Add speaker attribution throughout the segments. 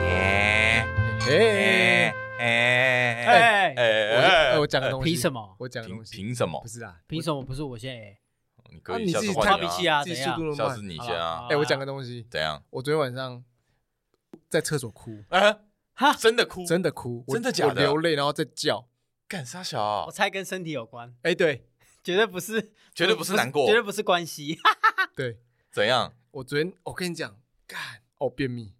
Speaker 1: 哎
Speaker 2: 哎
Speaker 1: 哎讲的东西，
Speaker 3: 呃凭什么？
Speaker 1: 我讲的
Speaker 2: 凭
Speaker 1: 东西
Speaker 2: 凭什么
Speaker 1: 不？是啊，
Speaker 3: 凭什么不是我先 A？
Speaker 2: 你
Speaker 1: 啊
Speaker 2: 可以
Speaker 1: 你
Speaker 2: 下
Speaker 1: 自己
Speaker 2: 次
Speaker 1: 看
Speaker 2: 换
Speaker 3: 比
Speaker 2: 你
Speaker 3: 气
Speaker 2: 啊，
Speaker 3: 啊，
Speaker 1: 自己
Speaker 3: 怎
Speaker 1: 速度
Speaker 3: 样？
Speaker 1: 那
Speaker 2: 下
Speaker 1: 么慢
Speaker 2: 次。你
Speaker 3: 好
Speaker 2: 先
Speaker 3: 了
Speaker 2: 啊
Speaker 3: 好，
Speaker 1: 哎、我讲个东西，
Speaker 2: 怎样？
Speaker 1: 我昨天晚上在厕所哭，
Speaker 2: 哎，
Speaker 3: 哈，
Speaker 2: 真的哭，
Speaker 1: 真的哭，我
Speaker 2: 真的假的
Speaker 1: 我流泪，然后再叫。
Speaker 2: 干啥小啊
Speaker 3: 我？猜跟身体有关，
Speaker 1: 哎、对
Speaker 3: 绝对不是，
Speaker 2: 绝对不是难过
Speaker 3: 绝对不是关系。
Speaker 1: 对，
Speaker 2: 怎样？
Speaker 1: 我昨天我跟你讲，干哦便秘，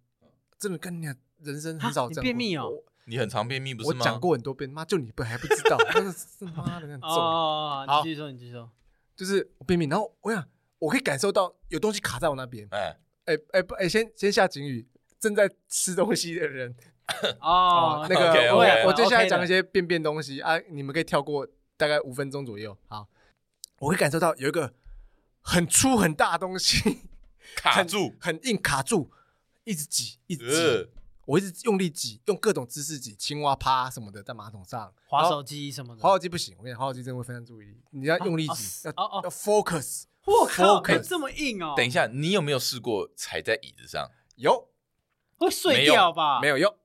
Speaker 1: 真的跟你讲，人生很少
Speaker 3: 哈
Speaker 1: 这样
Speaker 3: 你便秘
Speaker 1: 过
Speaker 3: 哦
Speaker 2: 你很常便秘不
Speaker 1: 我
Speaker 2: 是吗？
Speaker 1: 讲过很多遍，妈就你不还不知道，真的是妈的那种重，
Speaker 3: 哦，
Speaker 1: 好
Speaker 3: 你继续说，你继续说。
Speaker 1: 就是我便秘，然后我想我可以感受到有东西卡在我那边，
Speaker 2: 哎，
Speaker 1: 哎哎不哎先先下警语，正在吃东西的人啊
Speaker 3: 哦，
Speaker 1: 那个
Speaker 2: OK，OK
Speaker 1: 我
Speaker 2: OK
Speaker 1: 我接下来讲一
Speaker 3: 些
Speaker 1: 些便便东西啊，你们可以跳过大概五分钟左右，好，我会感受到有一个很粗很大的东西
Speaker 2: 卡住，
Speaker 1: 很硬卡住，一直挤一直挤。
Speaker 2: 呃，
Speaker 1: 我一直用力挤，用各种姿势挤，青蛙趴什么的，在马桶上
Speaker 3: 滑。
Speaker 1: 然后
Speaker 3: 手机什么的。
Speaker 1: 滑手机不行，我跟你讲，滑手机真的会分散注意力，你要用力
Speaker 3: 啊
Speaker 1: 挤，要
Speaker 3: 哦哦
Speaker 1: 要 focus。
Speaker 3: 我靠，
Speaker 1: focus
Speaker 3: 这么硬哦！
Speaker 2: 等一下，你有没有试过踩在椅子上？
Speaker 1: 有
Speaker 3: 会碎掉吧？
Speaker 1: 没有有？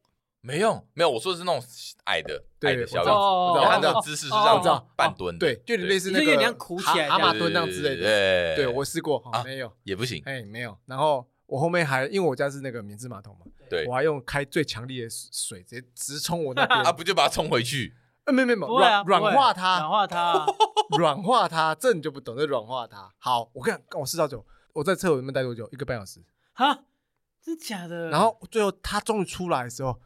Speaker 2: 没有，没有，我说的是那种矮的矮
Speaker 1: 对，
Speaker 2: 的
Speaker 1: 我知
Speaker 2: 小椅
Speaker 1: 道，
Speaker 2: 子，
Speaker 3: 哦
Speaker 1: 我
Speaker 2: 然后
Speaker 1: 知
Speaker 2: 那
Speaker 1: 道
Speaker 2: 个
Speaker 1: 我知
Speaker 3: 哦
Speaker 1: 道，
Speaker 2: 姿势是
Speaker 3: 哦
Speaker 2: 让
Speaker 1: 知道
Speaker 2: 啊半蹲的，
Speaker 1: 对，就类似那
Speaker 3: 你说有
Speaker 1: 个
Speaker 3: 点像苦起
Speaker 1: 蛤
Speaker 3: 来这
Speaker 1: 蛤
Speaker 3: 样
Speaker 1: 蟆蹲那样之类的。
Speaker 2: 的
Speaker 1: 对，我试过，
Speaker 2: 啊
Speaker 1: 好没有，
Speaker 2: 也不行，
Speaker 1: 哎没有。然后我后面还因为我家是那个免治马桶嘛，
Speaker 2: 对
Speaker 1: 我还用开最强力的水直接直冲我那
Speaker 2: 啊，
Speaker 1: 边，
Speaker 2: 不就把它冲回去？
Speaker 1: 呃没有没有没
Speaker 3: 不
Speaker 1: 有
Speaker 3: 会啊，
Speaker 1: 软
Speaker 3: 不会
Speaker 1: 软化
Speaker 3: 软
Speaker 1: 它，
Speaker 3: 化它。
Speaker 1: 软化它，这你就不懂，这软化它。好，我看看我试到久，我在厕所里面待多久？一个半小时。
Speaker 3: 嗯哈，真假的？
Speaker 1: 然后最后他终于出来的时候，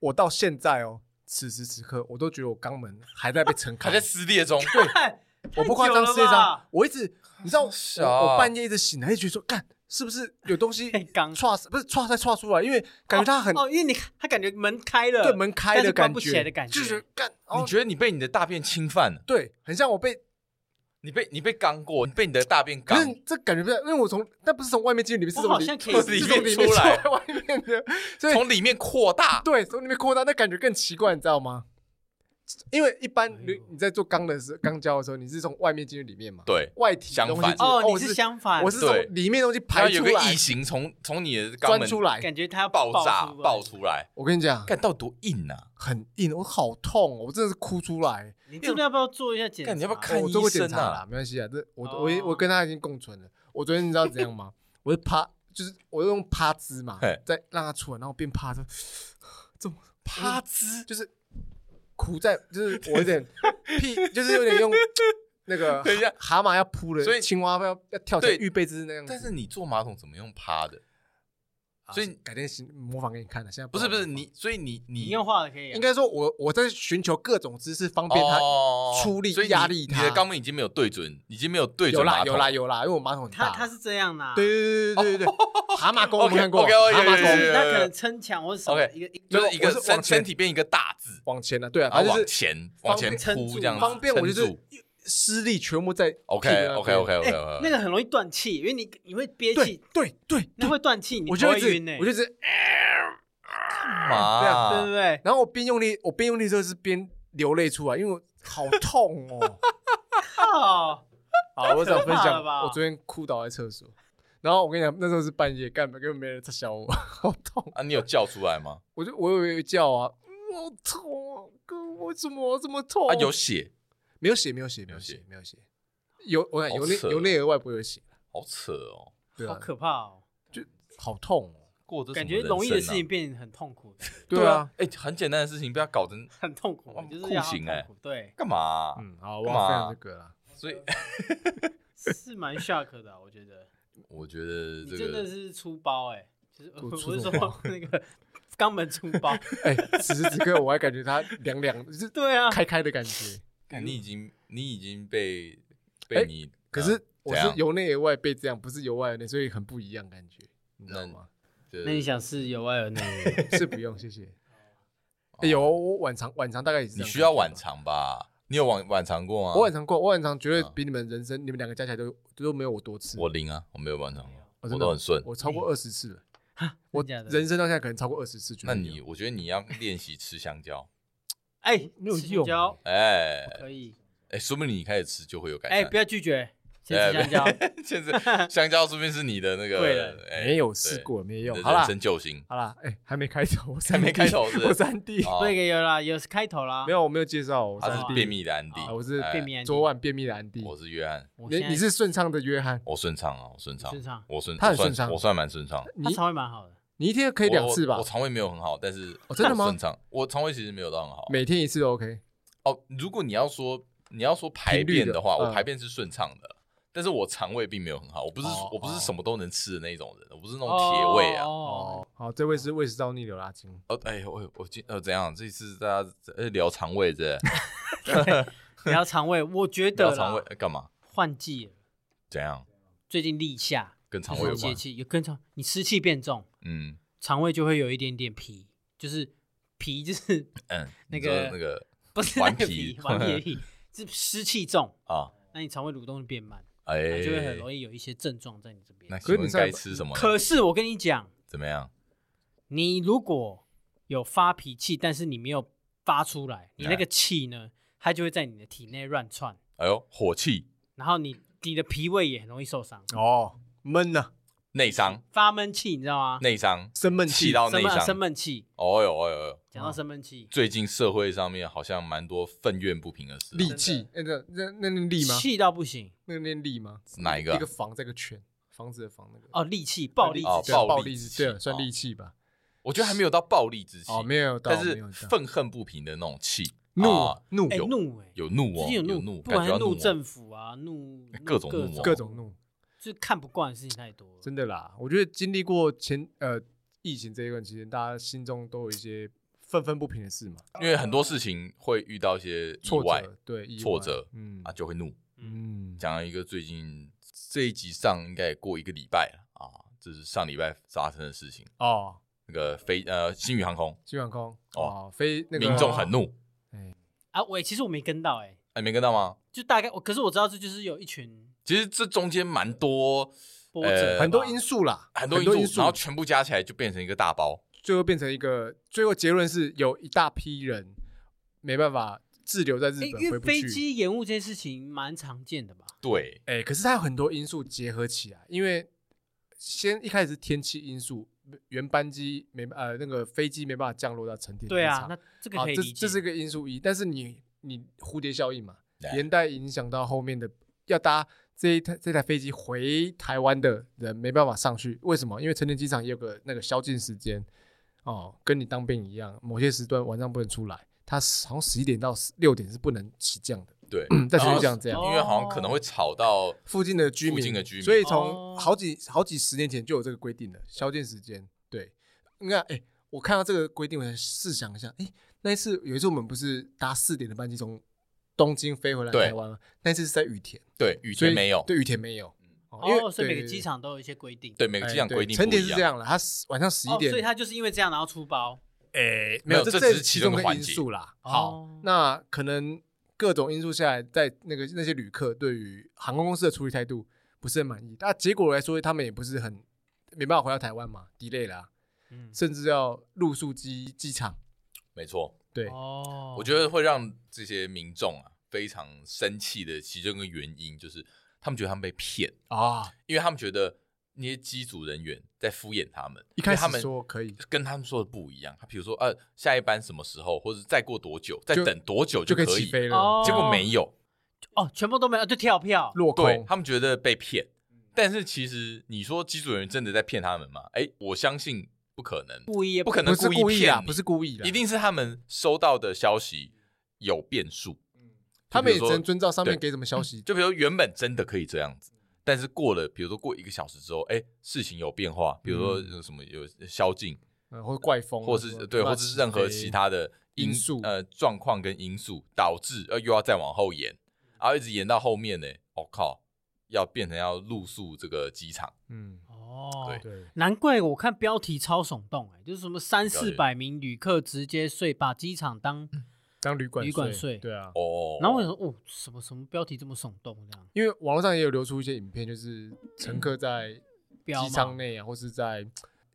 Speaker 1: 我到现在哦，此时此刻，我都觉得我肛门还在被 撑
Speaker 2: 卡
Speaker 1: 开
Speaker 2: 在。撕裂中，
Speaker 1: 对，
Speaker 3: 看，
Speaker 1: 我不夸张，世界上
Speaker 3: 上
Speaker 1: 我一直，你知道，我
Speaker 2: 小啊
Speaker 1: 我半夜一直醒来，一直觉得说，干是不是有东 西
Speaker 3: 刚
Speaker 1: 岔，不是岔在岔出来，因为感觉他很
Speaker 3: 哦，因为你看，他感觉门开了，
Speaker 1: 对门开
Speaker 3: 但
Speaker 1: 的
Speaker 3: 是关
Speaker 1: 感
Speaker 3: 不起来
Speaker 1: 觉，
Speaker 3: 的感觉
Speaker 1: 就是干，
Speaker 2: 你
Speaker 1: 哦，
Speaker 2: 觉得你被你的大便侵犯了？
Speaker 1: 对，很像我被，
Speaker 2: 你被你被刚过，你被你的大便
Speaker 1: 可
Speaker 2: 刚，
Speaker 1: 是这感觉不是，因为我从那不是从外面进去，里面是
Speaker 3: 我
Speaker 1: 从
Speaker 3: 好
Speaker 1: 里
Speaker 3: 像可以
Speaker 1: 是
Speaker 2: 里
Speaker 1: 从
Speaker 2: 面
Speaker 1: 里
Speaker 2: 出来
Speaker 1: 出外面的，所以
Speaker 2: 从里面扩大，
Speaker 1: 对，从里面扩大，那感觉更奇怪，你知道吗？因为一般
Speaker 3: 哎
Speaker 1: 你
Speaker 3: 呦
Speaker 1: 你在做肛的时候，肛交的时候，你是从外面进去里面嘛？，
Speaker 2: 对，
Speaker 1: 外体的东西
Speaker 2: 相反
Speaker 1: 进去
Speaker 3: 哦，
Speaker 1: 哦，
Speaker 3: 你
Speaker 1: 我
Speaker 3: 是相反，
Speaker 1: 我是从
Speaker 2: 对
Speaker 1: 里面东西
Speaker 2: 它
Speaker 1: 排
Speaker 2: 有
Speaker 1: 出
Speaker 2: 个
Speaker 1: 来
Speaker 2: 异，形从从你的肛
Speaker 1: 钻
Speaker 2: 门
Speaker 1: 出来。
Speaker 3: 感觉他要
Speaker 2: 爆炸
Speaker 3: 出来
Speaker 2: 爆，出来，
Speaker 1: 我跟你讲，
Speaker 2: 看到底多硬啊！
Speaker 1: 很硬，我好痛哦，我真的是哭出来。
Speaker 3: 你这边要不要做一下检查？
Speaker 2: 干你要不要看
Speaker 1: 哦我做过检
Speaker 2: 医生
Speaker 1: 查
Speaker 2: 啊
Speaker 1: 啦，没关系啊，这我
Speaker 3: 哦
Speaker 1: 我我跟他已经共存了。我昨天你知道怎样吗？我是趴，就是我用趴姿嘛
Speaker 2: 嘿，
Speaker 1: 再让他出来，然后边趴着， 怎么
Speaker 2: 趴姿，
Speaker 1: 就是苦在，就是我 有点屁，就是有点用那个
Speaker 2: 等一下
Speaker 1: 蛤蟆要扑的，
Speaker 2: 所以
Speaker 1: 青蛙要要跳起
Speaker 2: 对
Speaker 1: 来预备姿势那样子。
Speaker 2: 但是你坐马桶怎么用趴的？
Speaker 1: 啊
Speaker 2: 所以
Speaker 1: 改天行模仿给你看的，现在
Speaker 2: 不是不
Speaker 1: 好
Speaker 2: 是
Speaker 1: 模仿
Speaker 2: 你，所以你你
Speaker 3: 你用画的可以啊，
Speaker 1: 应该说我我在寻求各种姿势方便他。
Speaker 2: 哦
Speaker 1: 出力
Speaker 2: 所以你
Speaker 1: 压力
Speaker 2: 你
Speaker 1: 它
Speaker 2: 的肛门已经没有对准，已经没有对
Speaker 1: 有
Speaker 2: 准
Speaker 1: 啦
Speaker 2: 马桶
Speaker 1: 有啦有啦，因为我马桶很
Speaker 3: 他
Speaker 1: 大。
Speaker 3: 他是这样啦，
Speaker 1: 对对对对对对对，蛤蟆功我
Speaker 2: OK，
Speaker 1: 们看过，蛤
Speaker 2: OK，OK，
Speaker 1: 蟆
Speaker 3: 就
Speaker 2: 对对
Speaker 3: 是
Speaker 2: 对
Speaker 1: 功
Speaker 3: 他可能撑墙或者什么
Speaker 2: OK
Speaker 3: 一个一个
Speaker 2: 就是一
Speaker 1: 我
Speaker 2: 个
Speaker 1: 是
Speaker 2: 身
Speaker 1: 往前
Speaker 2: 身体变一个大字，
Speaker 1: 往前了，对啊，
Speaker 2: 然后
Speaker 1: 反正
Speaker 2: 往
Speaker 1: 就是
Speaker 2: 前往前
Speaker 1: 方
Speaker 3: 便
Speaker 2: 扑这样子，
Speaker 1: 方便，我就是
Speaker 2: 撑住
Speaker 1: 施力全部在
Speaker 2: OK
Speaker 1: 屁股那
Speaker 2: OK
Speaker 1: 边
Speaker 2: OK
Speaker 3: 哎
Speaker 2: OK
Speaker 3: 那
Speaker 2: OK，
Speaker 3: 个很容易断气，因为你你会
Speaker 1: 呃
Speaker 3: 憋
Speaker 1: 对
Speaker 3: 气，
Speaker 1: 对对，
Speaker 3: 那会断气，你
Speaker 1: 我
Speaker 3: 不
Speaker 1: 就
Speaker 3: 会
Speaker 1: 一直
Speaker 3: 晕呢，哎
Speaker 1: 我就一直对啊
Speaker 3: 对不
Speaker 2: 嘛，
Speaker 3: 对？
Speaker 1: 然后我边用力，我边用力的时候是边流泪出来，因为我好痛哦。
Speaker 3: 靠，
Speaker 1: 好，我想分
Speaker 3: 太可怕
Speaker 1: 享
Speaker 3: 了，吧
Speaker 1: 我昨天哭倒在厕所，然后我跟你讲，那时候是半夜，根本根本没人在笑我，好痛。
Speaker 2: 啊，你有叫出来吗？
Speaker 1: 我就我有有叫啊，嗯好痛啊，哥，为什么我这么痛？
Speaker 2: 啊，有血，
Speaker 1: 没有血？没有血，没有
Speaker 2: 没有
Speaker 1: 血
Speaker 2: 血，
Speaker 1: 没有血。有我看
Speaker 2: 好
Speaker 1: 由内
Speaker 2: 扯哦
Speaker 1: 由内而外不会有血，
Speaker 2: 好扯哦，
Speaker 1: 对
Speaker 3: 好
Speaker 1: 啊，
Speaker 3: 可怕哦，
Speaker 1: 就好痛哦。
Speaker 2: 过这什么
Speaker 3: 感觉容易的
Speaker 2: 人
Speaker 3: 事
Speaker 2: 生啊
Speaker 3: 情变得很痛苦，
Speaker 2: 对
Speaker 1: 对
Speaker 2: 啊
Speaker 1: 啊，，
Speaker 2: 哎，很简单的事情被他搞成
Speaker 3: 很痛苦
Speaker 2: 哇，
Speaker 3: 就是要
Speaker 2: 酷刑
Speaker 3: 很
Speaker 2: 哎
Speaker 3: 痛苦，对，
Speaker 2: 干嘛？
Speaker 1: 嗯，好，我
Speaker 2: 干嘛
Speaker 1: 要分享这个啦。
Speaker 2: 所 以
Speaker 3: 是蛮 shock 的啊，我觉得。
Speaker 2: 我觉得
Speaker 3: 你
Speaker 2: 这
Speaker 3: 真的
Speaker 2: 个
Speaker 3: 是粗包哎、就是我
Speaker 1: 我
Speaker 3: 我
Speaker 1: 粗
Speaker 3: 是
Speaker 1: 什
Speaker 3: 说
Speaker 1: 么包
Speaker 3: 那个肛门粗 包，
Speaker 1: 哎，此时此刻我还感觉它凉凉，就是
Speaker 3: 对啊，
Speaker 1: 开开的感 觉。
Speaker 2: 干你已经你已经被
Speaker 1: 哎
Speaker 2: 被你，
Speaker 1: 可
Speaker 2: 啊
Speaker 1: 是我
Speaker 2: 怎
Speaker 1: 是
Speaker 2: 样
Speaker 1: 由内而外被这样，不是由外而内，所以很不一样感觉，你知道吗？
Speaker 2: 就是
Speaker 3: 那你想是由外而内吗？
Speaker 1: 是不用，谢谢。
Speaker 2: 哦
Speaker 1: 欸有我晚长晚长大概也是这
Speaker 2: 你
Speaker 1: 样
Speaker 2: 需要
Speaker 1: 感觉吧
Speaker 2: 晚，长吧？你有晚晚长过吗？
Speaker 1: 我晚长过，我晚长绝对
Speaker 2: 嗯
Speaker 1: 比你们人生你们两个加起来都都没有我多次，
Speaker 2: 我零啊，我没有晚长过，
Speaker 1: 哦
Speaker 2: 我
Speaker 1: 真的
Speaker 2: 都很顺。嗯
Speaker 1: 我超过二十次了，我
Speaker 3: 真的假的
Speaker 1: 人生到现在可能超过二十次。绝
Speaker 2: 那
Speaker 1: 对
Speaker 2: 你
Speaker 1: 有
Speaker 2: 我觉得你要练习吃香蕉，
Speaker 3: 哎、
Speaker 1: 没有
Speaker 3: 吃香
Speaker 1: 用
Speaker 3: 蕉
Speaker 2: 哎
Speaker 3: 可以，
Speaker 2: 哎，说不定你开始吃就会有改
Speaker 3: 哎、
Speaker 2: 善哎
Speaker 3: 不。要拒绝，先吃香蕉，
Speaker 2: 现在香蕉说不定是你的那
Speaker 3: 贵人
Speaker 2: 个，哎
Speaker 1: 没有试
Speaker 2: 对
Speaker 1: 过，没
Speaker 2: 你
Speaker 1: 有。
Speaker 2: 的
Speaker 1: 好
Speaker 2: 人
Speaker 1: 啦，
Speaker 2: 生救星。
Speaker 1: 好啦，哎，还没开头，我还
Speaker 2: 没开头是不是
Speaker 1: 我三 D，
Speaker 2: 哦
Speaker 3: 对，有啦，有是开头啦。
Speaker 1: 没，有，我没有介绍，我
Speaker 2: 他
Speaker 1: 三
Speaker 2: 是
Speaker 3: 哦
Speaker 1: D，
Speaker 2: 便秘的安迪
Speaker 3: 哦，
Speaker 1: 啊我是
Speaker 2: 哎
Speaker 3: 便秘安迪
Speaker 1: 昨晚便秘的安迪，
Speaker 2: 我是约翰，
Speaker 3: 我
Speaker 1: 你
Speaker 3: 现在
Speaker 1: 你是顺畅的约翰，
Speaker 2: 我顺畅啊，我顺畅，
Speaker 3: 顺畅，
Speaker 2: 我顺，
Speaker 1: 他很
Speaker 2: 我算
Speaker 1: 顺畅
Speaker 2: 我算蛮顺畅。
Speaker 3: 他
Speaker 1: 你
Speaker 3: 肠胃蛮好的，
Speaker 1: 你一天可以两次
Speaker 2: 我
Speaker 1: 吧
Speaker 2: 我？肠胃没有很好，但是
Speaker 1: 哦真的吗
Speaker 2: 我顺畅，我肠胃其实没有到很好。
Speaker 1: 每天一次都 OK，
Speaker 2: 哦，如果你要说你要说排
Speaker 1: 频率
Speaker 2: 便
Speaker 1: 的
Speaker 2: 的话，我
Speaker 1: 嗯
Speaker 2: 排便是顺畅的，但是我肠胃并没有很好。我不是
Speaker 1: 哦
Speaker 2: 我不是什么都能吃的那一种人，我不是那
Speaker 3: 那
Speaker 2: 种铁胃啊。
Speaker 3: 哦，
Speaker 1: 好，这位是胃食道逆流拉筋，
Speaker 2: 哦，哎，我我今呃怎样？这次大家呃聊肠胃 这
Speaker 3: 你要肠胃，我觉得
Speaker 2: 聊
Speaker 3: 啦
Speaker 2: 肠胃呃干嘛？
Speaker 3: 换季了，
Speaker 2: 怎样？
Speaker 3: 最近立夏，
Speaker 2: 跟肠
Speaker 3: 就
Speaker 2: 胃
Speaker 3: 是
Speaker 2: 有
Speaker 3: 节
Speaker 2: 关？
Speaker 3: 气有跟肠，你湿气变重，
Speaker 2: 嗯
Speaker 3: 肠胃就会有一点点皮，就是皮就是
Speaker 2: 嗯，
Speaker 3: 那
Speaker 2: 你说
Speaker 3: 个
Speaker 2: 那个
Speaker 3: 不是那
Speaker 2: 顽
Speaker 3: 个
Speaker 2: 皮
Speaker 3: 皮，顽皮的皮是湿气重，
Speaker 2: 啊，
Speaker 3: 那你肠胃蠕动就变慢，
Speaker 2: 哎，
Speaker 3: 就会很容易有一些症状在你这
Speaker 2: 那
Speaker 3: 边。
Speaker 1: 可
Speaker 2: 请
Speaker 1: 是你
Speaker 2: 问
Speaker 1: 上
Speaker 2: 该
Speaker 1: 班
Speaker 2: 吃什么呢？
Speaker 3: 可是我跟你讲，
Speaker 2: 怎么样？
Speaker 3: 你如果有发脾气，但是你没有发出来，你
Speaker 2: 哎
Speaker 3: 那个气呢，它就会在你的体内乱窜，
Speaker 2: 哎呦，火气
Speaker 3: 然后你你的脾胃也很容易受伤，
Speaker 1: 哦，闷呐，
Speaker 2: 内伤，
Speaker 3: 发闷气，你知道吗？
Speaker 2: 内伤，
Speaker 1: 生闷
Speaker 2: 气
Speaker 1: 气，
Speaker 2: 到内
Speaker 3: 啊生闷
Speaker 2: 伤。
Speaker 3: 生闷气，
Speaker 2: 哦呦哦呦哦呦，
Speaker 3: 讲到生闷气，
Speaker 2: 最近社会上面好像蛮多愤怨不平的事啊。
Speaker 1: 力气，哎那个那那那力吗？
Speaker 3: 气到不行
Speaker 1: 那个念力吗？
Speaker 2: 哪一个啊
Speaker 1: 一个房，这个圈，房子的房那个。
Speaker 3: 哦，戾气暴力
Speaker 2: 哦
Speaker 3: 之气
Speaker 1: 对
Speaker 2: 暴力
Speaker 1: 暴力
Speaker 2: 之
Speaker 1: 之
Speaker 2: 气
Speaker 1: 气，对，算
Speaker 2: 哦
Speaker 1: 力气吧。
Speaker 2: 我觉得还没有到暴力之气，
Speaker 1: 哦，没有到，
Speaker 2: 但
Speaker 1: 没
Speaker 2: 是
Speaker 1: 有到
Speaker 2: 愤恨不平的那种气，
Speaker 1: 怒
Speaker 2: 啊
Speaker 1: 怒
Speaker 3: 哎
Speaker 2: 有
Speaker 3: 怒哎，
Speaker 2: 有怒
Speaker 3: 最
Speaker 2: 哦，
Speaker 3: 近
Speaker 2: 有
Speaker 3: 怒，不
Speaker 2: 感
Speaker 3: 管
Speaker 2: 觉要
Speaker 3: 是
Speaker 2: 怒
Speaker 3: 怒
Speaker 2: 哦
Speaker 3: 政府啊，怒
Speaker 2: 各种怒哦
Speaker 1: 各种怒，
Speaker 3: 就是看不惯的事情太多了。
Speaker 1: 真的啦。我觉得经历过前呃疫情这一段期间，大家心中都有一些愤愤不平的事嘛，
Speaker 2: 因为很多事情会遇到一些意
Speaker 1: 挫
Speaker 2: 外
Speaker 1: 折，
Speaker 3: 啊
Speaker 1: 对，意外
Speaker 2: 挫折
Speaker 1: 嗯
Speaker 2: 啊，就会怒。
Speaker 1: 嗯，
Speaker 2: 讲一个最近这一集上应该也过一个礼拜了啊，这是上礼拜发生的事情。
Speaker 1: 哦，
Speaker 2: 那个飞呃星宇航空
Speaker 1: 金晚空
Speaker 2: 哦
Speaker 1: 哦，非那个
Speaker 2: 民众很怒，
Speaker 3: 啊，我其实我没跟到哎，
Speaker 2: 哎，没跟到吗？
Speaker 3: 就大概我，哦可是我知道这就是有一群
Speaker 2: 其实这中间蛮多
Speaker 3: 波折
Speaker 2: 呃
Speaker 3: 吧，
Speaker 1: 很多因素啦，
Speaker 2: 很
Speaker 1: 很
Speaker 2: 多因素，
Speaker 1: 多因素
Speaker 2: 然后，全部加起来就变成一个大包。
Speaker 1: 最后变成一个最后结论是有一大批人没办法滞留在日
Speaker 3: 哎
Speaker 1: 本，
Speaker 3: 因
Speaker 1: 回
Speaker 3: 为
Speaker 1: 不去
Speaker 3: 飞。机延误这件事情蛮常见的吧？
Speaker 2: 对，
Speaker 1: 哎、可是它有很多因素结合起来，因为先一开始是天气因素，原班机没呃那个飞机没办法降落到成田机
Speaker 3: 对啊，
Speaker 1: 场
Speaker 3: 那这个
Speaker 1: 啊
Speaker 3: 可以
Speaker 1: 这
Speaker 3: 理解。
Speaker 1: 这是一个因素一，但是你你蝴蝶效应嘛，
Speaker 2: 对
Speaker 1: 连带影响到后面的要搭这一台这台飞机回台湾的人没办法上去，为什么？因为成田机场也有个那个宵禁时间哦，跟你当兵一样，某些时段晚上不能出来，它好像十一点到六点是不能起降的，
Speaker 2: 对，
Speaker 1: 在学
Speaker 2: 然后
Speaker 1: 校讲这样。
Speaker 2: 因为好像可能会吵到
Speaker 1: 附近的居民，
Speaker 2: 附近的居民
Speaker 1: 所以
Speaker 3: 哦
Speaker 1: 从好几、好几十年前就有这个规定了，宵禁时间。对，你看，哎、我看到这个规定，我才试想一下，哎、那一次有一次我们不是搭四点的班机从东京飞回来
Speaker 2: 对
Speaker 1: 台湾吗？那一次是在羽田，
Speaker 2: 对雨
Speaker 1: 所以
Speaker 2: 天没有，
Speaker 1: 对，羽田没有，哦因为、
Speaker 3: 哦，所以每个
Speaker 1: 对
Speaker 3: 机场都有一些规定。
Speaker 2: 对每个
Speaker 1: 哎
Speaker 2: 机场
Speaker 1: 对
Speaker 2: 规定
Speaker 1: 成
Speaker 2: 不
Speaker 1: 田
Speaker 2: 一
Speaker 1: 是这，样了，他晚上十一
Speaker 3: 哦，
Speaker 1: 点，
Speaker 3: 所以他就是因为这样然后出包。
Speaker 1: 哎，
Speaker 2: 没有这
Speaker 1: 这
Speaker 2: 只是
Speaker 1: 是
Speaker 2: 其中
Speaker 1: 中
Speaker 2: 一个环
Speaker 1: 因
Speaker 2: 节
Speaker 1: 素啦。
Speaker 3: 哦
Speaker 1: 好，那可能各种因素下来，在那个那些旅客对于航空公司的处理态度不是很满意，但结果来说，他们也不是很没办法回到台湾嘛，delay 啦，
Speaker 3: 嗯，
Speaker 1: 甚至要露宿机机场。
Speaker 2: 没错。
Speaker 1: 对，
Speaker 3: 哦，
Speaker 2: 我觉得会让这些民众啊非常生气的其中一个原因，就是他们觉得他们被骗，
Speaker 1: 啊，
Speaker 2: 因为他们觉得那些机组人员在敷衍他们，
Speaker 1: 一
Speaker 2: 因
Speaker 1: 开
Speaker 2: 为他
Speaker 1: 始
Speaker 2: 们
Speaker 1: 说可以，
Speaker 2: 跟他们说的不一样。他比如说，呃，下一班什么时候，或者再过多久，再
Speaker 1: 就
Speaker 2: 等多久
Speaker 1: 就可
Speaker 2: 可
Speaker 1: 以起飞了，
Speaker 3: 哦
Speaker 2: 结果没有，
Speaker 3: 哦，全部都没有，就跳票。
Speaker 1: 落
Speaker 2: 对
Speaker 1: 空。
Speaker 2: 他们觉得被骗。但是其实你说机组人员真的在骗他们吗？哎，我相信不可能，
Speaker 3: 故意
Speaker 2: 不可能
Speaker 1: 不是
Speaker 2: 故
Speaker 1: 故
Speaker 2: 意
Speaker 1: 意
Speaker 2: 骗
Speaker 1: 啦，
Speaker 2: 你
Speaker 1: 不是故意啦，啊
Speaker 2: 一定是他们收到的消息有变数。
Speaker 1: 他们也只
Speaker 2: 就比
Speaker 1: 能
Speaker 2: 如说
Speaker 1: 遵照上面
Speaker 2: 对
Speaker 1: 给什么消息。
Speaker 2: 就比如原本真的可以这样子，但是过了，比如说过一个小时之后，哎、事情有变化，比如说有什么有宵禁，
Speaker 1: 嗯，或者怪风啊，
Speaker 2: 或是
Speaker 1: 什么
Speaker 2: 对，
Speaker 1: 乱
Speaker 2: 或是任何其
Speaker 1: 飞
Speaker 2: 他的
Speaker 1: 因素
Speaker 2: 呃状况跟因素导致，呃又要再往后延，然后一直延到后面呢，我、靠，要变成要露宿这个机场，
Speaker 1: 嗯，
Speaker 3: 哦，
Speaker 2: 对
Speaker 1: 对，
Speaker 3: 难怪我看标题超耸动哎、就是什么三四百名旅客直接睡，把机场当。
Speaker 1: 当旅馆
Speaker 3: 旅馆
Speaker 1: 睡，
Speaker 3: 睡
Speaker 1: 对啊，
Speaker 2: 哦，
Speaker 3: 然后我想说，哦，什么什么标题这么耸动这样？
Speaker 1: 因为网络上也有流出一些影片，就是乘客在
Speaker 3: 标
Speaker 1: 机舱
Speaker 3: 嘛，
Speaker 1: 内啊，或是在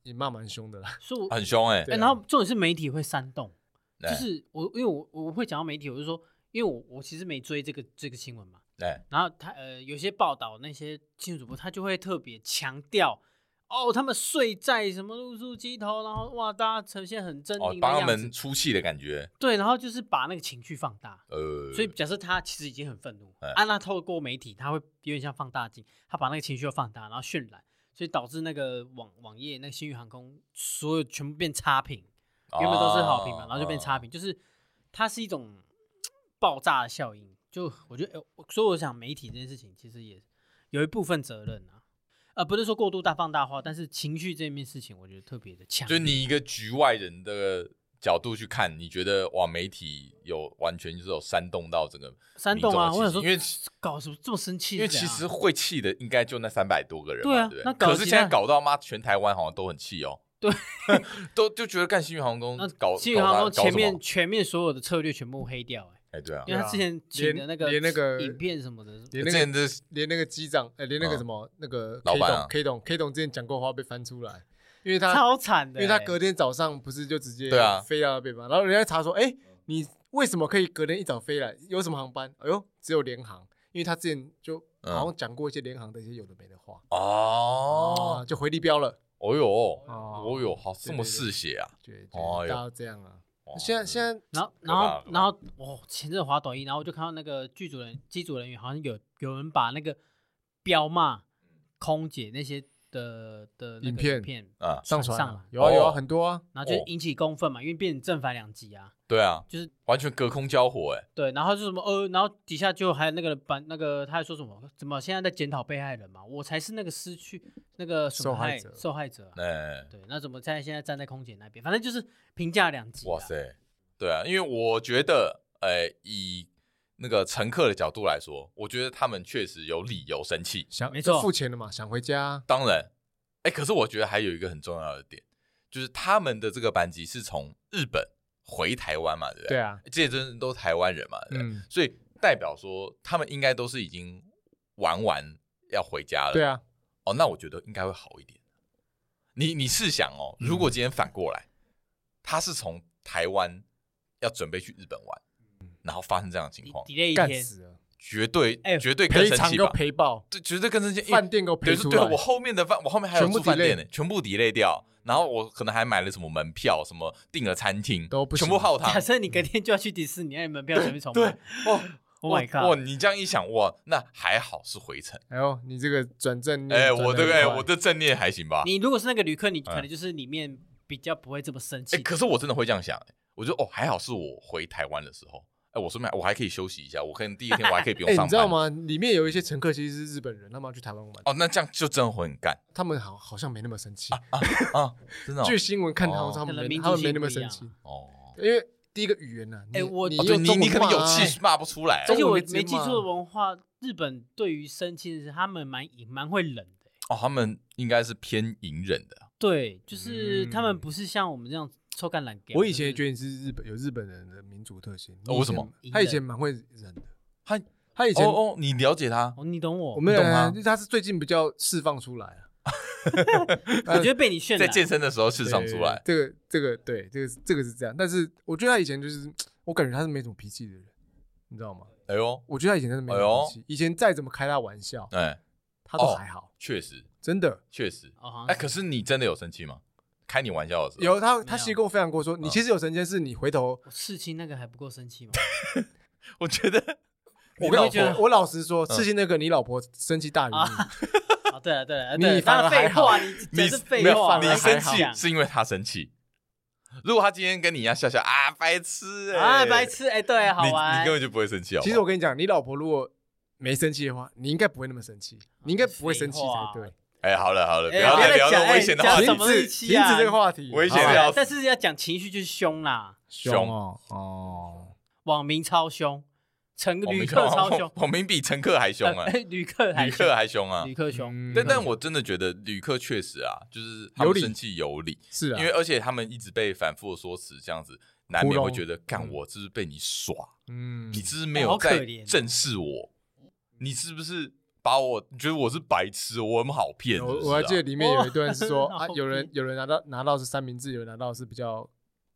Speaker 1: 也骂蛮凶的啦。
Speaker 3: 所以我、
Speaker 2: 很凶哎、
Speaker 1: 对
Speaker 3: 哎
Speaker 1: 啊
Speaker 3: 然后重点是媒体会煽动，就
Speaker 2: 哎
Speaker 3: 是我因为我我会讲到媒体，我就说，因为我我其实没追这个这个新闻嘛，
Speaker 2: 哎，
Speaker 3: 然后他呃有些报道那些新闻主播他就会特别强调。哦，他们睡在什么露宿街头，然后哇，大家呈现很狰狞
Speaker 2: 哦
Speaker 3: 的，
Speaker 2: 帮他
Speaker 3: 样
Speaker 2: 们
Speaker 3: 子，
Speaker 2: 出气的感觉，
Speaker 3: 对，然后就是把那个情绪放大。
Speaker 2: 呃，
Speaker 3: 所以假设他其实已经很愤怒，
Speaker 2: 哎
Speaker 3: 安娜透过媒体，他会有点像放大镜，他把那个情绪又放大，然后渲染，所以导致那个网网页那个星宇航空所有全部变差评，原本都是好评嘛，
Speaker 2: 啊
Speaker 3: 然后就变差评，就是它是一种爆炸的效应。就我觉得，呃我所以我想媒体这件事情其实也有一部分责任啊，呃，不是说过度大放大化，但是情绪这面事情，我觉得特别的强
Speaker 2: 就
Speaker 3: 烈。
Speaker 2: 是你一个局外人的角度去看，你觉得哇，媒体有完全就是有煽动到整个，
Speaker 3: 煽动啊，
Speaker 2: 民众的
Speaker 3: 我想
Speaker 2: 气
Speaker 3: 说，
Speaker 2: 因为
Speaker 3: 搞什么这么生气
Speaker 2: 因
Speaker 3: 是
Speaker 2: 为
Speaker 3: 怎样
Speaker 2: 其
Speaker 3: 啊？
Speaker 2: 实会气的应该就那三百多个人嘛，
Speaker 3: 对啊
Speaker 2: 对不
Speaker 3: 那搞
Speaker 2: 可
Speaker 3: 得
Speaker 2: 是
Speaker 3: 其
Speaker 2: 现在
Speaker 3: 他
Speaker 2: 搞到妈，全台湾好像都很气哦，
Speaker 3: 对，
Speaker 2: 都就觉得干新宇航空
Speaker 3: 啊那
Speaker 2: 搞
Speaker 3: 新宇航
Speaker 2: 搞他搞
Speaker 3: 空前
Speaker 2: 什
Speaker 3: 面
Speaker 2: 么
Speaker 3: 全面所有的策略全部黑掉、欸，
Speaker 2: 哎，对啊，
Speaker 3: 因为他之前请的那个
Speaker 1: 连连那个
Speaker 3: 影片什么的，
Speaker 2: 之
Speaker 1: 连那个
Speaker 2: 前的
Speaker 1: 连那个机长，呃，连那个
Speaker 2: 嗯
Speaker 1: 什么那个
Speaker 2: 老
Speaker 1: K
Speaker 2: 板啊
Speaker 1: 董 K 董 K 董之前讲过话被翻出来，因为他
Speaker 3: 超惨
Speaker 1: 因
Speaker 3: 的、
Speaker 1: 为他
Speaker 3: 欸
Speaker 1: 隔天早上不是就直接
Speaker 2: 对啊
Speaker 1: 飞到那边嘛，然后人家查说，哎，你为什么可以隔天一早飞来？有什么航班？哎呦，只有联航，因为他之前就
Speaker 2: 嗯
Speaker 1: 好像讲过一些联航的一些有的没的话，
Speaker 2: 哦
Speaker 1: 啊，，就回力标了，
Speaker 2: 哦哟，
Speaker 1: 哦
Speaker 2: 哦哟，好
Speaker 1: 对
Speaker 2: 这么
Speaker 1: 对对
Speaker 2: 嗜血啊！
Speaker 1: 对，
Speaker 2: 哎呦
Speaker 1: 大家都这样啊。
Speaker 2: 哦
Speaker 1: 现在现在
Speaker 3: 然后
Speaker 2: 可
Speaker 3: 然
Speaker 2: 怕
Speaker 3: 后
Speaker 2: 可怕
Speaker 3: 然后我前阵滑抖音，然后我就看到那个剧组人机组人员好像有有人把那个彪骂
Speaker 2: 嗯
Speaker 3: 空姐那些的的那个
Speaker 1: 影片
Speaker 3: 片
Speaker 2: 啊，
Speaker 1: 上传
Speaker 3: 上
Speaker 1: 啊
Speaker 3: 了
Speaker 1: 有啊有啊
Speaker 2: 哦
Speaker 1: 很多啊，
Speaker 3: 然后就
Speaker 2: 哦
Speaker 3: 引起公愤嘛，因为变成正反两极啊，
Speaker 2: 对啊，
Speaker 3: 就是
Speaker 2: 完全隔空交火哎，
Speaker 3: 对，然后就什么呃，然后底下就还有那个版那个他还说什么怎么现在在检讨被害人嘛，我才是那个失去那个损
Speaker 1: 受害
Speaker 3: 害
Speaker 1: 者
Speaker 3: 受害者啊、
Speaker 2: 哎，
Speaker 3: 对，那怎么在现在站在空姐那边？反正就是评价两极、
Speaker 2: 哇！塞，对啊，因为我觉得，哎，以那个乘客的角度来说，我觉得他们确实有理由生气。
Speaker 1: 想
Speaker 3: 没错
Speaker 1: 就付钱了嘛，想回家啊，
Speaker 2: 当然，哎，可是我觉得还有一个很重要的点，就是他们的这个班机是从日本回台湾嘛，对呃不
Speaker 1: 对
Speaker 2: 对？
Speaker 1: 啊，
Speaker 2: 这些真的都是台湾人嘛，对不对，
Speaker 1: 嗯，
Speaker 2: 所以代表说他们应该都是已经玩完要回家了，
Speaker 1: 对啊，
Speaker 2: 哦，那我觉得应该会好一点。你你试想哦，如
Speaker 1: 嗯
Speaker 2: 果今天反过来，他是从台湾要准备去日本玩，
Speaker 1: 嗯
Speaker 2: 然后发生这样的情况，
Speaker 3: delay 一
Speaker 1: 干
Speaker 3: 天，
Speaker 1: 死了，
Speaker 2: 绝对、
Speaker 3: 哎
Speaker 2: 绝对更
Speaker 1: 赔
Speaker 2: 生
Speaker 1: 偿
Speaker 2: 气
Speaker 1: 都
Speaker 2: 吧？
Speaker 1: 赔爆，
Speaker 2: 对，绝对更生气。因为
Speaker 1: 饭店给我赔
Speaker 2: 对
Speaker 1: 出
Speaker 2: 是
Speaker 1: 来
Speaker 2: 对，我后面的饭，我后面还有
Speaker 1: 全部
Speaker 2: 住饭
Speaker 1: delay
Speaker 2: 店呢，全部 delay 掉，然后我可能还买了什么门票，什么订了餐厅，
Speaker 1: 都不
Speaker 2: 全部
Speaker 1: 行
Speaker 2: 泡汤
Speaker 3: 假。设你隔天就要去迪士尼，那你门票 全部重
Speaker 2: 对
Speaker 3: 买。
Speaker 2: 哦
Speaker 3: Oh my
Speaker 2: 哇，
Speaker 3: god！
Speaker 2: 你这样一想，哇，那还好是回程。
Speaker 1: 哎呦，你这个转正念，
Speaker 2: 哎，我
Speaker 1: 这
Speaker 2: 这个哎，我的正念还行吧？
Speaker 3: 你如果是那个旅客，你可能
Speaker 2: 嗯
Speaker 3: 就是里面比较不会这么生气
Speaker 2: 哎、。可是我真的会这样想、欸，我觉得哦，还好是我回台湾的时候，哎、我顺便我还可以休息一下，我可能第一天我还可以不用
Speaker 1: 哎，
Speaker 2: 上班，
Speaker 1: 你知道？吗？里面有一些乘客其实是日本人，他们要去台湾玩，
Speaker 2: 哦，那这样就真的会很干
Speaker 1: 他们好好像没那么生气。
Speaker 2: 啊，真的哦
Speaker 1: 据新闻看，
Speaker 2: 哦
Speaker 1: 好像他们
Speaker 3: 可能
Speaker 1: 没
Speaker 3: 民族
Speaker 1: 他们没
Speaker 3: 性
Speaker 1: 那么
Speaker 3: 不一
Speaker 1: 生
Speaker 3: 样啊
Speaker 1: 气，
Speaker 2: 哦，
Speaker 1: 因为第一个语言啊呐，你
Speaker 3: 哎我
Speaker 1: 你
Speaker 2: 哦
Speaker 1: 用
Speaker 2: 对你
Speaker 1: 中
Speaker 2: 你
Speaker 1: 文
Speaker 2: 可能
Speaker 1: 骂
Speaker 2: 有
Speaker 1: 啊
Speaker 2: 气骂不出来
Speaker 3: 而
Speaker 1: 中
Speaker 3: 且
Speaker 1: 文
Speaker 3: 我
Speaker 1: 没直接
Speaker 3: 没记
Speaker 1: 骂
Speaker 3: 错的话，日本对于生气是他们蛮也蛮会冷的。欸
Speaker 2: 哦，他们应该是偏隐忍的，
Speaker 3: 对，就是他们
Speaker 1: 嗯
Speaker 3: 不是像我们这样抽干懒给。
Speaker 1: 我以前
Speaker 3: 就
Speaker 1: 也
Speaker 3: 是
Speaker 1: 觉得你是日本有日本人的民族特性，
Speaker 2: 哦
Speaker 1: 你以
Speaker 2: 为什
Speaker 1: 前
Speaker 2: 么
Speaker 1: 他以
Speaker 3: 隐
Speaker 1: 前
Speaker 3: 忍
Speaker 1: 蛮会忍的，
Speaker 2: 他
Speaker 1: 他以前
Speaker 2: 哦哦，你了解他
Speaker 3: 哦，你懂我。
Speaker 1: 我
Speaker 3: 我
Speaker 1: 没有
Speaker 2: 你懂吗
Speaker 1: 啊，就是他是最近比较释放出来啊了，
Speaker 3: 觉得被你渲
Speaker 2: 在
Speaker 3: 染。
Speaker 2: 健身的时候释放出来，
Speaker 1: 啊对。这个这个对，这个是这个是这样，但是我觉得他以前就是，我感觉他是没什么脾气的人，你知道吗？
Speaker 2: 哎呦，
Speaker 1: 我觉得他以前真的没什么脾气，以前再怎么开他玩笑，
Speaker 2: 哎，
Speaker 1: 他都
Speaker 2: 哦
Speaker 1: 还好，
Speaker 2: 确实
Speaker 1: 真的。
Speaker 2: 确实，
Speaker 3: 哦，好
Speaker 2: 哎、
Speaker 3: 像
Speaker 2: 可是你真的有生气吗？开你玩笑的时候，
Speaker 1: 有他，
Speaker 3: 有
Speaker 1: 他其实跟我分享过说，
Speaker 2: 嗯
Speaker 1: 你其实有神经是你回头，
Speaker 3: 我刺青那个还不够生气吗？
Speaker 2: 我觉得
Speaker 1: 我
Speaker 3: 会
Speaker 1: 跟你
Speaker 3: 觉得
Speaker 1: 我老实
Speaker 2: 嗯
Speaker 1: 说，刺青那个你老婆生气大于 你，
Speaker 3: 哦，对了对了，
Speaker 1: 你
Speaker 3: 对了
Speaker 1: 反
Speaker 3: 当然
Speaker 1: 而还
Speaker 3: 废话，
Speaker 1: 好
Speaker 3: 你
Speaker 2: 你
Speaker 3: 这是废
Speaker 2: 没有
Speaker 3: 话，
Speaker 1: 反而
Speaker 2: 你
Speaker 3: 还
Speaker 2: 生
Speaker 3: 好
Speaker 2: 气是因为他生气。如果他今天跟你一样笑笑啊，白痴欸
Speaker 3: 啊，白痴，哎，对，好
Speaker 2: 你你
Speaker 3: 玩
Speaker 2: 根。本就不会生气哦。
Speaker 1: 其实我跟你讲，你老婆如果没生气的话，你应该不会那么生气，你应该不会生气
Speaker 3: 废话
Speaker 1: 才对。
Speaker 2: 哎，好了好了，不
Speaker 3: 哎
Speaker 2: 要
Speaker 3: 别
Speaker 2: 再
Speaker 3: 再
Speaker 2: 聊那
Speaker 3: 讲
Speaker 2: 么危险的
Speaker 3: 哎
Speaker 2: 话
Speaker 3: 讲
Speaker 2: 题
Speaker 1: 停
Speaker 3: 什么
Speaker 1: 止
Speaker 3: 力
Speaker 1: 停
Speaker 3: 气啊
Speaker 1: 止这个话题，
Speaker 2: 危险啊
Speaker 1: 好
Speaker 2: 的
Speaker 1: 吧
Speaker 2: 要死
Speaker 3: 但是要讲情绪就是凶啦，
Speaker 1: 凶哦哦，
Speaker 3: 网民超凶，乘
Speaker 2: 我
Speaker 3: 旅
Speaker 2: 们
Speaker 3: 客超凶，
Speaker 2: 我们比乘客还凶 啊
Speaker 3: 呃，旅客还
Speaker 2: 旅客还凶啊
Speaker 3: 凶。旅客凶。
Speaker 1: 嗯
Speaker 2: 但但我真的觉得旅客确实啊，就是他们
Speaker 1: 有理
Speaker 2: 生气有理，
Speaker 1: 是啊，
Speaker 2: 因为而且他们一直被反复的说辞，这样子难免
Speaker 1: 糊弄
Speaker 2: 会觉得，干
Speaker 1: 嗯
Speaker 2: 我是不是被你耍？
Speaker 1: 嗯
Speaker 2: 你是不是没
Speaker 3: 好
Speaker 2: 有
Speaker 3: 可
Speaker 2: 在
Speaker 3: 怜哦
Speaker 2: 正视我？你是不是把我你觉得我是白痴？我很好骗？是
Speaker 1: 我
Speaker 2: 不是
Speaker 1: 我还
Speaker 2: 啊
Speaker 1: 记得里面有一段是说
Speaker 3: 哇
Speaker 1: 啊，有人有人拿到拿到是三明治，有人拿到是比较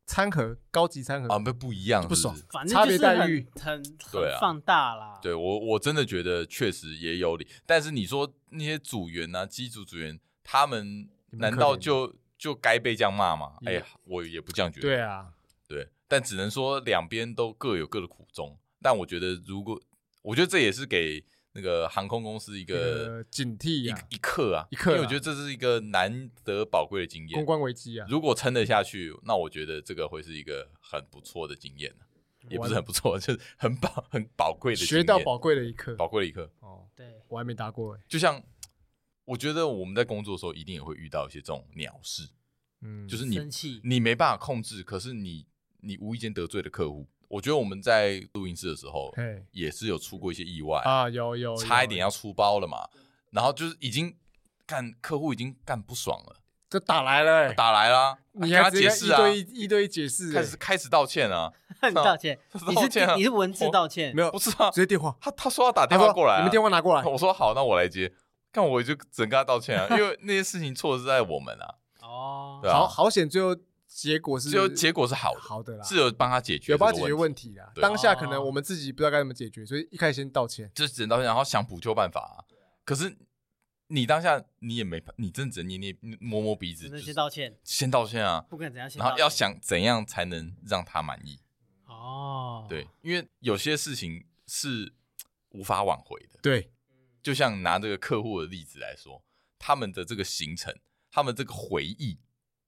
Speaker 1: 餐盒，高级餐盒
Speaker 2: 啊，不不一样，
Speaker 1: 嗯不爽
Speaker 2: 是是
Speaker 3: 反
Speaker 1: 差别
Speaker 3: 正就是
Speaker 1: 待
Speaker 3: 很
Speaker 1: 遇
Speaker 3: 很
Speaker 2: 对
Speaker 3: 很
Speaker 2: 啊
Speaker 3: 放大啦。
Speaker 2: 对我我真的觉得确实也有理，但是你说那些组员啊，机组组员，他们
Speaker 1: 你们
Speaker 2: 难
Speaker 1: 可
Speaker 2: 道
Speaker 1: 怜
Speaker 2: 就就该被这样骂吗？哎
Speaker 1: 也
Speaker 2: 呀，我也不这样觉得。
Speaker 1: 对啊，
Speaker 2: 对，但只能说两边都各有各的苦衷。但我觉得，如果我觉得这也是给那个航空公司一个
Speaker 1: 呃，警惕
Speaker 2: 一
Speaker 1: 啊，
Speaker 2: 一刻啊，
Speaker 1: 一刻啊
Speaker 2: 因为我觉得这是一个难得宝贵的经
Speaker 1: 公
Speaker 2: 验。
Speaker 1: 关危机啊，
Speaker 2: 如果撑得下去，那我觉得这个会是一个很不错的经验、啊、也不是很不错， 就是很宝很宝贵的经
Speaker 1: 学
Speaker 2: 验
Speaker 1: 到宝贵的一课。
Speaker 2: 宝贵的一刻。
Speaker 1: 哦，
Speaker 3: 对，
Speaker 1: 我还没搭过哎，
Speaker 2: 就像我觉得我们在工作的时候，一定也会遇到一些这种鸟事，
Speaker 1: 嗯，
Speaker 2: 就是你
Speaker 3: 生气
Speaker 2: 你没办法控制，可是你你无意间得罪了客户。我觉得我们在录音室的时候
Speaker 1: 嘿
Speaker 2: 也是有出过一些意外，
Speaker 1: 啊，有有，
Speaker 2: 哎差一点
Speaker 1: 有
Speaker 2: 要出包了嘛。然后就是已经干客户已经干不爽了，
Speaker 1: 这打来了欸，
Speaker 2: 打来啦，
Speaker 1: 你
Speaker 2: 跟
Speaker 1: 还
Speaker 2: 他
Speaker 1: 直接
Speaker 2: 解释啊
Speaker 1: 一，对一一对一解释欸，
Speaker 2: 开始开始道歉啊，
Speaker 3: 你道歉， 你
Speaker 2: 道
Speaker 3: 是
Speaker 2: 歉啊
Speaker 3: 电你是文字
Speaker 2: 我
Speaker 3: 道歉，
Speaker 1: 没有
Speaker 2: 不是啊，
Speaker 1: 直接电话，
Speaker 2: 他他说要打
Speaker 1: 他
Speaker 2: 电
Speaker 1: 说
Speaker 2: 话过来啊，
Speaker 1: 你们电话拿过来，
Speaker 2: 我说好，那我来接。但我就只能跟他道歉啊，因为那些事情错是在我们啊，
Speaker 3: 哦，
Speaker 2: 对啊
Speaker 1: 好好险，最后结果是
Speaker 2: 最后结果是好的，
Speaker 1: 好的啦，
Speaker 2: 是有帮他解决，
Speaker 1: 有帮他解决
Speaker 2: 问
Speaker 1: 问
Speaker 2: 题，
Speaker 1: 题啦。
Speaker 2: 对
Speaker 1: 当下可能我们自己不知道该怎么解决，所以一开始先道歉。
Speaker 2: 就只能道歉，然后想补救办法、啊。可是你当下你也没，你真的只能捏捏摸摸鼻子，
Speaker 3: 只
Speaker 2: 就
Speaker 3: 能
Speaker 2: 是
Speaker 3: 先道歉，
Speaker 2: 先道歉啊，
Speaker 3: 不可能怎样先道
Speaker 2: 然
Speaker 3: 歉。
Speaker 2: 后要想怎样才能让他满意。
Speaker 3: 哦，
Speaker 2: 对，因为有些事情是无法挽回的，
Speaker 1: 对，
Speaker 2: 就像拿这个客户的例子来说，他们的这个行程，他们这个回忆，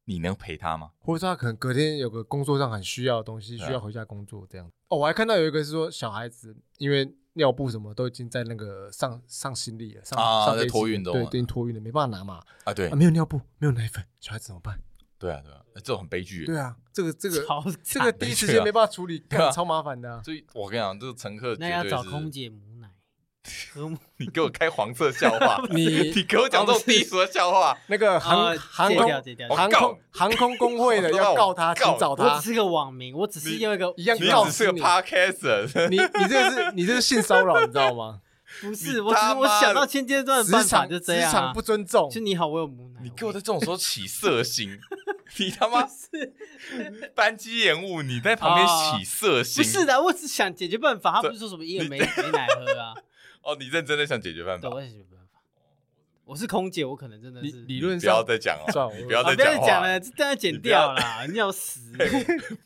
Speaker 2: 你能陪他吗？
Speaker 1: 或者说他可能隔天有个工作上很需要的东西，
Speaker 2: 对啊
Speaker 1: 需要回家工作这样。哦，我还看到有一个是说小孩子因为尿布什么都已经在那个上上行李了，上
Speaker 2: 啊
Speaker 1: 上飞
Speaker 2: 在
Speaker 1: 机
Speaker 2: 托运中
Speaker 1: 对，
Speaker 2: 啊
Speaker 1: 已经托运了，没办法拿嘛。
Speaker 2: 啊，对
Speaker 1: 啊，，没有尿布，没有奶粉，小孩子怎么办？
Speaker 2: 对啊，对啊，这种很悲剧。
Speaker 1: 对啊，这 个这个
Speaker 3: 超
Speaker 1: 这
Speaker 3: 惨
Speaker 1: 个
Speaker 3: 的
Speaker 1: 第一时间没办法处理，
Speaker 2: 对啊
Speaker 1: 干超麻烦的啊。
Speaker 2: 所以我跟你讲，这个乘客
Speaker 3: 那
Speaker 2: 绝
Speaker 3: 要
Speaker 2: 对
Speaker 3: 找
Speaker 2: 是
Speaker 3: 空姐母 奶，喝母
Speaker 2: 你给我开黄色笑 话，
Speaker 1: 你
Speaker 2: 你给我讲这种低俗的笑话，
Speaker 1: 那个
Speaker 3: 啊
Speaker 1: 航航
Speaker 3: 戒
Speaker 1: 空
Speaker 3: 掉戒掉
Speaker 1: 航
Speaker 2: 我告
Speaker 1: 空航空工会的要告他，
Speaker 2: 我
Speaker 1: 请
Speaker 2: 告
Speaker 1: 找
Speaker 3: 我
Speaker 1: 他
Speaker 3: 只。是个网名，我只是
Speaker 2: 你
Speaker 3: 用一个
Speaker 1: 一样
Speaker 2: 你
Speaker 1: 告
Speaker 2: 只是个
Speaker 1: 诉你
Speaker 2: podcaster，
Speaker 1: 你你这个是你这是性骚扰，你知道 吗？
Speaker 3: 不
Speaker 2: 你
Speaker 3: 是，我只
Speaker 2: 他
Speaker 3: 是我
Speaker 2: 妈
Speaker 3: 想
Speaker 2: 的
Speaker 3: 到千阶段的
Speaker 1: 职
Speaker 3: 办法
Speaker 1: 场
Speaker 3: 就这
Speaker 1: 职
Speaker 3: 样啊
Speaker 1: 场不，尊重，
Speaker 2: 哦
Speaker 3: 就你好，我有母奶，
Speaker 2: 你给我在
Speaker 3: 的
Speaker 2: 这种时候起色心，你他妈
Speaker 3: 是
Speaker 2: 班机延误，你在旁边起色心，
Speaker 3: 啊不是的，我只想解决办法，他
Speaker 2: 对
Speaker 3: 不是说什么一个没没奶喝 啊，
Speaker 2: 哦，你认真的想解决办法
Speaker 3: 对，，我也解决办法。我是空姐，我可能真的
Speaker 1: 理
Speaker 3: 是
Speaker 1: 理
Speaker 2: 你
Speaker 1: 论
Speaker 2: 不
Speaker 1: 上
Speaker 2: 要再讲
Speaker 1: 算
Speaker 2: 哦
Speaker 1: 了，
Speaker 2: 你
Speaker 1: 我
Speaker 2: 不要
Speaker 3: 啊
Speaker 2: 再
Speaker 3: 不要再
Speaker 2: 话
Speaker 3: 讲了，这段要
Speaker 2: 你
Speaker 3: 剪
Speaker 2: 不要
Speaker 3: 掉啦，你 要死。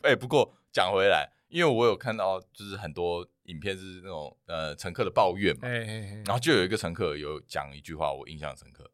Speaker 2: 哎，不过讲回来，因为我有看到就是很多影片是那种呃乘客的抱怨嘛
Speaker 1: 哎，哎
Speaker 2: 然
Speaker 1: 哎，
Speaker 2: 后就有一个乘客有讲一句话，我印象深刻。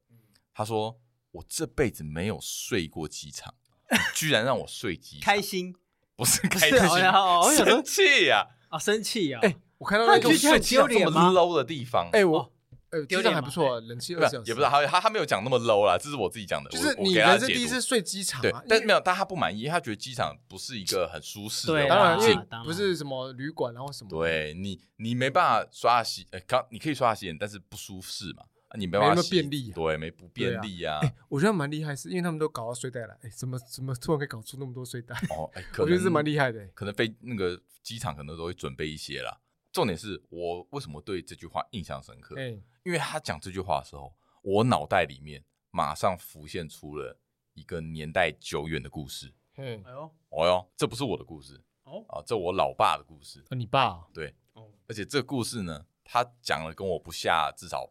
Speaker 2: 他说：“我这辈子没有睡过机场，你居然让我睡机场
Speaker 3: 开，心
Speaker 2: 不是
Speaker 3: 不
Speaker 2: 开
Speaker 3: 是哦然后我
Speaker 2: 心，
Speaker 3: 想说
Speaker 2: 生气呀！
Speaker 3: 啊，生气啊！
Speaker 1: 哎我看到
Speaker 3: 他
Speaker 1: 那
Speaker 2: 给
Speaker 1: 个
Speaker 2: 我
Speaker 3: 就觉
Speaker 2: 睡
Speaker 3: 得很
Speaker 2: 机场
Speaker 3: 丢
Speaker 2: 这么
Speaker 3: 脸吗
Speaker 2: low 的地方，
Speaker 1: 哎
Speaker 3: 哦
Speaker 1: 我呃
Speaker 3: 丢
Speaker 1: 机
Speaker 3: 脸
Speaker 1: 场还
Speaker 3: 吗
Speaker 1: 不错，冷气
Speaker 2: 哎不
Speaker 1: 二
Speaker 2: 是
Speaker 1: 十
Speaker 2: 啊
Speaker 1: 小时
Speaker 2: 也不是他他没有讲那么 low 啦，这是我自己讲的，
Speaker 1: 就是
Speaker 2: 我
Speaker 1: 你
Speaker 2: 我给他
Speaker 1: 人
Speaker 2: 的
Speaker 1: 生
Speaker 2: 解
Speaker 1: 第一
Speaker 2: 读
Speaker 1: 次睡机场
Speaker 2: 对
Speaker 1: 嘛，，
Speaker 2: 但
Speaker 1: 因为
Speaker 2: 没有，但他不满意，因为他觉得机场不是一个很舒适的
Speaker 3: 对
Speaker 1: 当
Speaker 2: 环
Speaker 1: 然
Speaker 3: 啊
Speaker 1: 因
Speaker 2: 境
Speaker 1: 为。
Speaker 3: 当然
Speaker 1: 不是什么旅馆然后什么，
Speaker 2: 对你，你没办法刷牙洗，呃，刚你可以刷牙洗脸，但是不舒适嘛，啊你没办
Speaker 1: 没
Speaker 2: 法
Speaker 1: 那么
Speaker 2: 洗
Speaker 1: 便利啊
Speaker 2: 对，没不
Speaker 1: 对
Speaker 2: 便
Speaker 1: 啊
Speaker 2: 利啊。
Speaker 1: 我觉得蛮厉害，是因为他们都搞到睡袋来，哎，怎么怎么突然可以搞出那么多睡袋？
Speaker 2: 哦，哎，可
Speaker 1: 我觉
Speaker 2: 能
Speaker 1: 得是蛮厉害的，哎
Speaker 2: 可能飞那个机场可能都会准备一些啦。重点是我为什么对这句话印象深刻？
Speaker 1: 哎，
Speaker 2: 因为他讲这句话的时候，我脑袋里面马上浮现出了一个年代久远的故事。
Speaker 1: 嘿，
Speaker 3: 哎呦，
Speaker 2: 哦哟，这不是我的故事
Speaker 3: 哦
Speaker 2: 啊，这我老呃爸的故事。
Speaker 1: 哦你爸哦
Speaker 2: 对，
Speaker 3: 哦，
Speaker 2: 而且这故事呢，他讲了跟我不下至少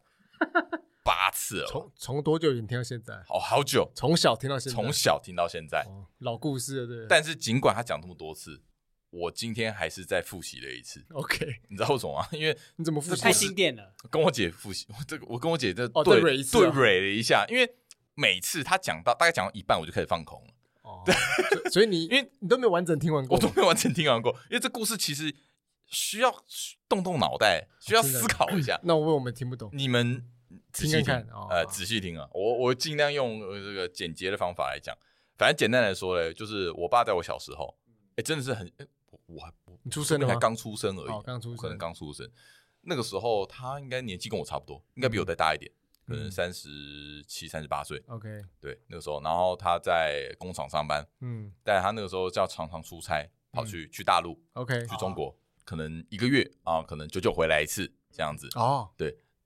Speaker 2: 八次了吧，
Speaker 1: 从从多久以前听到现在？
Speaker 2: 好好久，
Speaker 1: 从小听到现在，
Speaker 2: 从小听到现在。
Speaker 1: 哦老故事了，对不对。
Speaker 2: 但是尽管他讲这么多次，我今天还是再复习了一次。
Speaker 1: OK，
Speaker 2: 你知道为什么吗？ 因为
Speaker 1: 你怎么复习
Speaker 3: 太经典了，
Speaker 2: 跟我姐复习，我这个我跟我姐这
Speaker 1: 哦
Speaker 2: 对
Speaker 1: 再蕊一次
Speaker 2: 对
Speaker 1: 啊
Speaker 2: 蕊了一下，因为每次她讲到大概讲到一半，我就开始放空了，
Speaker 1: 哦，所所以 你
Speaker 2: 因为
Speaker 1: 你都没有完整听完过
Speaker 2: 我，都没有完整听完过，因为这故事其实需要动动脑袋，
Speaker 1: 哦
Speaker 2: 需要思考一下。
Speaker 1: 那我问我们听不懂，
Speaker 2: 你们仔细
Speaker 1: 听看看哦
Speaker 2: 呃，仔细听啊，我我尽量用呃这个简洁的方法来讲，反正简单来说嘞，就是我爸在我小时候，哎，真的是很，诶我我还我
Speaker 1: 你出生了吗
Speaker 2: 才刚出生而已，
Speaker 1: 哦刚出生
Speaker 2: 可能刚出生，那个时候他应该年纪跟我差不多，应该比我再大一点，可能
Speaker 1: 嗯
Speaker 2: 三十七、三十八岁，
Speaker 1: OK，
Speaker 2: 对，那个时候，然后他在工厂上班，
Speaker 1: 嗯
Speaker 2: 但他那个时候叫常常出差，跑去、去大陆、
Speaker 1: ，OK，
Speaker 2: 去中国，可能一个月啊，可能久久回来一次这样子。
Speaker 1: 哦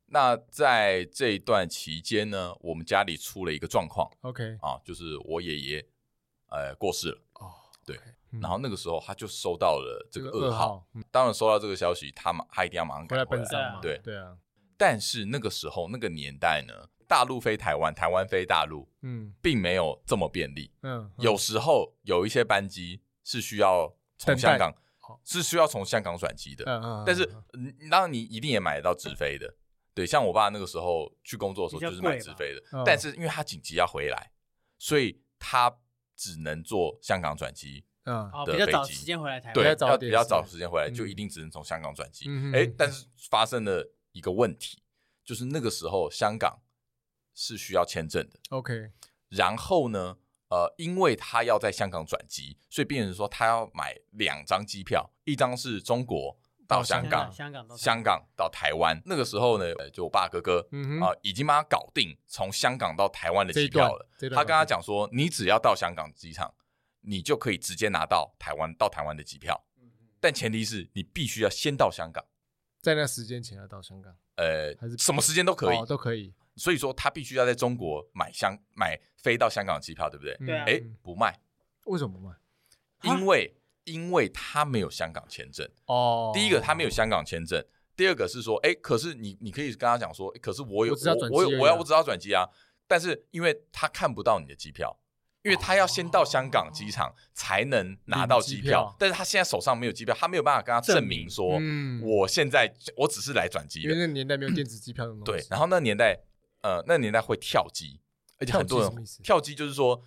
Speaker 2: 那在这一段期间呢，我们家里出了一个状况
Speaker 1: ，OK，
Speaker 2: 啊，就是我爷爷呃过世了。
Speaker 1: 哦，
Speaker 2: 对
Speaker 1: OK，嗯
Speaker 2: 然后那个时候他就收到了这个
Speaker 1: 二
Speaker 2: 噩耗，，
Speaker 1: 嗯
Speaker 2: 当然收到这个消息，他马他一定要马上
Speaker 1: 回
Speaker 2: 赶
Speaker 1: 来
Speaker 2: 回
Speaker 1: 奔
Speaker 2: 来。
Speaker 1: 丧嘛，
Speaker 2: 对
Speaker 1: 对啊，
Speaker 2: 但是那个时候那个年代呢，大陆飞台湾，台湾飞大陆，
Speaker 1: 嗯
Speaker 2: 并没有这么便利。
Speaker 1: 嗯，嗯
Speaker 2: 有时候有一些班机是需要从
Speaker 1: 等待
Speaker 2: 香港
Speaker 1: 好，
Speaker 2: 是需要从香港转机的。
Speaker 1: 嗯嗯，
Speaker 2: 但是
Speaker 1: 嗯
Speaker 2: 嗯当然你一定也买得到直飞的。对，像我爸那个时候去工作的时候
Speaker 3: 比较
Speaker 2: 就是买
Speaker 3: 贵
Speaker 2: 直
Speaker 3: 吧
Speaker 2: 飞的，
Speaker 1: 嗯
Speaker 2: 但是因为他紧急要回来，所以他只能坐香港转机，
Speaker 1: 嗯
Speaker 3: 哦，
Speaker 2: 啊的
Speaker 3: 比较
Speaker 2: 飞
Speaker 3: 早
Speaker 2: 机
Speaker 3: 时间回来台湾，
Speaker 2: 对，
Speaker 1: 较早
Speaker 2: 要
Speaker 1: 一点
Speaker 2: 比较
Speaker 1: 是
Speaker 2: 早时间回来，就
Speaker 1: 嗯
Speaker 2: 一定只能从香港转机
Speaker 1: 嗯。哼
Speaker 2: 哎
Speaker 1: 嗯，
Speaker 2: 但是发生了一个问题，就是那个时候香港是需要签证的，
Speaker 1: OK，
Speaker 2: 然后呢，呃，因为他要在香港转机，所以变成说他要买两张机票，一张是中国到
Speaker 1: 到香
Speaker 2: 香港，
Speaker 3: 香港到
Speaker 2: 香港到台湾。那个时候呢，呃就我爸哥哥
Speaker 1: 嗯
Speaker 2: 啊、
Speaker 1: 哼，
Speaker 2: 已经帮他搞定从香港到台湾的
Speaker 1: 这一
Speaker 2: 机
Speaker 1: 段
Speaker 2: 票了。
Speaker 1: 这一段
Speaker 2: 他跟他
Speaker 1: 搞定
Speaker 2: 讲说，你只要到香港机场，你就可以直接拿到台湾到台湾的机票，
Speaker 1: 嗯
Speaker 2: 但前提是你必须要先到香港。
Speaker 1: 在那时间前要到香港，
Speaker 2: 呃
Speaker 1: 还是，
Speaker 2: 什么时间都可以，
Speaker 1: 哦都可以，
Speaker 2: 所以说他必须要在中国买香买飞到香港的机票，对不对？
Speaker 1: 嗯
Speaker 3: 对啊
Speaker 2: 哎、不卖，
Speaker 1: 为什么不卖？
Speaker 3: 啊
Speaker 2: 因为因为他没有香港签证。
Speaker 1: 哦，
Speaker 2: 第一个他没有香港签证，第二个是说，哎、可是你你可以跟他讲说，诶可是我有
Speaker 1: 我只要转机
Speaker 2: 我
Speaker 1: 而已
Speaker 2: 有
Speaker 1: 啊
Speaker 2: 我要我只要转机啊，但是因为他看不到你的机票。因为他要先到香港机场才能拿到机
Speaker 1: 哦领机票
Speaker 2: 但是他现在手上没有机票，他没有办法跟他证明说，
Speaker 1: 嗯
Speaker 2: 我现在我只是来转机
Speaker 1: 因为
Speaker 2: 的。
Speaker 1: 那个年代没有电子机票这种东
Speaker 2: 对
Speaker 1: 西，，
Speaker 2: 然后那年代，呃，那年代会跳机，而且很多
Speaker 1: 哎跳机什么
Speaker 2: 人
Speaker 1: 意思
Speaker 2: 跳机就是说，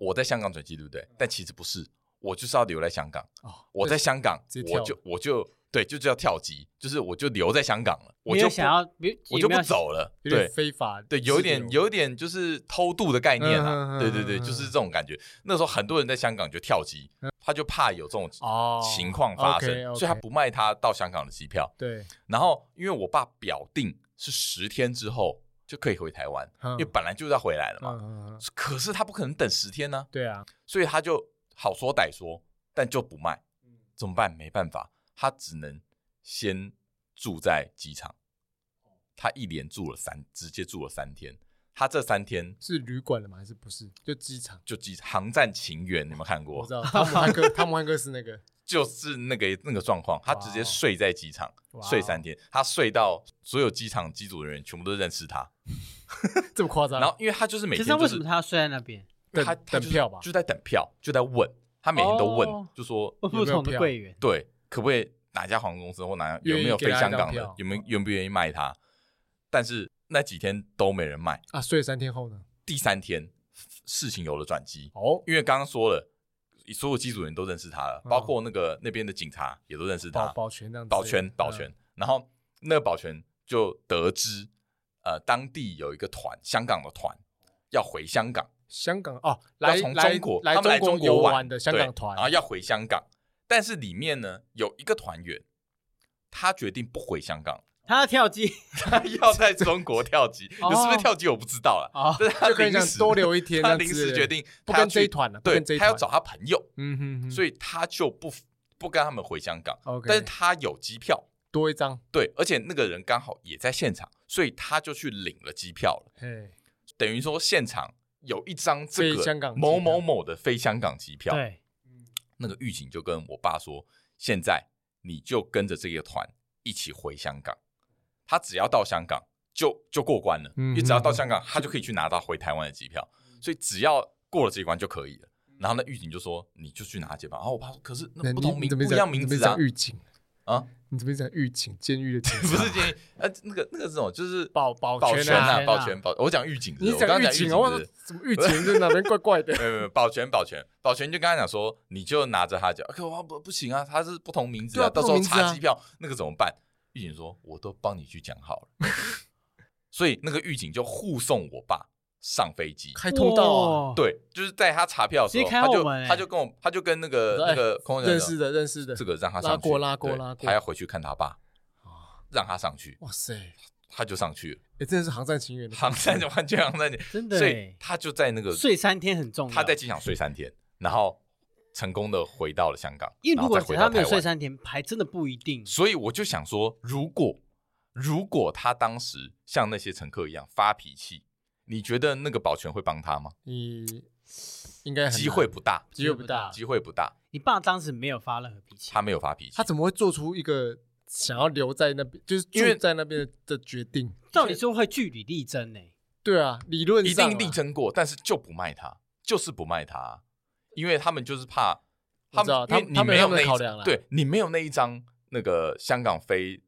Speaker 2: 我在香港转机，对不对？但其实不是，我就是要留在香港。
Speaker 1: 哦
Speaker 2: 我在香港
Speaker 1: 直接，跳
Speaker 2: 我就我就对，就叫跳级，就是我就留在香港了，我
Speaker 3: 没
Speaker 2: 就
Speaker 3: 有
Speaker 2: 不
Speaker 3: 想要，没有
Speaker 2: 我
Speaker 3: 也
Speaker 2: 就
Speaker 3: 没
Speaker 2: 不
Speaker 3: 有
Speaker 2: 走了，
Speaker 1: 有点
Speaker 2: 对
Speaker 1: 非法，
Speaker 2: 对，有一点有一点就是偷渡的概念
Speaker 1: 嗯嗯嗯
Speaker 2: 啊，对对对，
Speaker 1: 嗯嗯嗯
Speaker 2: 就是这种感觉。那时候很多人在香港就跳级，他就怕有这种
Speaker 1: 哦
Speaker 2: 情况发生，
Speaker 1: OK，OK
Speaker 2: 所以他不卖他到香港的机票。
Speaker 1: 对，
Speaker 2: 然后因为我爸表定是十天之后就可以回台湾，
Speaker 1: 嗯
Speaker 2: 因为本来就要回来了
Speaker 1: 嗯
Speaker 2: 嘛，
Speaker 1: 嗯嗯，
Speaker 2: 可是他不可能等十天呢、
Speaker 1: 对啊，
Speaker 2: 所以他就好说歹说，但就不卖，
Speaker 1: 嗯
Speaker 2: 怎么办？没办法，他只能先住在机场。他一连住了三，直接住了三天。他这三天
Speaker 1: 是旅馆的吗？还是不是？就机场，
Speaker 2: 就机航站情缘，你们看过
Speaker 1: 我知？道汤姆汉克，汤姆汉克斯那个，
Speaker 2: 就是那个那个状况，他直接睡在机场
Speaker 1: 哇哦
Speaker 2: 睡三天，他睡到所有机场机组人员全部都认识他。
Speaker 1: 这么夸张？
Speaker 2: 然后，因为他就是每
Speaker 3: 可
Speaker 2: 天
Speaker 3: 是那
Speaker 2: 就
Speaker 3: 为什
Speaker 2: 是
Speaker 3: 么他要睡在那边？
Speaker 2: 因为
Speaker 1: 等
Speaker 2: 他他就是
Speaker 1: 等票吧
Speaker 2: 就在等票，就在问，他每天都问
Speaker 3: 哦，
Speaker 2: 就说
Speaker 3: 问不同的柜员，
Speaker 2: 对，可不可以哪家航空公司或哪有
Speaker 1: 愿意
Speaker 2: 没有
Speaker 1: 给
Speaker 2: 飞
Speaker 1: 他一
Speaker 2: 香
Speaker 1: 张
Speaker 2: 港
Speaker 1: 票
Speaker 2: 的，有没有愿不愿意卖它？但是那几天都没人卖。
Speaker 1: 啊，睡三天后呢？
Speaker 2: 第三天事情有了转机，
Speaker 1: 哦，
Speaker 2: 因为刚刚说了，所有机组人都认识他了，
Speaker 1: 嗯
Speaker 2: 包括那个那边的警察也都认识
Speaker 1: 保
Speaker 2: 他，
Speaker 1: 保全这样子，
Speaker 2: 保全保全
Speaker 1: 嗯，。
Speaker 2: 然后那个保全就得知，呃，当地有一个团，香港的团要回香港，
Speaker 1: 香港哦，
Speaker 2: 要
Speaker 1: 来
Speaker 2: 从
Speaker 1: 来
Speaker 2: 中国，
Speaker 1: 来
Speaker 2: 他们来
Speaker 1: 中
Speaker 2: 中
Speaker 1: 国游
Speaker 2: 玩
Speaker 1: 的香港团，
Speaker 2: 对然后啊要回香港，但是里面呢有一个团员，他决定不回香港，
Speaker 3: 他要跳机
Speaker 2: 他要在中国跳 级，
Speaker 3: 哦
Speaker 2: 你是不是跳级我不知道了，
Speaker 3: 哦，
Speaker 2: 但是他
Speaker 1: 啊就跟你
Speaker 2: 临
Speaker 1: 讲
Speaker 2: 时
Speaker 1: 多留一天这
Speaker 2: 他
Speaker 1: 样子，
Speaker 2: 临时决定
Speaker 1: 不
Speaker 2: 他要
Speaker 1: 跟这一
Speaker 2: 去
Speaker 1: 团了，不
Speaker 2: 对
Speaker 1: 跟这一
Speaker 2: 他
Speaker 1: 团，
Speaker 2: 要找他朋友，
Speaker 1: 嗯哼哼，
Speaker 2: 所
Speaker 1: 以
Speaker 2: 以他就不不跟他们回香港，
Speaker 1: OK，
Speaker 2: 但是他有机票，
Speaker 1: 多一张，
Speaker 2: 对，而且那个人刚好也在现场，所以他就去领了机票了，
Speaker 1: 嘿，
Speaker 2: 等于说现场有一张这
Speaker 1: 飞香港
Speaker 2: 个
Speaker 1: 机票
Speaker 2: 某某某的飞香港机票，
Speaker 3: 对，
Speaker 2: 那个狱警就跟我爸说，现在你就跟着这个团一起回香港，他只要到香港就就过关了，
Speaker 1: 嗯
Speaker 2: 因为只要到香港，他就可以去拿到回台湾的机票，所以只要过了这一关就可以了。然后那狱警就说：“你就去拿去吧。”然后我爸说：“可是那
Speaker 1: 那
Speaker 2: 不
Speaker 1: 你
Speaker 2: 同
Speaker 1: 你
Speaker 2: 名
Speaker 1: 怎
Speaker 2: 不
Speaker 1: 么
Speaker 2: 一
Speaker 1: 讲
Speaker 2: 样名
Speaker 1: 你怎
Speaker 2: 字
Speaker 1: 么
Speaker 2: 啊
Speaker 1: 讲狱警
Speaker 2: 啊，
Speaker 1: 你怎么讲狱警？监狱的警
Speaker 2: 不是
Speaker 1: 察
Speaker 2: 监狱呃那个那个是什么就是
Speaker 1: 保保
Speaker 2: 保
Speaker 1: 全
Speaker 2: 全
Speaker 1: 啊
Speaker 2: 啊保
Speaker 3: 保全啊
Speaker 2: 全保我讲狱警是不
Speaker 1: 你
Speaker 2: 是，我刚
Speaker 1: 讲
Speaker 2: 刚
Speaker 1: 狱
Speaker 2: 讲狱警
Speaker 1: 警
Speaker 2: 是
Speaker 1: 啊？
Speaker 2: 不
Speaker 1: 我说
Speaker 2: 是
Speaker 1: 怎么狱警？啊这哪边怪怪 的？
Speaker 2: 没有没有没有保全保全保全就跟他讲说，你就拿着他讲，可我不不行啊，他是不同名字
Speaker 1: 对啊
Speaker 2: 到时
Speaker 1: 不同
Speaker 2: 候
Speaker 1: 名字啊
Speaker 2: 查机票、那个怎么办？狱警说我都帮你去讲好了， 所以那个狱警就护送我爸上飞机。
Speaker 1: 开通道啊，
Speaker 3: 哇，
Speaker 2: 对，就是在他查票的时
Speaker 3: 直
Speaker 2: 候，
Speaker 3: 接开
Speaker 2: 他就
Speaker 3: 后门欸
Speaker 2: 他就跟我他就跟那个那
Speaker 1: 哎
Speaker 2: 个空人
Speaker 1: 认识的认识的
Speaker 2: 这，个让他
Speaker 1: 拉
Speaker 2: 上去
Speaker 1: 过拉过
Speaker 2: 对
Speaker 1: 拉过哦
Speaker 2: 他要回去看他爸，让他上去，
Speaker 1: 哇塞，哎，
Speaker 2: 他就上去了。
Speaker 1: 真的是航站情缘的故事，
Speaker 2: 航站就完全 航站，
Speaker 3: 真的
Speaker 2: 所以
Speaker 3: 耶，
Speaker 2: 他就在那个
Speaker 3: 睡三天很重要。
Speaker 2: 他在机场睡三天，然后成功的回到了香港，
Speaker 3: 因为
Speaker 2: 然
Speaker 3: 如
Speaker 2: 后
Speaker 3: 果
Speaker 2: 再回到
Speaker 3: 他没
Speaker 2: 台
Speaker 3: 有睡
Speaker 2: 湾。
Speaker 3: 三天，还真的不一定。
Speaker 2: 所以我就想说，如果如果他当时像那些乘客一样发脾气，你觉得那个保全会帮他吗？
Speaker 1: 你应该很难
Speaker 2: 机会不大，
Speaker 1: 机会不大，
Speaker 2: 机会不大。
Speaker 3: 你爸当时没有发任何脾气，
Speaker 2: 他没有发脾气，
Speaker 1: 他怎么会做出一个想要留在那边，就是
Speaker 2: 因为
Speaker 1: 住在那边的决定？
Speaker 3: 照理说会据理力争呢、
Speaker 1: 对啊，理论
Speaker 2: 一
Speaker 1: 上啊
Speaker 2: 定力争过，但是就不卖他，就是不卖他啊，因为他们就是怕他
Speaker 1: 知道
Speaker 2: 们，
Speaker 1: 他
Speaker 2: 因为
Speaker 1: 他
Speaker 2: 你
Speaker 1: 们
Speaker 2: 没
Speaker 1: 有
Speaker 2: 有
Speaker 1: 他
Speaker 2: 那
Speaker 1: 们的
Speaker 2: 一
Speaker 1: 考量啦
Speaker 2: 对你没有那一张那个香港飞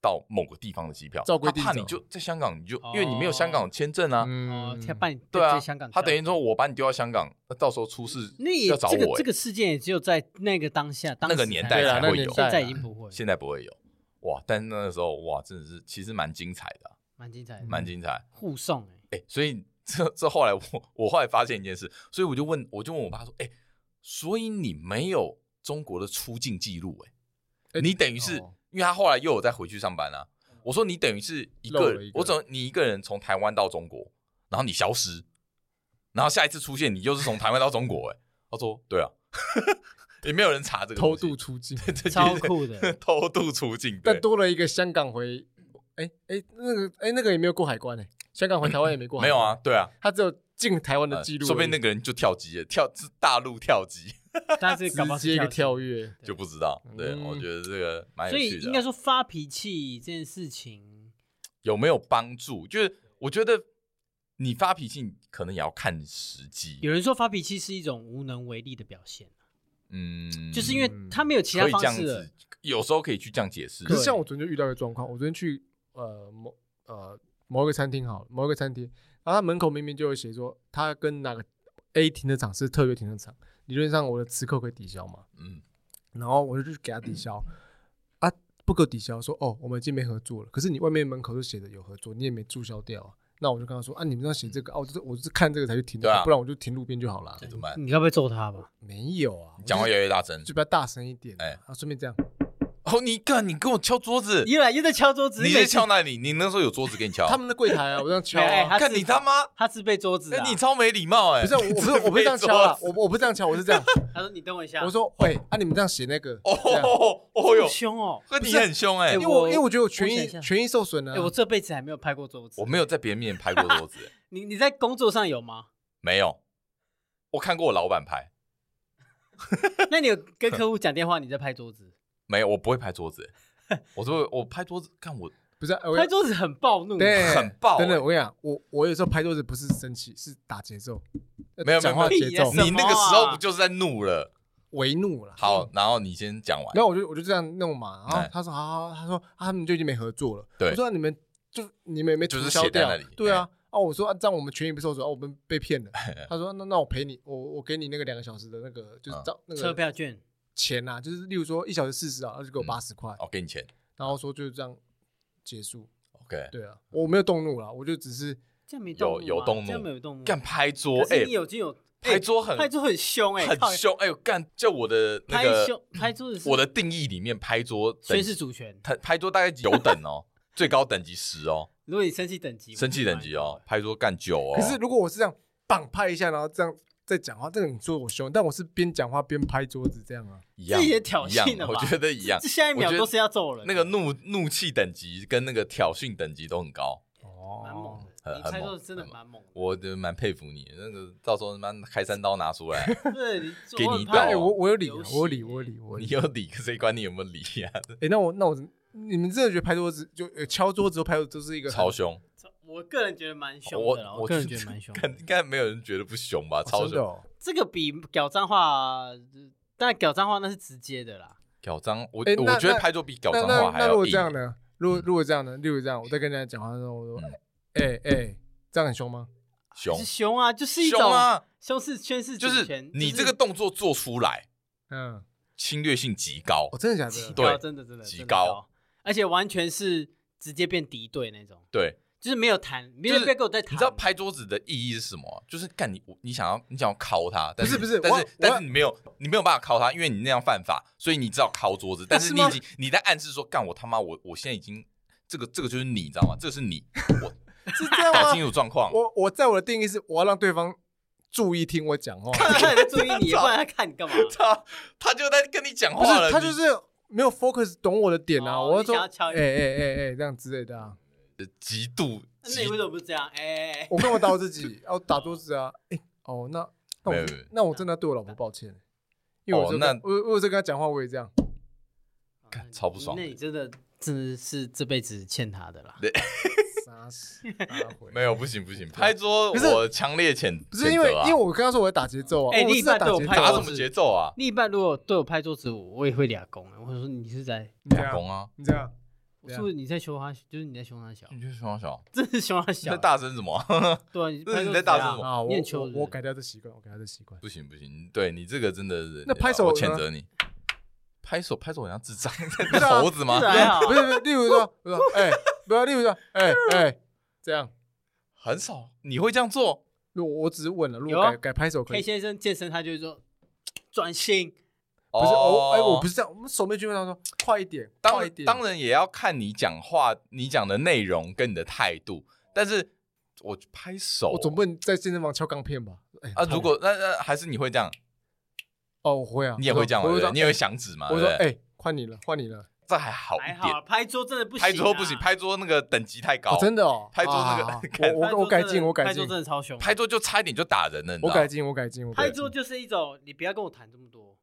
Speaker 2: 到某个地方的机票，
Speaker 1: 照规定
Speaker 2: 他怕
Speaker 1: 走哦
Speaker 2: 你就在香港，你就因为你没有香港签证啊，
Speaker 3: 哦
Speaker 1: 嗯，
Speaker 3: 他把你
Speaker 2: 对啊
Speaker 3: 在香港，
Speaker 2: 他
Speaker 3: 调
Speaker 2: 等于说我把你丢到香港，那到时候出
Speaker 1: 嗯
Speaker 2: 事
Speaker 3: 那也
Speaker 2: 要找
Speaker 3: 这个
Speaker 2: 我
Speaker 3: 这
Speaker 2: 欸，
Speaker 3: 个事件也只有在那个当下，当
Speaker 2: 那个
Speaker 3: 时
Speaker 2: 年
Speaker 3: 才
Speaker 2: 代
Speaker 1: 对啊
Speaker 2: 才
Speaker 1: 那个
Speaker 2: 会
Speaker 1: 年
Speaker 2: 有，
Speaker 1: 代
Speaker 3: 现在
Speaker 1: 啊
Speaker 3: 已经不会，
Speaker 2: 现在不会有哇，但是那个时候哇，真的是其实蛮精彩的啊，
Speaker 3: 蛮精彩的，
Speaker 1: 嗯
Speaker 2: 蛮精彩。
Speaker 3: 护送 哎，
Speaker 2: 哎、所以这这后来我我后来发现一件事，所以我就问我就问我爸说，哎、所以你没有中国的出境记录、欸，
Speaker 1: 哎
Speaker 2: 你等于是、
Speaker 1: 哦嗯
Speaker 2: 因为他后来又有再回去上班啦、我说你等于是一
Speaker 1: 漏
Speaker 2: 个，
Speaker 1: 了一个
Speaker 2: 我怎么你一个人从台湾到中国，然后你消失，然后下一次出现你又是从台湾到中国、欸，哎，他说对啊， 也没有人查这个
Speaker 1: 偷
Speaker 2: 东西
Speaker 1: 渡，出境，
Speaker 2: 这
Speaker 3: 超
Speaker 2: 就是
Speaker 3: 酷的
Speaker 2: 偷渡出境，对
Speaker 1: 但多了一个香港回，哎哎那个哎那个也没有过海关哎，香港回台湾也没过，
Speaker 2: 没有啊，，对啊，
Speaker 1: 他只有进台湾的
Speaker 2: 呃
Speaker 1: 记录而已，
Speaker 2: 说不定那个人就跳机了，跳是大陆跳机。
Speaker 3: 但是搞不好
Speaker 1: 直
Speaker 3: 是
Speaker 1: 接一个
Speaker 3: 级
Speaker 1: 跳跃，
Speaker 2: 就不知道。对，
Speaker 1: 嗯
Speaker 2: 我觉得这个蛮有
Speaker 3: 所
Speaker 2: 趣的
Speaker 3: 以
Speaker 2: 啊。
Speaker 3: 应该说发脾气这件事情，
Speaker 2: 有没有帮助？就是我觉得你发脾气可能也要看时机。
Speaker 3: 有人说发脾气是一种无能为力的表现，啊
Speaker 2: 嗯，
Speaker 3: 就是因为他没有其
Speaker 2: 可
Speaker 3: 他
Speaker 2: 以这
Speaker 3: 方
Speaker 2: 样
Speaker 3: 式了
Speaker 2: 子，，有时候可以去这样解释。
Speaker 1: 可是
Speaker 3: 对
Speaker 1: 像我昨天就遇到一个状况，我昨天去呃某呃某一个餐厅好了，某一个餐厅，然后他门口明明就有写说他跟哪个 A 停车场是特约停车场，理论上我的吃扣可以抵消嘛，
Speaker 2: 嗯，
Speaker 1: 然后我就去给他抵消，啊不给我抵消，说哦我们已经没合作了，可是你外面门口就写着有合作，你也没注销掉啊。那我就跟他说啊，你们要写这个啊，我就是我就是看这个才去停的，
Speaker 2: 对啊
Speaker 1: 不然我就停路边就好了
Speaker 2: 这。怎么办？
Speaker 3: 你该不会揍他吧？
Speaker 1: 没有啊，
Speaker 2: 讲话
Speaker 1: 我就
Speaker 2: 越来越大声
Speaker 1: 就。比较大声一点，
Speaker 2: 哎
Speaker 1: 哎，啊顺便这样，
Speaker 2: 哦，你看，你跟我敲桌子，
Speaker 3: 又来又在敲桌子，
Speaker 2: 你
Speaker 3: 每
Speaker 2: 在
Speaker 3: 次
Speaker 2: 敲哪里？你那时候有桌子给你敲？
Speaker 1: 他们的柜台啊，我这样敲
Speaker 3: 哎哎
Speaker 1: 啊
Speaker 3: 他。
Speaker 2: 看你他妈，
Speaker 3: 他是被桌子啊
Speaker 2: 哎，你超没礼貌哎！
Speaker 1: 不是 我，我不是我不是这样敲啦，我我不是这样敲，我是这样，
Speaker 3: 他说你等我一下，
Speaker 1: 我说喂，啊你们这样写那个，
Speaker 2: 哦
Speaker 1: 这样
Speaker 2: 哦哦哟
Speaker 3: 好，凶哦，
Speaker 2: 跟你很凶哎
Speaker 3: 哎
Speaker 1: 因为我
Speaker 3: 我
Speaker 1: 因为我觉得我权
Speaker 3: 我想
Speaker 1: 益
Speaker 3: 一下
Speaker 1: 权益受损啊了
Speaker 3: 哎，，我这辈子还没有拍过桌子
Speaker 2: 嗯我，没有在别人面前拍过桌 子，哎
Speaker 3: 你你在工作上有吗？
Speaker 2: 没有，我看过我老板拍，
Speaker 3: 那你有跟客户讲电话你在拍桌子？
Speaker 2: 没有，我不会拍桌 子。欸我说我拍桌子，看 我
Speaker 1: 不是啊我
Speaker 3: 拍桌子很暴怒，啊
Speaker 1: 对
Speaker 2: 很爆
Speaker 1: 等等，
Speaker 2: 欸
Speaker 1: 我跟你讲，我我有时候拍桌子不是生气，是打节奏，
Speaker 2: 没有
Speaker 1: 讲话节
Speaker 3: 没有
Speaker 1: 奏
Speaker 3: 没有
Speaker 2: 你那个时候不就是在怒了？
Speaker 1: 为怒了。
Speaker 3: 嗯
Speaker 2: 好，然后你先讲完。
Speaker 1: 然后我就我就这样弄嘛，然
Speaker 2: 哎
Speaker 1: 后他说好好，好他说啊他们就已经没合作了，
Speaker 2: 对
Speaker 1: 我说啊你们就你们也没
Speaker 2: 就
Speaker 1: 取
Speaker 2: 是
Speaker 1: 消
Speaker 2: 写在
Speaker 1: 掉
Speaker 2: 那里，哎
Speaker 1: 对啊，啊我说啊这样我们权益不受损，哦我们被骗了，他说那那我赔你，我我给你那个两个小时的那个就是
Speaker 2: 嗯
Speaker 1: 照那
Speaker 3: 车
Speaker 1: 个
Speaker 3: 票券，
Speaker 1: 钱呐，就是例如说一小时四十啊，他就给我
Speaker 2: 嗯
Speaker 1: 八十块，
Speaker 2: 哦，给你钱。
Speaker 1: 然后说就是这样结束。
Speaker 2: OK，
Speaker 1: 对啊，我没有动怒啦，我就只是
Speaker 3: 这样没
Speaker 2: 有
Speaker 3: 动怒
Speaker 2: 有
Speaker 3: 吗
Speaker 2: 动怒
Speaker 3: 这样没有动怒，
Speaker 2: 干拍桌
Speaker 3: 可，
Speaker 2: 哎
Speaker 3: 是你，有经有哎
Speaker 2: 拍桌很
Speaker 3: 拍桌很凶哎，靠
Speaker 2: 很，凶，哎呦干！就我的那
Speaker 3: 拍
Speaker 2: 个
Speaker 3: 凶拍桌子 是
Speaker 2: 我的定义里面，拍桌等
Speaker 3: 宣示主权，
Speaker 2: 他拍桌大概有等哦，最高等级十哦，
Speaker 3: 如果你生气等级，
Speaker 2: 生气等级哦，，拍桌干九哦。
Speaker 1: 可是如果我是这样棒拍一下，然后这样再讲话，这个你说我凶，但我是边讲话边拍桌子这样啊。
Speaker 2: 一样
Speaker 3: 这也挑衅
Speaker 2: 一样
Speaker 3: 了吧
Speaker 2: 我觉得一 样
Speaker 3: 这。下一秒
Speaker 2: 我觉得
Speaker 3: 都是要揍人，
Speaker 2: 那个怒怒气等级跟那个挑衅等级都很高，
Speaker 3: 蛮猛
Speaker 1: 哦，
Speaker 3: 的，
Speaker 2: 很
Speaker 3: 你
Speaker 2: 很
Speaker 3: 拍
Speaker 2: 猛
Speaker 3: 桌子真的
Speaker 2: 很猛
Speaker 3: 蛮猛的，
Speaker 2: 我就蛮佩服你。那个到时候他妈开山刀拿出来，
Speaker 3: 对，你
Speaker 2: 给你
Speaker 3: 我很
Speaker 2: 一
Speaker 3: 怕
Speaker 2: 刀
Speaker 1: 哎，我我有理啊
Speaker 3: 游，戏
Speaker 1: 我有理，我有理，我
Speaker 2: 哦
Speaker 1: 有
Speaker 2: 你
Speaker 1: 理。
Speaker 2: 有理，谁管你有没有理啊呀、
Speaker 1: 哎，那我那我你们真的觉得拍桌子就呃敲桌子和拍桌子都是一个很
Speaker 2: 超凶，
Speaker 3: 我个人觉得蛮啊凶的啦，
Speaker 2: 我
Speaker 3: 我个人觉得蛮凶的。
Speaker 2: 看应该没有人觉得不凶吧？超
Speaker 1: 哦真的
Speaker 2: 凶，
Speaker 1: 哦？
Speaker 3: 这个比屌脏话，呃但屌脏话那是直接的啦。
Speaker 2: 屌脏，我
Speaker 1: 哎那
Speaker 2: 我觉得拍桌比屌
Speaker 1: 那
Speaker 2: 脏
Speaker 1: 那
Speaker 2: 话还
Speaker 1: 那如
Speaker 2: 要
Speaker 1: 果
Speaker 2: 硬
Speaker 1: 这。样呢？如果如果这样呢？例如这样，我在跟人家讲话的时候，我说
Speaker 2: 嗯
Speaker 1: 哎哎，这样很凶吗？
Speaker 2: 凶
Speaker 3: 是凶啊，就是一
Speaker 2: 凶
Speaker 3: 种
Speaker 2: 啊，
Speaker 3: 凶是宣誓主
Speaker 2: 就是
Speaker 3: 权，
Speaker 2: 你这个动作做出来，
Speaker 1: 嗯，
Speaker 2: 侵略性极高
Speaker 1: 哦，。真的假
Speaker 3: 极
Speaker 1: 的？
Speaker 2: 对
Speaker 3: 高，真的真的
Speaker 2: 极
Speaker 3: 真的
Speaker 2: 高
Speaker 3: 高，而且完全是直接变敌对那种，
Speaker 2: 对，
Speaker 3: 就是没有谈，没
Speaker 2: 就
Speaker 3: 有
Speaker 2: 是
Speaker 3: 在跟我在谈。
Speaker 2: 你知道拍桌子的意义是什么啊？就是干你，你想要你想要敲他，但
Speaker 1: 不是不是
Speaker 2: 但
Speaker 1: 我
Speaker 2: 是但
Speaker 1: 我
Speaker 2: 是你没有你没有办法敲他，因为你那样犯法，所以你知道敲桌子，但是
Speaker 1: 是
Speaker 2: 你
Speaker 1: 吗
Speaker 2: 已经你在暗示说，干我他妈我我现在已经这个这个就是你，你知道吗？这个是你， 我
Speaker 1: 是这样
Speaker 2: 搞
Speaker 1: 吗
Speaker 2: 清？楚状况。
Speaker 1: 我我在我的定义是，我要让对方注意听我 讲话，
Speaker 3: 他也在注意 你，不然他看你干嘛？
Speaker 2: 他他就在跟你讲
Speaker 1: 不
Speaker 2: 哦话了，
Speaker 1: 是他就
Speaker 2: 你
Speaker 1: 是没有 focus 懂我的点啊。
Speaker 3: 哦
Speaker 1: 我要说，
Speaker 3: 你想要
Speaker 1: 哎
Speaker 3: 敲
Speaker 1: 哎
Speaker 3: 一
Speaker 1: 哎哎，这样之类的啊。
Speaker 2: 极度
Speaker 3: 那你
Speaker 2: 极
Speaker 3: 为什么不这样？哎，
Speaker 1: 我干嘛打我自己？要打桌子啊？哎，哦，那那
Speaker 2: 没有
Speaker 1: 我
Speaker 2: 没有
Speaker 1: 那我真的对我老婆抱歉，因为我
Speaker 2: 哦
Speaker 1: 说、
Speaker 2: 那
Speaker 1: 我我有时候跟他讲话，我也这样。
Speaker 3: 啊
Speaker 2: 干
Speaker 3: 那
Speaker 2: 超不爽
Speaker 3: 那
Speaker 2: 的
Speaker 3: 你真的真的是这辈子欠他的啦。
Speaker 1: 杀死他回
Speaker 2: 没有，不行不行，拍桌
Speaker 1: 不是
Speaker 2: 我强烈谴
Speaker 1: 不是因为
Speaker 2: 谴责啊
Speaker 1: 因为我跟他说我在打节奏啊，
Speaker 3: 哎
Speaker 1: 我
Speaker 3: 另
Speaker 1: 是
Speaker 3: 一
Speaker 1: 在
Speaker 3: 半
Speaker 1: 打
Speaker 3: 对我
Speaker 1: 节奏
Speaker 3: 拍
Speaker 1: 啊，
Speaker 2: 打
Speaker 3: 手
Speaker 2: 什么节奏啊？
Speaker 3: 另一半如果对我拍桌子舞，我也会俩攻、欸，我会说你是在，
Speaker 1: 你这
Speaker 2: 打
Speaker 1: 样
Speaker 2: 工啊，
Speaker 1: 你这样，
Speaker 3: 我说你在凶他，就是你在凶他小，
Speaker 2: 你就是熊小，
Speaker 3: 真是凶他
Speaker 2: 你
Speaker 3: 小
Speaker 2: 在
Speaker 3: 欸。
Speaker 2: 大声什么 啊？
Speaker 3: 对啊，你
Speaker 2: 这是你
Speaker 3: 拍桌
Speaker 2: 在
Speaker 3: 子
Speaker 2: 大
Speaker 3: 怎
Speaker 2: 声
Speaker 3: 样
Speaker 2: 什么
Speaker 1: 啊，我
Speaker 3: 念球
Speaker 1: 我
Speaker 3: 是不是
Speaker 1: 我改掉这习惯，我改掉这习 惯。
Speaker 2: 不行不行，对你这个真的是
Speaker 1: 那拍手
Speaker 2: 我
Speaker 1: 呢
Speaker 2: 谴责你，拍手拍手好像智 障，
Speaker 1: 是啊
Speaker 2: 猴子吗？
Speaker 3: 是还好
Speaker 1: 不是不是，例如说，我说哎，不要，例如说，哎哎，这样，
Speaker 2: 很少你会这样做，
Speaker 1: 我我只是问了，如
Speaker 3: 有
Speaker 1: 果
Speaker 3: 啊
Speaker 1: 改改拍手可
Speaker 3: K
Speaker 1: 以。
Speaker 3: 先生健身，他就会说转型，
Speaker 1: 不是我，哎，我不
Speaker 2: 是。
Speaker 1: 是这样，我们手没举问他说快一点，
Speaker 2: 哦当
Speaker 1: 快一
Speaker 2: 然
Speaker 1: 点，
Speaker 2: 当然也要看你讲话，你讲的内容跟你的态度。但是我拍手，
Speaker 1: 我总不能在健身房敲钢片吧？哎
Speaker 2: 啊，
Speaker 1: 靠
Speaker 2: 如果那那还是你会这样，
Speaker 1: 哦，我会啊，
Speaker 2: 你也会这样嘛，
Speaker 1: 我
Speaker 2: 对
Speaker 1: 会
Speaker 2: 不
Speaker 1: 说
Speaker 2: 对？你也会响指嘛，
Speaker 1: 我
Speaker 2: 对
Speaker 1: 会
Speaker 2: 不
Speaker 1: 说
Speaker 2: 对？
Speaker 1: 哎，换你了，换你了，
Speaker 2: 这还好
Speaker 3: 还
Speaker 2: 一
Speaker 3: 好啊
Speaker 2: 点，
Speaker 3: 拍桌真的不行啊，
Speaker 2: 拍桌不行，拍桌那个等级太高
Speaker 1: 哦，，真的哦，
Speaker 2: 拍桌那个
Speaker 1: 啊好好好
Speaker 2: 看
Speaker 1: 我
Speaker 3: 拍
Speaker 1: 我
Speaker 3: 桌
Speaker 1: 我改
Speaker 3: 真的
Speaker 1: 进，我改
Speaker 3: 拍
Speaker 1: 进
Speaker 3: 桌，真的超凶，
Speaker 2: 拍桌就差一点就打人了，你知
Speaker 1: 我
Speaker 2: 道
Speaker 1: 改
Speaker 2: 吗
Speaker 1: 进，我改进，我改
Speaker 3: 拍
Speaker 1: 进哦
Speaker 3: 桌就是一种你不要跟我谈这么多，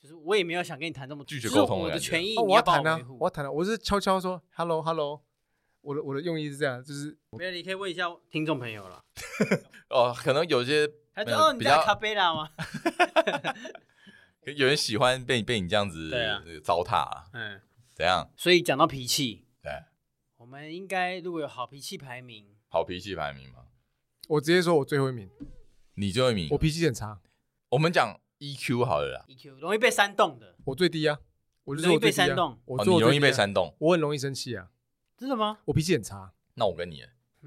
Speaker 3: 就是我也没有想跟你谈这么多，
Speaker 2: 拒绝
Speaker 3: 就是
Speaker 2: 沟通的
Speaker 3: 我的
Speaker 2: 感觉
Speaker 3: 权益
Speaker 1: 哦，
Speaker 3: 你
Speaker 1: 我要
Speaker 3: 帮
Speaker 1: 谈啊
Speaker 3: 维，护
Speaker 1: 我要谈啊，我是悄悄说 hello hello，我的我的用意是这样，就是
Speaker 3: 没有，你可以问一下听众朋友了。
Speaker 2: 哦，可能有些
Speaker 3: 他说：“
Speaker 2: 嗯
Speaker 3: 哦，你
Speaker 2: 比
Speaker 3: 在
Speaker 2: 较
Speaker 3: 咖啡 啦吗
Speaker 2: 有人喜欢被被你这样子
Speaker 3: 对啊
Speaker 2: 呃糟蹋啊？”，
Speaker 3: 嗯，
Speaker 2: 怎样？
Speaker 3: 所以讲到脾气，
Speaker 2: 对，
Speaker 3: 我们应该如果有好脾气排名，
Speaker 2: 好脾气排名嘛，
Speaker 1: 我直接说我最后一名，
Speaker 2: 你最后一名
Speaker 1: 我。脾气很差，
Speaker 2: 我们讲 EQ 好了啦，
Speaker 3: EQ ，E 容易被煽动的，
Speaker 1: 我最低啊，我就
Speaker 3: 容
Speaker 1: 说
Speaker 3: 易
Speaker 1: 我最
Speaker 3: 被
Speaker 1: 低啊
Speaker 3: 煽动
Speaker 1: 我
Speaker 2: 哦，
Speaker 1: 说
Speaker 2: 你
Speaker 1: 我
Speaker 2: 容易
Speaker 1: 最低
Speaker 2: 被
Speaker 1: 啊，
Speaker 2: 煽动，
Speaker 1: 我很容易生气啊，
Speaker 3: 真的吗？
Speaker 1: 我脾气很差。
Speaker 2: 那我跟你，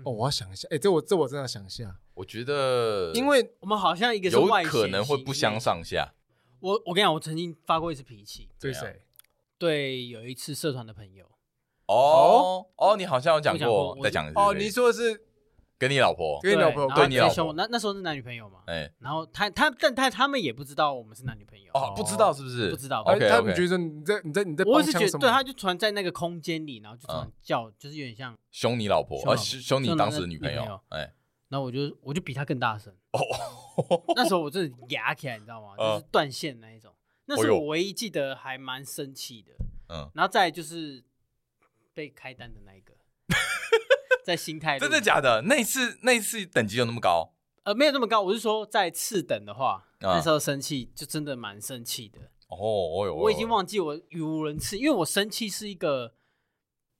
Speaker 1: 哦，我要想一下，哎，这我这我真的要想一下，
Speaker 2: 我觉得
Speaker 1: 因为
Speaker 3: 我们好像一个是
Speaker 2: 有
Speaker 3: 外
Speaker 2: 可
Speaker 3: 显
Speaker 2: 能会
Speaker 3: 型
Speaker 2: 不相。上下。
Speaker 3: 我我跟你讲，我曾经发过一次脾气，
Speaker 1: 对
Speaker 2: 怎样
Speaker 1: 谁？
Speaker 3: 对有一次社团的朋友，
Speaker 2: 哦哦，你好像有讲
Speaker 3: 我讲过
Speaker 2: 过，
Speaker 3: 我
Speaker 2: 再讲一次。
Speaker 1: 哦，你说的是
Speaker 2: 跟你老婆，
Speaker 1: 跟你老婆
Speaker 3: 然
Speaker 1: 对
Speaker 3: 后
Speaker 2: 你
Speaker 3: 最
Speaker 2: 老婆
Speaker 3: 凶我那那时候是男女朋友嘛，
Speaker 2: 哎，
Speaker 3: 然后他他但他他们也不知道我们是男女朋友，
Speaker 2: 哦，不知道是不是？
Speaker 3: 不知道
Speaker 1: 哎
Speaker 2: OK
Speaker 1: 他们
Speaker 2: OK，
Speaker 1: 觉得你在你在你在
Speaker 3: 我
Speaker 1: 帮
Speaker 3: 是
Speaker 1: 腔
Speaker 3: 觉
Speaker 1: 什
Speaker 3: 得
Speaker 1: 么？
Speaker 3: 对，他就突然在那个空间里，然后就突然
Speaker 2: 嗯
Speaker 3: 叫，就是有点像，
Speaker 2: 凶你老婆，
Speaker 3: 凶
Speaker 2: 呃，
Speaker 3: 老婆
Speaker 2: 凶凶你
Speaker 3: 凶
Speaker 2: 当
Speaker 3: 那
Speaker 2: 时的
Speaker 3: 个
Speaker 2: 女
Speaker 3: 女朋
Speaker 2: 朋
Speaker 3: 友
Speaker 2: 友，哎，
Speaker 3: 然后我就我就比他更大声，
Speaker 2: 哦，
Speaker 3: 那 时候我真的牙起来，你知道吗？
Speaker 2: 嗯
Speaker 3: 就是断线那一种。那
Speaker 2: 哎
Speaker 3: 是
Speaker 2: 呦
Speaker 3: 我唯一记得还蛮生气的。
Speaker 2: 嗯，
Speaker 3: 然后再来就是被开单的那 一个，在心态
Speaker 2: 真的
Speaker 3: 的？
Speaker 2: 假的？那一次那一次等级有那么高？
Speaker 3: 呃，没有这么高，我是说在次等的话，
Speaker 2: 啊
Speaker 3: 那时候生气就真的蛮生气的。
Speaker 2: 哦，哦哟，
Speaker 3: 我已经忘记我语无伦次，因为我生气是一个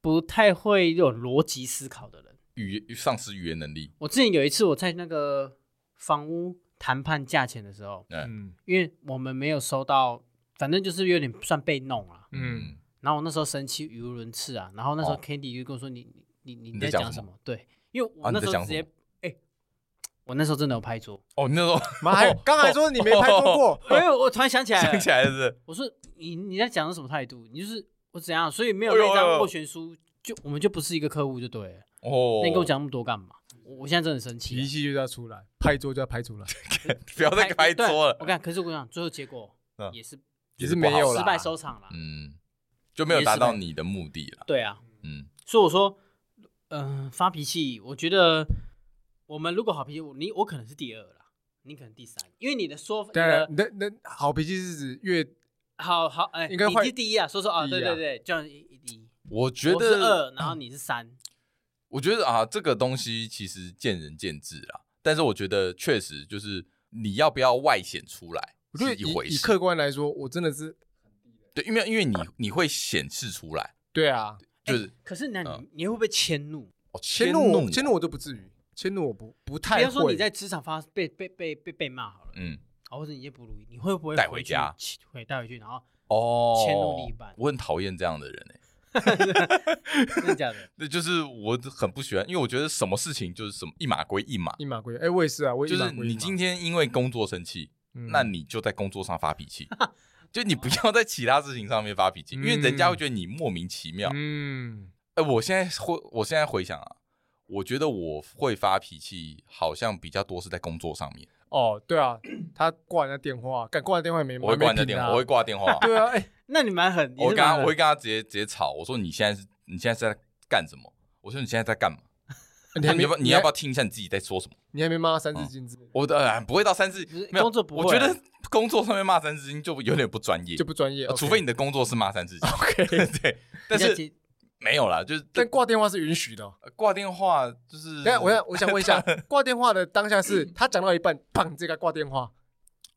Speaker 3: 不太会有逻辑思考的人。
Speaker 2: 语丧失语言能力，
Speaker 3: 我之前有一次我在那个房屋谈判价钱的时候，
Speaker 1: 嗯
Speaker 3: 因为我们没有收到，反正就是有点算被弄了。
Speaker 1: 嗯，，
Speaker 3: 然后我那时候生气语无伦次啊，然后那时候
Speaker 2: 哦
Speaker 3: Candy 就跟我说你你你
Speaker 2: 你
Speaker 3: 你
Speaker 2: 在
Speaker 3: 在
Speaker 2: 讲
Speaker 3: 讲
Speaker 2: 什
Speaker 3: 什
Speaker 2: 么
Speaker 3: 么？对，因为
Speaker 2: 啊
Speaker 3: 我
Speaker 2: 你
Speaker 3: 那
Speaker 2: 在
Speaker 3: 时候
Speaker 2: 讲
Speaker 3: 直
Speaker 2: 什
Speaker 3: 接哎、我那时候真的有拍桌，
Speaker 2: 哦，你那时 候
Speaker 1: 妈，还刚才说你没拍拖过，
Speaker 3: 因为我突然想起来 了，
Speaker 2: 想起来了是不是？
Speaker 3: 我说你你在讲的什么态度？你就是我怎样？所以没有
Speaker 2: 哎呦
Speaker 3: 那
Speaker 2: 哎
Speaker 3: 张
Speaker 2: 呦
Speaker 3: 斡旋书，就我们就不是一个客户就对了。
Speaker 2: 哦，
Speaker 3: 那你跟我讲那么多干嘛？我我现在真的很生气
Speaker 1: 脾
Speaker 3: 啊，
Speaker 1: 气就要出来， 拍桌就要拍出 来，
Speaker 2: 不要再拍
Speaker 3: 对
Speaker 2: 桌
Speaker 3: 我
Speaker 2: 了，
Speaker 3: 看，可是我跟你讲，最后结果
Speaker 2: 嗯
Speaker 3: 也是
Speaker 1: 也
Speaker 2: 是
Speaker 1: 是
Speaker 2: 不
Speaker 1: 没
Speaker 2: 好
Speaker 1: 有
Speaker 3: 失
Speaker 1: 啦，
Speaker 3: 败收场了。
Speaker 2: 嗯，就没有
Speaker 3: 也
Speaker 2: 达
Speaker 3: 是
Speaker 2: 到
Speaker 3: 没
Speaker 2: 你的目的了，
Speaker 3: 对啊，
Speaker 2: 嗯，
Speaker 3: 所以我说，嗯、发脾气，我觉得我们如果好脾气，我你我可能是第二啦，你可能第三，因为你的说法，
Speaker 1: 当
Speaker 2: 啊
Speaker 1: 然，
Speaker 3: 你
Speaker 1: 那那好脾气是指越
Speaker 3: 的好好哎，
Speaker 1: 应该
Speaker 3: 你
Speaker 1: 换
Speaker 3: 是第一啊，说说啊，
Speaker 1: 第一啊
Speaker 3: 对对对，这样一一，
Speaker 2: 我觉
Speaker 3: 我是
Speaker 2: 得嗯
Speaker 3: 二，然后你是三，
Speaker 2: 我觉得啊，这个东西其实见仁见智啦。但是我觉得确实就是你要不要外显出来
Speaker 1: 我觉得
Speaker 2: 是
Speaker 1: 以
Speaker 2: 一回
Speaker 1: 以
Speaker 2: 事，
Speaker 1: 客观来说，我真的是
Speaker 2: 对，因为因为你你会显示出来，
Speaker 1: 对啊，
Speaker 2: 就是、
Speaker 3: 可是那你、
Speaker 2: 嗯
Speaker 3: 你会不会哎迁怒？
Speaker 2: 哦，
Speaker 1: 迁
Speaker 2: 迁
Speaker 1: 怒
Speaker 2: 怒
Speaker 1: 我迁怒我都不至于，迁怒我不不太
Speaker 3: 比
Speaker 1: 会。
Speaker 3: 方说你在职场发被被被被被骂好了，
Speaker 2: 嗯，
Speaker 3: 啊或者你也不如意，你会不会
Speaker 2: 带回
Speaker 3: 回去
Speaker 2: 家
Speaker 3: 气，会带回去，然后
Speaker 2: 哦，
Speaker 3: 迁怒另一半
Speaker 2: 我很讨厌这样的人哎、欸，
Speaker 3: 真的假的？
Speaker 2: 那就是我很不喜欢，因为我觉得什么事情就是什么一码归一码，
Speaker 1: 一码归一，哎，我也是啊，我也
Speaker 2: 就
Speaker 1: 一码
Speaker 2: 是
Speaker 1: 归一
Speaker 2: 你
Speaker 1: 码嗯
Speaker 2: 今天因为工作生气，那你就在工作上发脾气，就你不要在其他事情上面发脾气，因为人家会觉得你莫名其妙。
Speaker 1: 嗯
Speaker 2: 哎、我现在回，我现在回想啊，我觉得我会发脾气，好像比较多是在工作上面。
Speaker 1: 哦，对啊，他挂人家电话，敢挂人家电话也没。
Speaker 2: 我会挂人家电话，我会。挂电话
Speaker 1: 还没停啊对啊，哎，
Speaker 3: 那你蛮狠，
Speaker 2: 我会
Speaker 3: 你是
Speaker 2: 跟他，
Speaker 3: 蛮狠
Speaker 2: 我会跟他直接直接吵。我说你现在是，你现在是在干什么？我说你现在在干嘛？
Speaker 1: 你
Speaker 2: 你
Speaker 1: 还
Speaker 2: 要
Speaker 1: 没
Speaker 2: 不要你要不
Speaker 1: 还
Speaker 2: 要听一下你自己在说什么？
Speaker 1: 你还没骂他三字经之类的
Speaker 2: 我的、哎不会到三十
Speaker 3: 不是，
Speaker 2: 没有
Speaker 3: 工作不会
Speaker 2: 我觉得 工作上面骂三字经就有点不专业
Speaker 1: 啊就，不专业
Speaker 2: 呃，
Speaker 1: OK
Speaker 2: 除非你的工作是骂三字经。
Speaker 1: OK，
Speaker 2: 对，但
Speaker 3: 比较
Speaker 2: 是
Speaker 3: 接
Speaker 2: 没有啦，就是
Speaker 1: 但挂电话是允许的哦。
Speaker 2: 呃挂电话就是。
Speaker 1: 等一下，我想我想问 一下，挂电话的当下是
Speaker 2: 嗯
Speaker 1: 他讲到一半，砰，这个挂电话，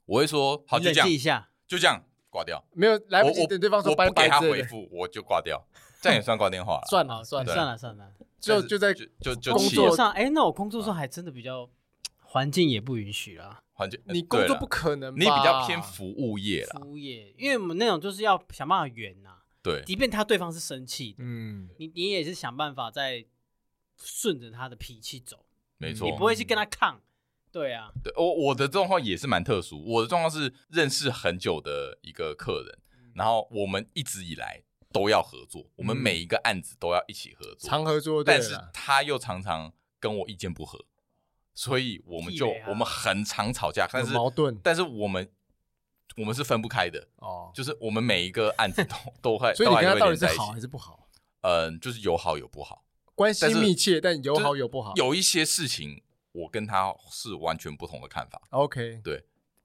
Speaker 2: 我会说好，
Speaker 3: 你
Speaker 2: 就
Speaker 3: 冷
Speaker 2: 这样
Speaker 3: 静一，下，
Speaker 2: 就这样挂掉。
Speaker 1: 没有来
Speaker 2: 我
Speaker 1: 不及
Speaker 2: 我
Speaker 1: 等对方说
Speaker 2: 我
Speaker 1: 拜
Speaker 2: 不给
Speaker 1: 拜
Speaker 2: 他
Speaker 1: 之类
Speaker 2: 回
Speaker 1: 的，
Speaker 2: 复，啊我就挂 掉，这样也算挂电话啦。
Speaker 1: 算
Speaker 3: 好
Speaker 1: 了算
Speaker 3: 算
Speaker 1: 了，
Speaker 2: 对
Speaker 3: 了算了。
Speaker 1: 就
Speaker 2: 但是
Speaker 1: 就在
Speaker 2: 就就就
Speaker 3: 工
Speaker 2: 气
Speaker 3: 作
Speaker 2: 了啊
Speaker 3: 上，哎，那我工作上还真的比较环境也不允许啦，
Speaker 2: 环境，
Speaker 1: 你
Speaker 2: 呃
Speaker 1: 工
Speaker 2: 对
Speaker 1: 作
Speaker 2: 啦
Speaker 1: 不可能吧，
Speaker 2: 你比较偏服务业啦，
Speaker 3: 服务业，因为我们那种就是要想办法圆呐、
Speaker 2: 对
Speaker 3: 即便他对方是生气的，
Speaker 1: 嗯，
Speaker 3: 你你也是想办法在顺着他的脾气走，
Speaker 2: 没
Speaker 1: 你
Speaker 2: 错。
Speaker 3: 你不会去跟他抗。对啊，
Speaker 2: 对呃我我的状况也是蛮特殊，我的状况是认识很久的一个客人，然后我们一直以来都要合作，我们
Speaker 1: 嗯
Speaker 2: 每一个案子都要一起合作，
Speaker 1: 常合作对
Speaker 2: 但是
Speaker 1: 了，
Speaker 2: 他又常常跟我意见不合，所以我们就、
Speaker 3: 地雷啊
Speaker 2: 我们很常吵架，但
Speaker 1: 有
Speaker 2: 是
Speaker 1: 矛盾
Speaker 2: 但是我们我们是分不开的，
Speaker 1: 哦，
Speaker 2: 就是我们每一个案子 都都会，
Speaker 1: 所以你
Speaker 2: 都还
Speaker 1: 跟他
Speaker 2: 会
Speaker 1: 到底
Speaker 2: 连
Speaker 1: 是
Speaker 2: 在一
Speaker 1: 好还
Speaker 2: 起
Speaker 1: 是不好？
Speaker 2: 嗯，就是有好有不好。
Speaker 1: 关系
Speaker 2: 但是
Speaker 1: 密切，但有
Speaker 2: 就是
Speaker 1: 好有不好。
Speaker 2: 有一些事情我跟他是完全不同的看法，
Speaker 1: OK，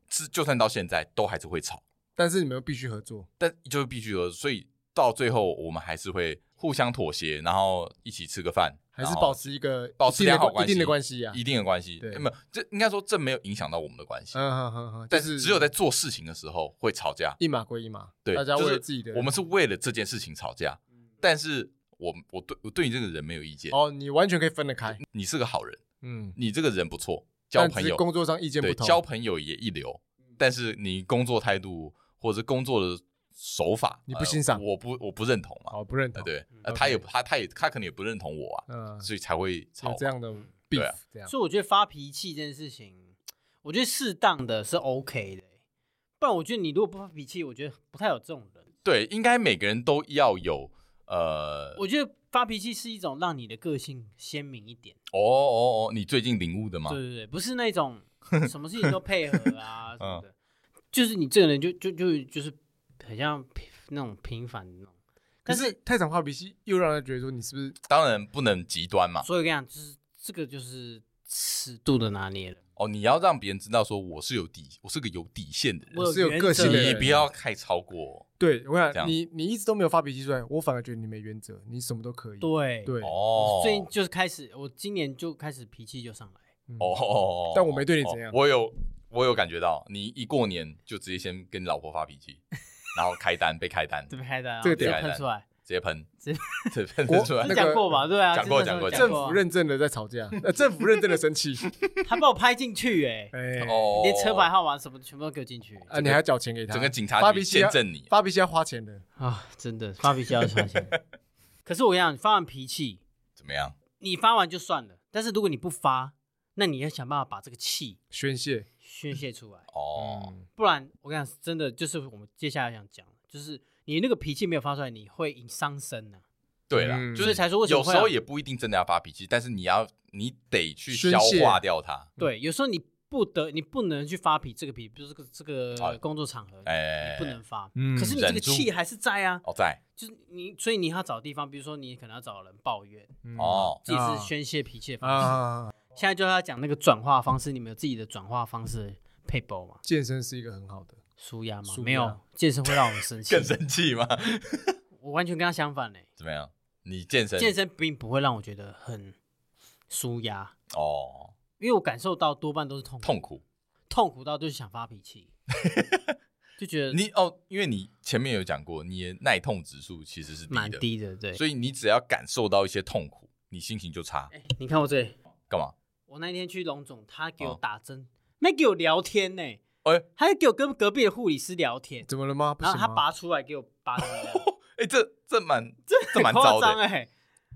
Speaker 2: 是就算到现在都还是会吵，
Speaker 1: 但是你们又必须合作。
Speaker 2: 但就是必须的，所以到最后我们还是会互相妥协，然后一起吃个饭，
Speaker 1: 还是
Speaker 2: 然后
Speaker 1: 保持一个
Speaker 2: 哦保持
Speaker 1: 一定
Speaker 2: 良
Speaker 1: 的
Speaker 2: 好
Speaker 1: 关
Speaker 2: 关
Speaker 1: 一
Speaker 2: 系，
Speaker 1: 定的关系啊。
Speaker 2: 一定的关系。
Speaker 1: 对
Speaker 2: 没有，这应该说这没有影响到我们的关系，
Speaker 1: 嗯哼哼哼，
Speaker 2: 但
Speaker 1: 就是
Speaker 2: 是只有在做事情的时候会吵架。
Speaker 1: 一码归一码，
Speaker 2: 对，
Speaker 1: 大家
Speaker 2: 就
Speaker 1: 为
Speaker 2: 是
Speaker 1: 了自己的。
Speaker 2: 我们是为了这件事情吵架，
Speaker 3: 嗯
Speaker 2: 但是我我对我对你这个人没有意见，
Speaker 1: 哦，你完全可以分得开，
Speaker 2: 你是个好人，
Speaker 1: 嗯，
Speaker 2: 你这个人不错，交
Speaker 1: 但只
Speaker 2: 朋
Speaker 1: 是
Speaker 2: 友
Speaker 1: 工作上意见不
Speaker 2: 对，
Speaker 1: 同，
Speaker 2: 交朋友也一流，但是你工作态度或者是工作的手法，
Speaker 1: 你不
Speaker 2: 呃
Speaker 1: 欣赏
Speaker 2: 我不我不认同嘛，
Speaker 1: 哦不认
Speaker 2: 呃
Speaker 1: 同，，
Speaker 2: 对
Speaker 3: 嗯，
Speaker 2: 呃
Speaker 1: OK
Speaker 2: 他也他他也他可能也不认同我啊，
Speaker 1: 嗯，
Speaker 2: 所以才会吵
Speaker 1: 有
Speaker 2: 嘛。
Speaker 1: 这样的
Speaker 2: 对啊
Speaker 1: beef 这样，
Speaker 3: 所以我觉得发脾气这件事情，我觉得适当的是 OK 的欸、不然我觉得你如果不发脾气，我觉得不太有这种人。
Speaker 2: 对，应该每个人都要有呃，
Speaker 3: 我觉得发脾气是一种让你的个性鲜明一点。
Speaker 2: 哦哦哦，你最近领悟的吗
Speaker 3: 对？对对，不是那 种什么事情都配合啊什
Speaker 1: 嗯
Speaker 3: 么的，就是你这个人就就就就是很像平那种平凡的那种。
Speaker 1: 可
Speaker 3: 但
Speaker 1: 是
Speaker 3: 是
Speaker 1: 太常发脾气，又让人觉得说你是不是
Speaker 2: 当然不能极端嘛。
Speaker 3: 所以我跟你讲，就是这个就是尺度的拿捏了。
Speaker 2: 哦，你要让别人知道说我是有底，我是个有底线的人，
Speaker 3: 我有
Speaker 1: 是有
Speaker 3: 原
Speaker 1: 个
Speaker 3: 则
Speaker 1: 性的
Speaker 3: 对
Speaker 2: 你
Speaker 1: 人？啊
Speaker 2: 不要太超过。
Speaker 1: 对我
Speaker 2: 这
Speaker 1: 想
Speaker 2: 样
Speaker 1: 你你一直都没有发脾气出来，我反而觉得你没原则，你什么都可以。
Speaker 3: 对，
Speaker 1: 对，
Speaker 2: 哦，
Speaker 3: 最近就是开始，我今年就开始脾气就上来。
Speaker 1: 嗯
Speaker 2: 哦哦，哦
Speaker 1: 但我没对你怎样
Speaker 2: 哦我有我有感觉到，你一过年就直接先跟老婆发脾气，然后开单被开单，
Speaker 3: 这边开单啊，
Speaker 1: 这个
Speaker 3: 直接
Speaker 2: 点
Speaker 3: 喷出来，
Speaker 2: 直接喷，
Speaker 3: 直
Speaker 2: 直
Speaker 3: 接
Speaker 2: 接喷
Speaker 1: 国
Speaker 2: 出来
Speaker 1: 那
Speaker 3: 这
Speaker 1: 个。
Speaker 3: 讲过吧？对
Speaker 2: 嗯
Speaker 3: 啊，
Speaker 2: 讲过
Speaker 3: 这个
Speaker 2: 讲过
Speaker 3: 讲
Speaker 1: 政
Speaker 3: 啊
Speaker 1: 府认证的在吵 架，呃，政府认证的生气，
Speaker 3: 他把我拍进去， 哎，
Speaker 1: 哎，
Speaker 2: 哦，
Speaker 3: 连车牌号码什么全部都给我进去
Speaker 1: 啊，你还要缴钱给他，
Speaker 2: 整个警察
Speaker 1: 发脾
Speaker 2: 局
Speaker 1: 气要
Speaker 2: 见证你，
Speaker 1: 发脾气要花钱的，
Speaker 3: 啊！真的发脾气要小 心。可是我跟你讲，你发完脾气，
Speaker 2: 怎么样？
Speaker 3: 你发完就算了，但是如果你不发，那你要想办法把这个气
Speaker 1: 宣泄。
Speaker 3: 宣泄 出来，
Speaker 2: 哦，
Speaker 1: 嗯
Speaker 3: 不然我跟你讲，真的就是我们接下来想讲的，就是你那个脾气没有发出来，你会引伤身呐、
Speaker 2: 对啦，
Speaker 1: 嗯
Speaker 2: 就
Speaker 3: 所以
Speaker 2: 是
Speaker 3: 才说为什么
Speaker 2: 有
Speaker 3: 会
Speaker 2: 时
Speaker 3: 啊
Speaker 2: 候也不一定真的要发脾气，但是你要你得去
Speaker 1: 宣
Speaker 2: 消
Speaker 1: 泄
Speaker 2: 化掉它。
Speaker 3: 对，有时候你不得你不能去发脾这个脾，比如这个这个
Speaker 2: 啊
Speaker 3: 工作场合，
Speaker 2: 哎
Speaker 3: 你不能发，
Speaker 1: 嗯
Speaker 3: 可是你这个
Speaker 2: 忍住
Speaker 3: 气还是在啊，
Speaker 2: 哦，在
Speaker 3: 就是你，所以你要找地方，比如说你可能要找人抱怨，
Speaker 1: 嗯
Speaker 2: 哦，
Speaker 3: 这也
Speaker 1: 啊
Speaker 3: 是宣泄脾气的方式。
Speaker 1: 啊，
Speaker 3: 现在就要讲那个转化方式，你们有自己的转化方式配包吗？
Speaker 1: 健身是一个很好的，
Speaker 3: 舒压吗
Speaker 1: 舒？压
Speaker 3: 没有，健身会让我们生气，
Speaker 2: 更生气吗？
Speaker 3: 我完全跟他相反嘞、
Speaker 2: 怎么样？你健身
Speaker 3: 健身并不会让我觉得很舒压，
Speaker 2: 哦，
Speaker 3: 因为我感受到多半都是痛苦，
Speaker 2: 痛苦。
Speaker 3: 痛苦到就是想发脾气，就觉得
Speaker 2: 你哦，因为你前面有讲过，你的耐痛指数其实是低
Speaker 3: 蛮
Speaker 2: 的，
Speaker 3: 低的。对，
Speaker 2: 所以你只要感受到一些痛苦，你心情就差。
Speaker 3: 哎你看我这里，
Speaker 2: 干嘛？
Speaker 3: 我那天去龙总，他给我
Speaker 2: 哦
Speaker 3: 打针，没给我聊天呢、
Speaker 2: 哎、
Speaker 3: 他还给我跟隔壁的护理师聊天，
Speaker 1: 怎么了吗？不
Speaker 3: 然
Speaker 1: 行
Speaker 3: 啊后他
Speaker 1: 吗
Speaker 3: 拔出来给我拔出来，
Speaker 2: 哎、这这蛮这
Speaker 3: 很
Speaker 2: 蛮
Speaker 3: 夸
Speaker 2: 糟
Speaker 3: 张
Speaker 2: 的。
Speaker 3: 哎，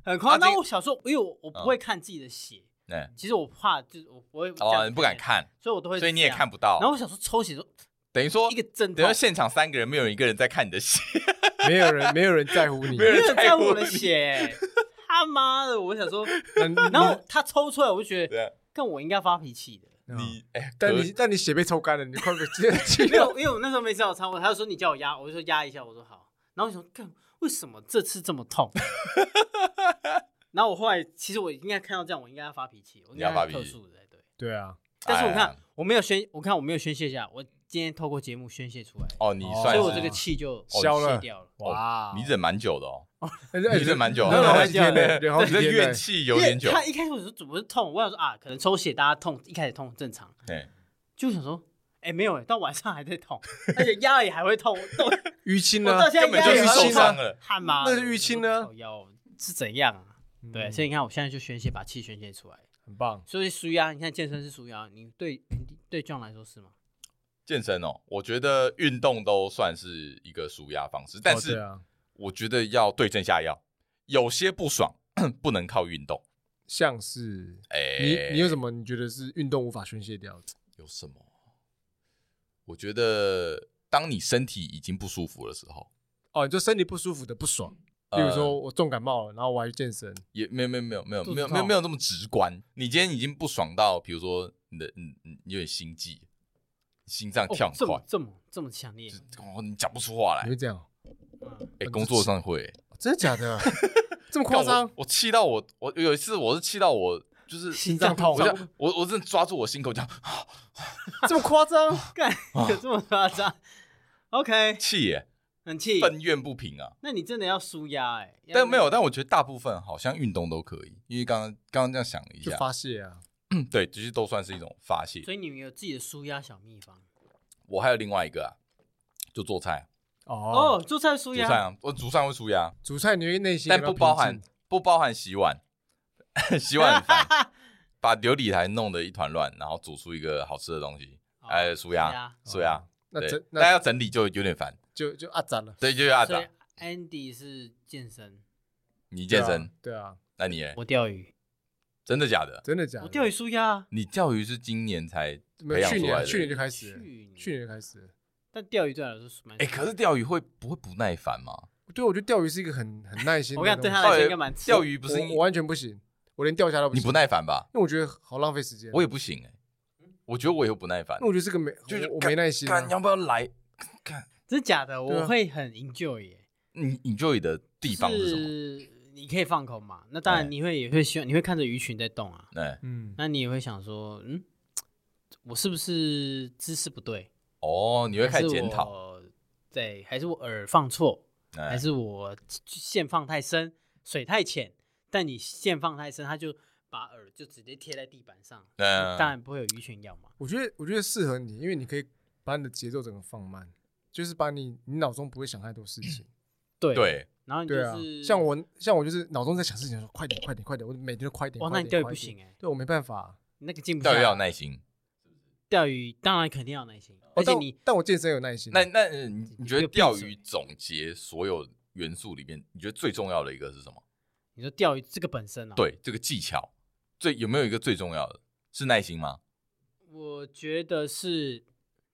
Speaker 3: 很夸
Speaker 2: 啊这嗯
Speaker 3: 张。那我小时候，因为我我不会看自己的血，
Speaker 2: 哎、
Speaker 3: 其实我怕就是我不会这样
Speaker 2: 哦，
Speaker 3: 子
Speaker 2: 你不敢，看，
Speaker 3: 所以我都哎会，
Speaker 2: 所以你也看
Speaker 3: 不。
Speaker 2: 不到。
Speaker 3: 然后我想说抽血说
Speaker 2: 等于说
Speaker 3: 一，个阵
Speaker 2: 等
Speaker 3: 痛
Speaker 2: 于，现场三个人没有一个人在看你的戏，
Speaker 1: 没有人，没有人在乎你。
Speaker 2: 没有
Speaker 3: 没有
Speaker 2: 人
Speaker 3: 人
Speaker 2: 在
Speaker 3: 在
Speaker 2: 乎
Speaker 3: 乎我的
Speaker 2: 你
Speaker 3: 血，欸他妈的！我 想说，
Speaker 1: 那
Speaker 3: 然后他抽出来，我就觉得，
Speaker 2: 对啊，
Speaker 3: 但我应该发脾气的。
Speaker 1: 嗯
Speaker 2: 你哎、
Speaker 1: 但
Speaker 2: 隔
Speaker 1: 你但你血被抽干了，你快被 接气
Speaker 3: 因为
Speaker 1: 了。
Speaker 3: 我因为我那时候没吃早餐，我他就说你叫我压，我就说压一下，我说好。然后我想看为什么这次这么痛。 然后我后来其实我应该看到这样，我应该要发脾气，我应该
Speaker 2: 你要发脾气
Speaker 3: 特殊的对。
Speaker 1: 对啊，
Speaker 3: 但是我
Speaker 2: 哎
Speaker 3: 看我没有宣，我看我没有宣泄一下，我今天透过节目宣泄出来，
Speaker 2: 哦，你
Speaker 1: 哦
Speaker 2: 算
Speaker 3: 所以
Speaker 2: 是哦
Speaker 3: 我这个气就
Speaker 1: 消了
Speaker 3: 泄掉了。
Speaker 1: 哇，
Speaker 2: 你忍蛮久的 哦，
Speaker 1: 哎
Speaker 2: 你忍蛮久
Speaker 1: 忍了好几天
Speaker 3: 忍
Speaker 1: 呢，忍好
Speaker 2: 你
Speaker 1: 几
Speaker 2: 的
Speaker 1: 天
Speaker 2: 怨
Speaker 1: 呢。
Speaker 2: 气
Speaker 3: 因
Speaker 2: 有
Speaker 3: 为
Speaker 2: 点久。
Speaker 3: 他一开始我说怎么是痛，我想说啊，可能抽血大家痛，一开始痛很正常，
Speaker 2: 对，
Speaker 3: 就想说，哎、没有哎、到晚上还在痛， 而且压了也还会痛，我到
Speaker 1: 淤青 啊
Speaker 3: 我
Speaker 1: 呢？
Speaker 3: 到现在
Speaker 2: 根本就是
Speaker 3: 压力
Speaker 2: 受
Speaker 1: 啊
Speaker 3: 还
Speaker 2: 伤
Speaker 3: 会痛
Speaker 2: 了。
Speaker 3: 汗嘛，
Speaker 1: 那是淤青呢
Speaker 3: 我靠腰是怎样啊？
Speaker 2: 嗯
Speaker 3: 对，所以
Speaker 1: 以
Speaker 3: 你看我现在就宣泄，把气宣泄出来。
Speaker 1: 很棒。
Speaker 3: 所以舒压，你看健身是舒压，你对你对 John 来说是吗？
Speaker 2: 健身哦，我觉得运动都算是一个舒压方式，但
Speaker 1: 哦对
Speaker 2: 是
Speaker 1: 啊，
Speaker 2: 我觉得要对症下药，有些不爽 不能靠运动。
Speaker 1: 像是
Speaker 2: 哎，
Speaker 1: 你，你有什么你觉得是运动无法宣泄掉的？
Speaker 2: 有什么？我觉得当你身体已经不舒服的时候，
Speaker 1: 哦，你就身体不舒服的不爽，例
Speaker 2: 呃
Speaker 1: 如说我重感冒了，然后我还去健身，
Speaker 2: 也没有没有没有没有
Speaker 3: 肚
Speaker 2: 没
Speaker 3: 子
Speaker 2: 有
Speaker 3: 痛
Speaker 2: 没有没有那么直观。你今天已经不爽到，比如说你的嗯嗯，你有点心悸，心脏跳
Speaker 3: 哦这
Speaker 2: 很快
Speaker 3: 么，这么这么强烈，
Speaker 2: 哦你讲不出话
Speaker 1: 你
Speaker 2: 来
Speaker 1: 会。这样哦？
Speaker 3: 嗯，
Speaker 2: 哎，工作上会
Speaker 1: 真的假的？ 这么夸
Speaker 2: 干
Speaker 1: 张
Speaker 2: 我？我气到我我有一次我是气到我就是
Speaker 3: 心脏痛
Speaker 2: 我就我我真的抓住我心口讲
Speaker 1: 这么夸张？
Speaker 3: 干
Speaker 2: 啊
Speaker 3: 有啊 这么夸张？OK，
Speaker 2: 气耶，
Speaker 3: 很气。
Speaker 2: 愤怨不平啊。
Speaker 3: 那你真的要舒压哎，要
Speaker 2: 但没有，
Speaker 3: 那
Speaker 2: 但我觉得大部分好像运动都可以，因为刚刚刚刚这样想了一
Speaker 1: 就
Speaker 2: 下，
Speaker 1: 发泄啊！
Speaker 2: 嗯对，其实都算是一种发泄。
Speaker 3: 所以你们有自己的舒压小秘方
Speaker 2: 我还有另外一个啊，就做菜啊，
Speaker 1: 哦
Speaker 3: 哦，，做菜舒
Speaker 2: 煮菜
Speaker 3: 压，
Speaker 2: 啊，我煮菜会出压，
Speaker 1: 煮菜你会内心
Speaker 2: 但
Speaker 1: 有没有
Speaker 2: 不包
Speaker 1: 平
Speaker 2: 含
Speaker 1: 静哦
Speaker 2: 不包含洗碗， 洗碗很 烦，把琉璃台弄得一团乱，然后煮出一个好吃的东西，
Speaker 3: 哦
Speaker 2: 哎，舒压，舒压
Speaker 1: 哦。那
Speaker 2: 啊对
Speaker 1: 整，
Speaker 2: 但
Speaker 1: 那
Speaker 2: 要整理就有点烦，
Speaker 1: 就就啊展了。
Speaker 2: 对，就是阿
Speaker 3: 所以
Speaker 2: 展，
Speaker 3: Andy 是健身，
Speaker 2: 你健身，
Speaker 1: 对啊对啊，
Speaker 2: 那你嘞
Speaker 3: 我钓鱼，
Speaker 2: 真的假的？
Speaker 1: 真的假的？
Speaker 3: 我钓鱼舒压啊，
Speaker 2: 你钓鱼是今年才
Speaker 1: 没
Speaker 2: 培
Speaker 1: 有
Speaker 2: 养
Speaker 1: 去
Speaker 2: 出来
Speaker 1: 年
Speaker 2: 的？
Speaker 1: 去年就开始了，
Speaker 3: 去年
Speaker 1: 去年就开始了。
Speaker 3: 但钓鱼对我来说是蛮
Speaker 2: 哎，可是钓鱼会不会不耐烦吗？
Speaker 1: 对，我觉得钓鱼是一个很很耐心的
Speaker 3: 我
Speaker 1: 东西。
Speaker 3: 跟你讲对他来说应该蛮刺激
Speaker 2: 钓鱼不是
Speaker 1: 我我完全不行，我连钓虾都不
Speaker 2: 你
Speaker 1: 行。
Speaker 2: 不耐烦吧？
Speaker 1: 因为我觉得好浪费时间。
Speaker 2: 我也不行哎，我觉得我也会不耐烦
Speaker 1: 那，我觉得这个没，
Speaker 2: 就是
Speaker 1: 我我
Speaker 2: 干
Speaker 1: 没耐心啊、
Speaker 2: 干要不要来？看
Speaker 3: 真的假的？
Speaker 1: 对
Speaker 3: 我
Speaker 1: 啊
Speaker 3: 会很 enjoy 耶。
Speaker 2: 你你就你的地方是什么？
Speaker 3: 是你可以放空嘛？那当
Speaker 2: 哎
Speaker 3: 然，你会也会希望，你会看着鱼群在动啊，
Speaker 2: 哎，
Speaker 1: 嗯，
Speaker 3: 那你也会想说，嗯，我是不是姿势不对？
Speaker 2: 哦，你
Speaker 3: 你
Speaker 2: 会开始检讨，，
Speaker 3: 对，还是我饵放错，
Speaker 2: 哎
Speaker 3: 还是我线放太深，水太浅？但你线放太深，它就把饵就直接贴在地板上，
Speaker 2: 嗯
Speaker 3: 当然不会有鱼群咬嘛。
Speaker 1: 我觉得我觉得适合你，因为你可以把你的节奏整个放慢，就是把你你脑中不会想太多事情。
Speaker 3: 对，
Speaker 2: 对，
Speaker 3: 然嗯后你就
Speaker 1: 对啊
Speaker 3: 是，
Speaker 1: 像，我像我就是脑中在想事情的时候，快点快点快点，我每天都快点。
Speaker 3: 哇，
Speaker 1: 快
Speaker 3: 那
Speaker 1: 点
Speaker 3: 你钓鱼
Speaker 1: 快
Speaker 3: 不
Speaker 1: 点
Speaker 3: 行哎，
Speaker 1: 对我没办法。啊
Speaker 3: 那个静不
Speaker 2: 钓
Speaker 3: 下
Speaker 2: 鱼要有
Speaker 3: 来
Speaker 2: 耐心。
Speaker 3: 钓鱼当然肯定要有耐心，
Speaker 1: 哦
Speaker 3: 而且
Speaker 1: 但我
Speaker 3: 你
Speaker 1: 但我健身有耐
Speaker 3: 嗯
Speaker 1: 心。
Speaker 2: 那那呃你你觉
Speaker 3: 就
Speaker 2: 得
Speaker 3: 闭
Speaker 2: 钓
Speaker 3: 嘴
Speaker 2: 鱼总结所有元素里面，你觉得最重要的一个是什么？
Speaker 3: 你说钓鱼这个本身哦，
Speaker 2: 对，这个技巧最有没有一个最重要的是耐心吗？
Speaker 3: 我觉得是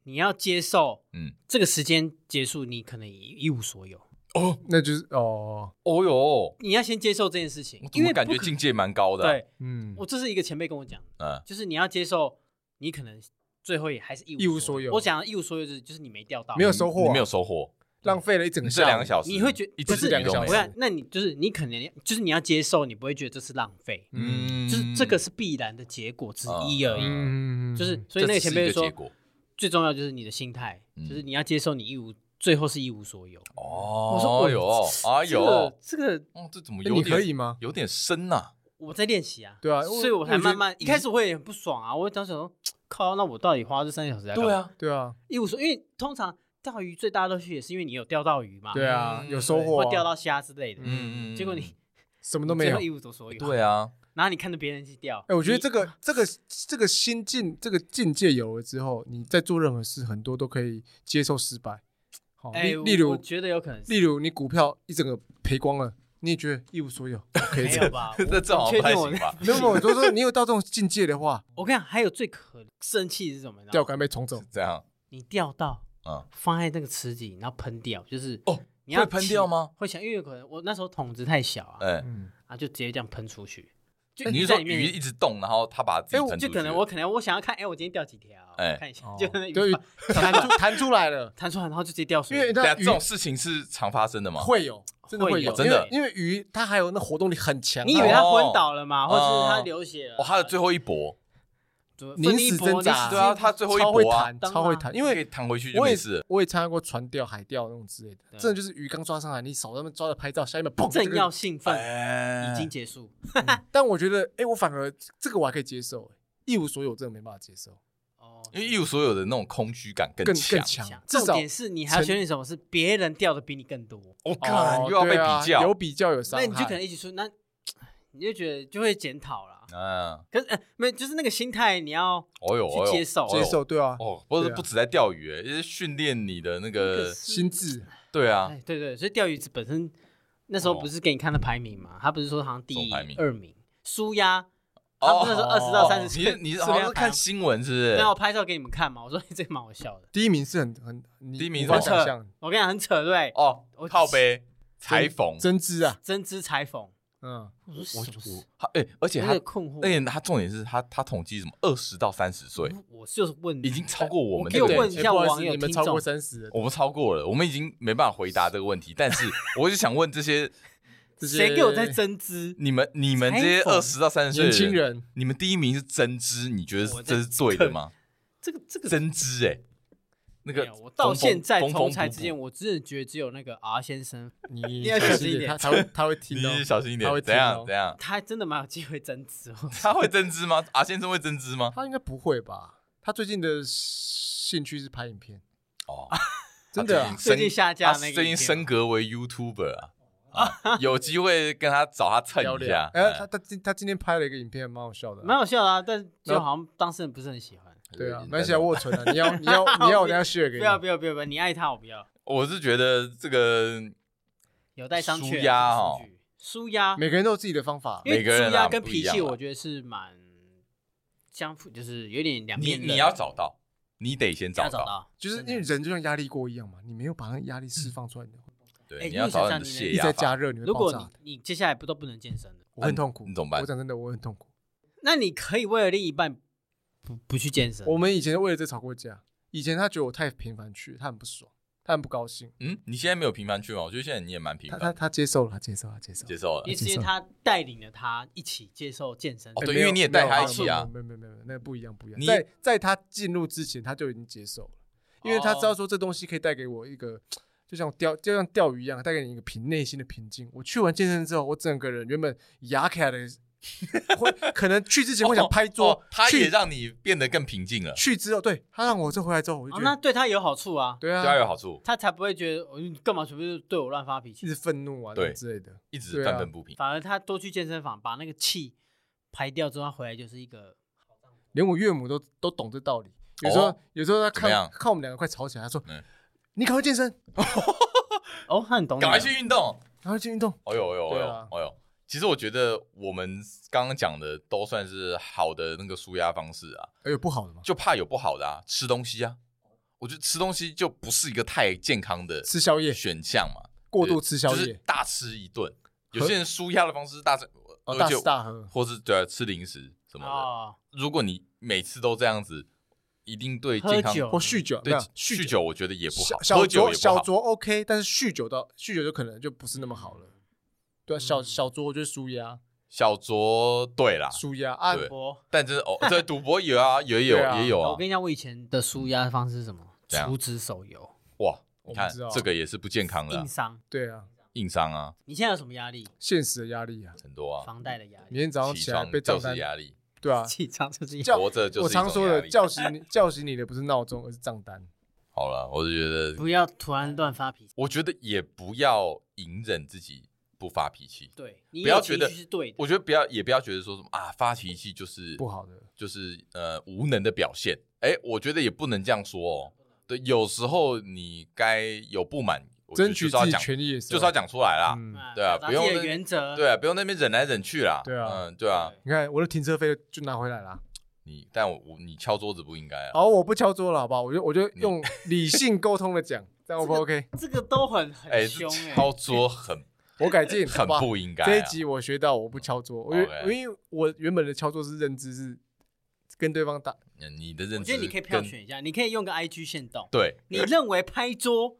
Speaker 3: 你要接受，
Speaker 2: 嗯，
Speaker 3: 这个时间结束，你可能一一无所有。
Speaker 2: 哦
Speaker 1: 那就是哦，
Speaker 2: 哦哟，我
Speaker 3: 你要先接受这件事情，
Speaker 2: 怎
Speaker 3: 因为
Speaker 2: 么感
Speaker 3: 不
Speaker 2: 觉
Speaker 3: 可
Speaker 2: 境界蛮高的啊？
Speaker 3: 对
Speaker 1: 嗯，
Speaker 3: 我这是一个前辈跟我讲的，
Speaker 2: 嗯，
Speaker 3: 就是你要接受，你可能最后也还是一
Speaker 1: 一
Speaker 3: 无
Speaker 1: 无所有
Speaker 3: 我讲的一无所有就是就是你没钓到，
Speaker 1: 没有收获啊
Speaker 2: 你没有收获，
Speaker 1: 浪费了一整
Speaker 2: 你
Speaker 1: 个
Speaker 2: 这两个
Speaker 1: 时，
Speaker 2: 小时
Speaker 3: 你会觉
Speaker 2: 一只
Speaker 3: 不是
Speaker 2: 鱼
Speaker 1: 两个
Speaker 2: 都
Speaker 1: 小
Speaker 3: 我
Speaker 2: 没
Speaker 1: 时
Speaker 2: 有，
Speaker 3: 看，那你就是你可能就是你要接受，你不会觉得这是浪费，
Speaker 1: 嗯
Speaker 3: 就是这个是必然的结果之一而已。
Speaker 1: 嗯，
Speaker 3: 就是
Speaker 2: 这
Speaker 3: 所以那
Speaker 2: 只
Speaker 3: 个
Speaker 2: 是
Speaker 3: 前
Speaker 2: 一
Speaker 3: 辈就
Speaker 2: 结
Speaker 3: 说，
Speaker 2: 果
Speaker 3: 最重要就是你的心态，
Speaker 1: 嗯
Speaker 3: 就是你要接受你一无最后是一无所有。
Speaker 1: 啊
Speaker 3: 我
Speaker 2: 哦
Speaker 3: 说
Speaker 2: 哎哟，哎
Speaker 3: 这
Speaker 2: 呦，
Speaker 3: 个这个
Speaker 2: 哦，这怎么
Speaker 1: 那
Speaker 2: 有
Speaker 1: 哎你可以
Speaker 2: 点
Speaker 1: 吗？
Speaker 2: 有点深呐？
Speaker 3: 我在练习啊，
Speaker 1: 对啊
Speaker 3: 所
Speaker 1: 我
Speaker 3: 以我才
Speaker 1: 我觉得
Speaker 3: 慢慢一开始我也很不爽啊，我当时想说，靠，那我到底花这三个小时在干嘛
Speaker 2: 对，啊，
Speaker 1: 对啊，
Speaker 3: 一无所，因为通常钓鱼最大的乐趣也是因为你有钓到鱼嘛，
Speaker 1: 对啊，
Speaker 2: 嗯
Speaker 1: 有收获
Speaker 3: 或
Speaker 1: 啊，
Speaker 3: 钓到虾之类的，
Speaker 2: 嗯嗯嗯
Speaker 3: 结果你
Speaker 1: 什么
Speaker 3: 你
Speaker 1: 都没
Speaker 3: 最
Speaker 1: 有
Speaker 3: 后。一无所有，
Speaker 2: 对，啊，？
Speaker 3: 然后你看着别人去钓，
Speaker 1: 哎、我觉得
Speaker 3: 你啊
Speaker 1: 这个这个这个心境这个境界有了之后，你在做任何事，很多都可以接受失败。好，
Speaker 3: 哎，
Speaker 1: 例
Speaker 3: 我
Speaker 1: 例
Speaker 3: 我
Speaker 1: 如
Speaker 3: 觉得有可能是
Speaker 1: 例如你股票一整个赔光了，你也觉得一无所有，可以
Speaker 3: 没
Speaker 1: 这
Speaker 3: 有
Speaker 1: 样。
Speaker 3: 吧
Speaker 2: 这这好像
Speaker 3: 确
Speaker 2: 不太
Speaker 3: 定我
Speaker 2: 行吧？
Speaker 1: 没有，没有我就说你有到这种境界的话，
Speaker 3: 我跟你讲，还有最可生气的是什么？你知
Speaker 1: 钓
Speaker 3: 道吗？
Speaker 1: 竿被冲走，
Speaker 2: 这样，
Speaker 3: 你钓到
Speaker 2: 嗯，
Speaker 3: 放在那个池底，然后喷掉，就是
Speaker 2: 哦，
Speaker 3: 你要
Speaker 2: 会喷掉吗
Speaker 3: 起？会想，因为有可能我那时候桶子太小啊，
Speaker 2: 哎，
Speaker 1: 嗯，
Speaker 3: 啊，就直接这样喷出去。就
Speaker 2: 你是
Speaker 3: 在
Speaker 2: 说
Speaker 3: 里面
Speaker 2: 鱼一直动，然后它把自己
Speaker 1: 哎我
Speaker 2: 喷出
Speaker 3: 就
Speaker 2: 去
Speaker 3: 可能
Speaker 2: 了
Speaker 3: 我可能我想要看，哎，我今天钓几条？
Speaker 2: 哎
Speaker 3: 看一下
Speaker 1: 哦，
Speaker 3: 就那
Speaker 1: 对
Speaker 3: 鱼
Speaker 1: 于
Speaker 3: 吧
Speaker 1: 弹出弹出来了，
Speaker 3: 弹出来，然后就直接掉水
Speaker 1: 因
Speaker 3: 里。
Speaker 1: 为
Speaker 2: 对啊，这
Speaker 1: 那
Speaker 2: 种
Speaker 1: 鱼
Speaker 2: 事情是常发生的嘛？
Speaker 1: 会有，真的
Speaker 3: 会
Speaker 1: 会
Speaker 3: 有
Speaker 1: 有，
Speaker 2: 真的
Speaker 1: 因为因为鱼它还有那活动力很强啊。
Speaker 3: 你以为
Speaker 2: 它
Speaker 3: 他昏倒了吗？
Speaker 2: 哦
Speaker 3: 或是他流血了？
Speaker 2: 哦，他的最后一搏，
Speaker 3: 就
Speaker 1: 临
Speaker 3: 奋力一
Speaker 1: 死
Speaker 3: 搏
Speaker 1: 挣扎
Speaker 3: 你死
Speaker 2: 对啊，
Speaker 3: 硬
Speaker 2: 他最后一
Speaker 1: 超会
Speaker 2: 搏啊，
Speaker 1: 弹，
Speaker 3: 当
Speaker 1: 超会
Speaker 3: 然
Speaker 1: 弹，因
Speaker 2: 因
Speaker 1: 为
Speaker 2: 为弹回去就
Speaker 1: 我
Speaker 2: 没
Speaker 1: 也
Speaker 2: 事了。
Speaker 1: 我也参加过船钓、海钓那种之类的，
Speaker 3: 对
Speaker 1: 真的就是鱼刚抓上来，你手那么抓着拍照，下一秒砰，这
Speaker 3: 正
Speaker 1: 个
Speaker 3: 要兴奋，
Speaker 2: 哎
Speaker 3: 已经结束。
Speaker 1: 嗯但我觉得，哎、我反而这个我还可以接受、一无所有真的没办法接受，
Speaker 3: 哦，
Speaker 2: 因为一无所有的那种空虚感更
Speaker 1: 更
Speaker 2: 强
Speaker 1: 更。强
Speaker 3: 想，
Speaker 1: 至
Speaker 3: 重
Speaker 1: 少
Speaker 3: 点是你还要
Speaker 1: 成
Speaker 3: 确定什么是别人掉的比你更多，
Speaker 2: 我
Speaker 1: 哦
Speaker 2: 靠，又要被
Speaker 1: 对啊
Speaker 2: 比较
Speaker 1: 有，比较有伤
Speaker 3: 那
Speaker 1: 害，
Speaker 3: 你就可能一起说，那你就觉得就会检讨啦。
Speaker 2: 嗯，
Speaker 3: 可是呃，没有就是那个心态，你要
Speaker 2: 哦呦，
Speaker 3: 去
Speaker 2: 哦呦
Speaker 3: 接受
Speaker 2: 哦呦
Speaker 1: 接受，对啊，
Speaker 2: 哦，不是
Speaker 1: 对啊
Speaker 2: 不止在钓鱼，欸就是训练你的那个
Speaker 3: 可是
Speaker 1: 心智
Speaker 2: 对啊，
Speaker 3: 哎，对对，所以钓鱼子本身那时候
Speaker 2: 哦
Speaker 3: 不是给你看的排名嘛，他不是说好像第
Speaker 2: 什么排名
Speaker 3: 二名，输呀，他
Speaker 2: 哦
Speaker 3: 不是说二十到三十，
Speaker 2: 你是你是好像是看新闻是不是？
Speaker 3: 对啊，我拍照给你们看嘛，我说 这个蛮好笑的，
Speaker 1: 第一名是很很你
Speaker 2: 第一名
Speaker 1: 无
Speaker 2: 是
Speaker 1: 法
Speaker 2: 什么
Speaker 1: 想象，
Speaker 3: 我跟你讲很扯对不对，
Speaker 2: 哦
Speaker 3: 我，
Speaker 2: 靠背裁缝，
Speaker 1: 针织啊，
Speaker 3: 针织裁缝，
Speaker 1: 嗯，
Speaker 3: 我说什
Speaker 2: 我
Speaker 3: 么事？
Speaker 2: 他哎，而且
Speaker 3: 我
Speaker 2: 他
Speaker 3: 有，困惑，
Speaker 2: 而且他重点是他他统计什么二十到三十岁，
Speaker 3: 我就是问
Speaker 2: 已经超过我们
Speaker 3: 可以
Speaker 2: 这个
Speaker 1: 对
Speaker 3: 问
Speaker 2: 人
Speaker 3: 一
Speaker 1: 哎
Speaker 3: 下
Speaker 1: 不好意思
Speaker 3: 网友
Speaker 1: 你们
Speaker 3: 听
Speaker 1: 超过
Speaker 3: 众
Speaker 1: 三十了，
Speaker 2: 我们超过了，我们已经没办法回答这个问题。但是我就想问这些
Speaker 1: 这些
Speaker 3: 谁给我在针织？
Speaker 2: 你们你们这些
Speaker 3: 裁缝
Speaker 2: 二十到三十岁
Speaker 1: 年
Speaker 2: 的
Speaker 1: 轻，人，
Speaker 2: 你们第一名是针织，你觉
Speaker 3: 我
Speaker 2: 得
Speaker 3: 在
Speaker 2: 这是对的吗？
Speaker 3: 这个这个
Speaker 2: 针织哎，那
Speaker 3: 没
Speaker 2: 个
Speaker 3: 有，我到现在
Speaker 2: 缝缝
Speaker 3: 从才
Speaker 2: 补补
Speaker 3: 之间，我真的觉得只有那个 R 先生，
Speaker 1: 你
Speaker 3: 要
Speaker 1: 小
Speaker 3: 小
Speaker 1: 心
Speaker 3: 心一
Speaker 1: 一点，
Speaker 3: 点
Speaker 1: 他才会 他会听哦
Speaker 2: 你，小心一点
Speaker 1: 他会，
Speaker 2: 怎
Speaker 1: 听
Speaker 2: 样
Speaker 1: 哦
Speaker 2: 怎，样？
Speaker 3: 他真的蛮有机会增 值哦。
Speaker 2: 他会针织吗？阿先生会针织吗？
Speaker 1: 他应该不会吧？他最近的兴趣是拍影片，
Speaker 2: 哦，
Speaker 1: 真的
Speaker 2: 他
Speaker 1: 啊
Speaker 3: 最
Speaker 2: 最
Speaker 3: 近
Speaker 2: 近升
Speaker 3: 下架
Speaker 2: 他
Speaker 3: 那个
Speaker 2: 最
Speaker 3: 影
Speaker 2: 近
Speaker 3: 片
Speaker 2: 升
Speaker 3: 嘛
Speaker 2: 格为 YouTuber 啊，啊有机会跟他找他蹭
Speaker 1: 聊
Speaker 2: 一
Speaker 1: 聊
Speaker 2: 下，。
Speaker 1: 哎，他
Speaker 2: 哎
Speaker 1: 他今他今天拍了一个影片，蛮好笑的啊，
Speaker 3: 蛮好笑的啊，但是
Speaker 1: 那
Speaker 3: 就好像当事人不是很喜欢。
Speaker 1: 对啊，
Speaker 2: 有点
Speaker 1: 蛮想卧存的。你要你要你要我等下 share
Speaker 3: 不
Speaker 1: 给
Speaker 3: 要
Speaker 1: 你。
Speaker 3: 不要不要不要，你爱他我不要，
Speaker 2: 我是觉得这个
Speaker 3: 有待商榷。啊
Speaker 2: 舒压哦
Speaker 3: 这个数据，舒压，
Speaker 1: 每个人都有自己的方法
Speaker 3: 因，为
Speaker 2: 每个人啊
Speaker 3: 舒压跟
Speaker 2: 不一
Speaker 3: 脾
Speaker 2: 样
Speaker 3: 气，
Speaker 2: 啊
Speaker 3: 我觉得是蛮相符，就是有点两
Speaker 2: 你
Speaker 3: 面人。
Speaker 2: 你要找到，你得先
Speaker 3: 你要
Speaker 2: 找
Speaker 3: 找。到，
Speaker 1: 就是因
Speaker 3: 真
Speaker 1: 为
Speaker 3: 的
Speaker 1: 人就像压力锅一样嘛，你没有把那个压力释放出来，你会
Speaker 3: 哎
Speaker 2: 对，你要
Speaker 3: 陆小
Speaker 2: 找到
Speaker 3: 夏
Speaker 2: 你的
Speaker 3: 你
Speaker 2: 泄
Speaker 1: 一直
Speaker 2: 压
Speaker 1: 在
Speaker 2: 法。
Speaker 1: 加热，你会
Speaker 3: 如
Speaker 1: 爆
Speaker 3: 果
Speaker 1: 炸。
Speaker 3: 你你接下来不都不能健身了，
Speaker 1: 我很痛苦，
Speaker 2: 你怎么办
Speaker 1: 我讲真的，我很痛苦。
Speaker 3: 那你可以为了另一半不不去健身。
Speaker 1: 我们以前为了这吵过架，以前他觉得我太频繁去，他很不爽，他很不高兴。
Speaker 2: 嗯，你现在没有频繁去吗？我觉得现在你也蛮频
Speaker 1: 他
Speaker 2: 繁
Speaker 1: 他
Speaker 2: 的，
Speaker 1: 他接受了，他接受，他接受。
Speaker 2: 接受了
Speaker 3: 因。为是因为他带领了他一起接受健身。
Speaker 2: 哦
Speaker 1: 哎
Speaker 2: 对
Speaker 1: 没有
Speaker 2: 因为你也带他一起啊
Speaker 1: 没有没有没有，没有没有那不一样不一样。
Speaker 2: 你
Speaker 1: 在在他进入之前，他就已经接受了，因为他
Speaker 2: 哦
Speaker 1: 知道说这东西可以带给我一个，就像钓就像钓鱼一样，带给你一个平内心的平静。我去完健身之后，我整个人原本牙卡的，会可能去之前会想拍
Speaker 2: 哦
Speaker 1: 桌
Speaker 2: 哦，他也
Speaker 1: 去
Speaker 2: 让你变得更平静了，
Speaker 1: 去之后，对他让我这回来之后，我就
Speaker 3: 哦，
Speaker 1: 觉
Speaker 3: 那
Speaker 1: 得
Speaker 3: 对他有好处啊，
Speaker 1: 对
Speaker 2: 对他有
Speaker 1: 啊，
Speaker 2: 好处，
Speaker 3: 他才不会觉得哦你干嘛随便对我乱发脾
Speaker 1: 一
Speaker 3: 气，
Speaker 1: 直愤怒啊
Speaker 2: 对
Speaker 1: 之类的。
Speaker 2: 一直
Speaker 1: 对啊
Speaker 2: 愤愤不平。
Speaker 3: 反而他多去健身房把那个气排掉之后，他回来就是一个
Speaker 1: 连我岳母都都懂这道理。有时候、
Speaker 2: 哦
Speaker 1: 有时候他
Speaker 2: 怎么
Speaker 1: 看
Speaker 2: 样
Speaker 1: 看我们两个快吵起来，他说：“
Speaker 2: 嗯
Speaker 1: 你赶快健身，
Speaker 3: 哦，他很懂你
Speaker 2: 赶
Speaker 3: 啊，
Speaker 2: 快去运动，
Speaker 1: 赶快去运动。
Speaker 2: 哦嗯呦哦呦哦
Speaker 1: 对
Speaker 2: 呦
Speaker 1: 啊
Speaker 2: 哦呦！其实我觉得我们刚刚讲的都算是好的那个舒压方式啊，”
Speaker 1: 哎呦，不好的嘛，
Speaker 2: 就怕有不好的啊，吃东西啊。我觉得吃东西就不是一个太健康的
Speaker 1: 吃宵夜，
Speaker 2: 选项嘛，
Speaker 1: 过度吃宵
Speaker 2: 呃就是
Speaker 1: 夜，
Speaker 2: 大吃一顿。有些人舒压的方式是大吃，
Speaker 1: 哦，
Speaker 2: 而
Speaker 1: 大
Speaker 2: 且
Speaker 1: 吃大喝，
Speaker 2: 或是对啊吃零食什么的。
Speaker 3: 哦，
Speaker 2: 如果你每次都这样子，一定对
Speaker 3: 喝
Speaker 2: 健康
Speaker 3: 酒
Speaker 1: 或酗酒，
Speaker 2: 对
Speaker 1: 没有
Speaker 2: 酗
Speaker 1: 酒
Speaker 2: 酒，我觉得也不
Speaker 1: 小
Speaker 2: 好，
Speaker 1: 小
Speaker 2: 喝酒
Speaker 1: 酌
Speaker 2: 也不
Speaker 1: 小
Speaker 2: 好。
Speaker 1: 酌 OK，但是酗酒到酗酒就可能就不是那么好了。对啊，小
Speaker 3: 嗯
Speaker 1: 小酌我觉得舒压，
Speaker 2: 小酌对啦，
Speaker 1: 舒压啊，
Speaker 2: 对
Speaker 3: 我
Speaker 2: 但这哦， 对赌博有啊，也有
Speaker 1: 对啊
Speaker 2: 也有
Speaker 3: 我
Speaker 2: 啊
Speaker 3: 跟。你讲，我以前的舒压方式是什么？
Speaker 2: 怎样
Speaker 3: 除脂手游，
Speaker 2: 哇，你
Speaker 1: 我们
Speaker 2: 看
Speaker 1: 知道
Speaker 2: 这个也是不健康的啊
Speaker 3: 硬，伤。
Speaker 1: 对啊，
Speaker 2: 硬伤啊，
Speaker 3: 你现在有什么压力？
Speaker 1: 现实的压力啊，
Speaker 2: 很多啊。
Speaker 3: 房贷的压力
Speaker 1: 明，天早上
Speaker 2: 起
Speaker 1: 起来
Speaker 2: 床
Speaker 1: 被账
Speaker 2: 就
Speaker 1: 单
Speaker 2: 是，压力，
Speaker 1: 对啊，
Speaker 3: 起床就是压
Speaker 1: 叫
Speaker 2: 活着就是
Speaker 1: 我
Speaker 2: 一种
Speaker 1: 常说
Speaker 2: 压
Speaker 1: 的
Speaker 2: 力
Speaker 1: 叫醒你叫醒你的不是闹钟，而是账单。
Speaker 2: 好了，我就觉得，
Speaker 3: 不要突然乱发脾气。
Speaker 2: 我觉得也不要隐忍自己不发脾气。
Speaker 3: 对，你
Speaker 2: 不要
Speaker 3: 有情
Speaker 2: 觉得
Speaker 3: 绪是对的，
Speaker 2: 我觉得不要，也不要觉得说什么啊，发脾气就是
Speaker 1: 不好的，
Speaker 2: 就是呃无能的表现。哎，我觉得也不能这样说哦。对，有时候你该有不满，我觉得
Speaker 1: 争
Speaker 2: 就是
Speaker 1: 取自
Speaker 2: 要
Speaker 1: 己
Speaker 2: 讲，
Speaker 1: 权益的时
Speaker 2: 就
Speaker 1: 候，
Speaker 2: 是要讲出来啦。
Speaker 1: 嗯
Speaker 3: 嗯
Speaker 2: 对啊
Speaker 3: 表达
Speaker 2: 不用
Speaker 3: 自己的原则。
Speaker 2: 对啊，不用那边忍来忍去啦。
Speaker 1: 对啊
Speaker 2: 嗯，对啊，
Speaker 1: 你看我的停车费就拿回来了，
Speaker 2: 你但我我你敲桌子不应该啊。嗯
Speaker 1: 哦，我不敲桌了，好不好？我就我就 用理性沟通的讲，这样 O 不 OK？
Speaker 3: 这个都很很
Speaker 2: 哎，
Speaker 3: 凶
Speaker 2: 这
Speaker 3: 哎，
Speaker 2: 敲桌很
Speaker 1: 我改进，好
Speaker 2: 很
Speaker 1: 不好？
Speaker 2: 不应该啊。
Speaker 1: 这一集我学到我不敲桌，我因为
Speaker 2: OK
Speaker 1: 因为我原本的敲桌是认知是跟对方打，
Speaker 2: 嗯你的认
Speaker 3: 我
Speaker 2: 知
Speaker 3: 觉得你可以票
Speaker 2: 跟
Speaker 3: 选一下，你可以用个 IG 限动，
Speaker 2: 对
Speaker 3: 你认为拍桌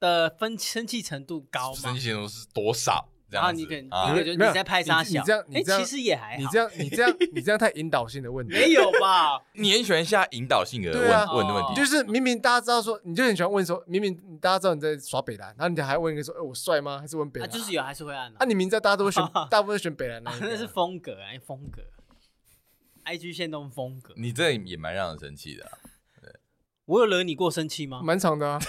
Speaker 3: 的分生气程度高
Speaker 2: 生
Speaker 3: 吗
Speaker 2: 气？程度是多少？这
Speaker 3: 然后
Speaker 2: 样
Speaker 3: 你
Speaker 2: 子
Speaker 3: 可能
Speaker 2: 啊
Speaker 3: 第一个就
Speaker 1: 没有
Speaker 3: 你在拍
Speaker 1: 你
Speaker 3: 沙
Speaker 1: 你
Speaker 3: 小，
Speaker 1: 这样你
Speaker 3: 哎，
Speaker 1: 这样
Speaker 3: 其实也还好，
Speaker 1: 你这样你这样你这样太引导性的问题，
Speaker 3: 没有 吧？
Speaker 2: 你很喜欢下引导性的
Speaker 1: 对啊
Speaker 2: 问问的问
Speaker 1: 你
Speaker 3: 哦
Speaker 2: 题，
Speaker 1: 就是明明大家知道说，你就很喜欢问说，明明大家知道你在耍北兰，然后你还问一个说，哎、我帅吗？还是问北
Speaker 3: 啊，
Speaker 1: 兰？
Speaker 3: 就是有还是会按的
Speaker 1: 啊，你明知道大家 都会选，大部分选北兰那
Speaker 3: 啊
Speaker 1: 一个啊
Speaker 3: 那是风格，哎，风格，IG 线动风格。
Speaker 2: 你这也蛮让人生气的啊。
Speaker 3: 我有惹你过生 气吗？
Speaker 1: 蛮长 的啊，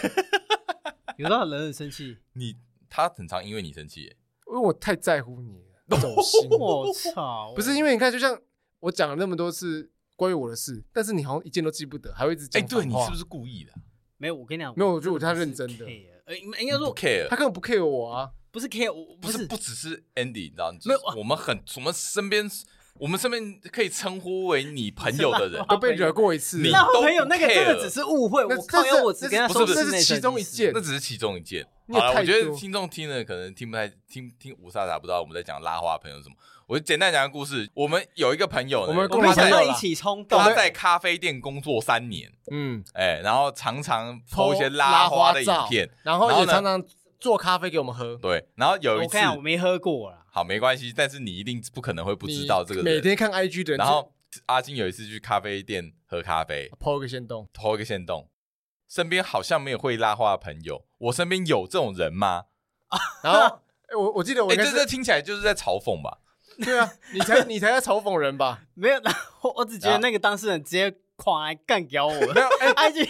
Speaker 3: 有让惹人 生气？
Speaker 2: 你他很常因为你生气耶，
Speaker 1: 因为我太在乎你 了，走心。
Speaker 3: 我操！
Speaker 1: 不是因
Speaker 3: 为
Speaker 1: 为你看，就像我讲了那么多次关于我的事，但是你好像一件都记不得，还会一直
Speaker 2: 哎，
Speaker 1: 讲。
Speaker 2: 对你是不
Speaker 1: 是？
Speaker 2: 是故意的啊？
Speaker 3: 没有，我跟你讲，
Speaker 1: 没有我觉得我
Speaker 3: 真的
Speaker 1: 太认
Speaker 3: 不是
Speaker 1: 真的
Speaker 3: care，呃，应应该
Speaker 2: 不
Speaker 3: 说
Speaker 2: care，
Speaker 1: 他根本不 care 我啊，
Speaker 3: 不是 care，我
Speaker 2: 不是
Speaker 3: 是
Speaker 2: 不只是 Andy，你知道，
Speaker 3: 没有
Speaker 2: 就是我们很我们身边我们身边可以称呼为你朋友 的
Speaker 3: 啊
Speaker 2: 人，
Speaker 1: 都被惹过一次
Speaker 2: 你
Speaker 1: 了。
Speaker 3: 那
Speaker 2: 都
Speaker 3: 我朋友
Speaker 2: 不
Speaker 3: 那个真的
Speaker 2: care
Speaker 3: 只是误会，
Speaker 1: 那
Speaker 3: 我靠
Speaker 1: 这
Speaker 3: 腰，
Speaker 1: 是
Speaker 3: 我只跟他
Speaker 2: 这
Speaker 3: 说
Speaker 2: 是不是
Speaker 3: 室
Speaker 1: 这
Speaker 3: 内
Speaker 1: 是其
Speaker 3: 设
Speaker 1: 中
Speaker 3: 计
Speaker 1: 一
Speaker 3: 师
Speaker 1: 件
Speaker 2: 那只是其中一件。
Speaker 1: 你也
Speaker 2: 好了，
Speaker 1: 太
Speaker 2: 我觉得
Speaker 1: 多
Speaker 2: 听众听了可能听不太听听吴萨达不知道我们在讲拉花的朋友是什么。我简单讲个故事，我们有一个朋友呢，
Speaker 1: 我们
Speaker 3: 我
Speaker 1: 共
Speaker 3: 们
Speaker 1: 同
Speaker 2: 他
Speaker 3: 想
Speaker 1: 朋
Speaker 3: 到
Speaker 1: 友
Speaker 3: 一
Speaker 1: 啦
Speaker 3: 起冲动，
Speaker 2: 他在咖啡店工作三年，
Speaker 1: 嗯，
Speaker 2: 哎、然后常常 po 一些拉花
Speaker 1: 花
Speaker 2: 的
Speaker 1: 照
Speaker 2: 影片，，
Speaker 1: 然后
Speaker 2: 然后
Speaker 1: 也
Speaker 2: 呢
Speaker 1: 常常做咖啡给我们喝。
Speaker 2: 对，然后有一
Speaker 3: 我
Speaker 2: 次
Speaker 3: 看我没喝过啦，
Speaker 2: 好没关系，但是你一定不可能会不知
Speaker 1: 你
Speaker 2: 道这个
Speaker 1: 每
Speaker 2: 人。
Speaker 1: 天看 IG 的人，
Speaker 2: 然后阿金有一次去咖啡店喝咖啡，
Speaker 1: 抛个线动，
Speaker 2: 偷一个线洞，身边好像没有会拉花的朋友，我身边有这种人吗？
Speaker 1: 然后哎我我记得我
Speaker 2: 哎、
Speaker 1: 应该
Speaker 2: 这
Speaker 1: 是
Speaker 2: 这听起来就是在嘲讽吧？
Speaker 1: 对啊，你才 你才在嘲讽人吧？
Speaker 3: 没有，然后我只觉
Speaker 1: 啊
Speaker 3: 得那个当事人直接狂来干掉我，
Speaker 1: 没 有，哎，
Speaker 3: 他就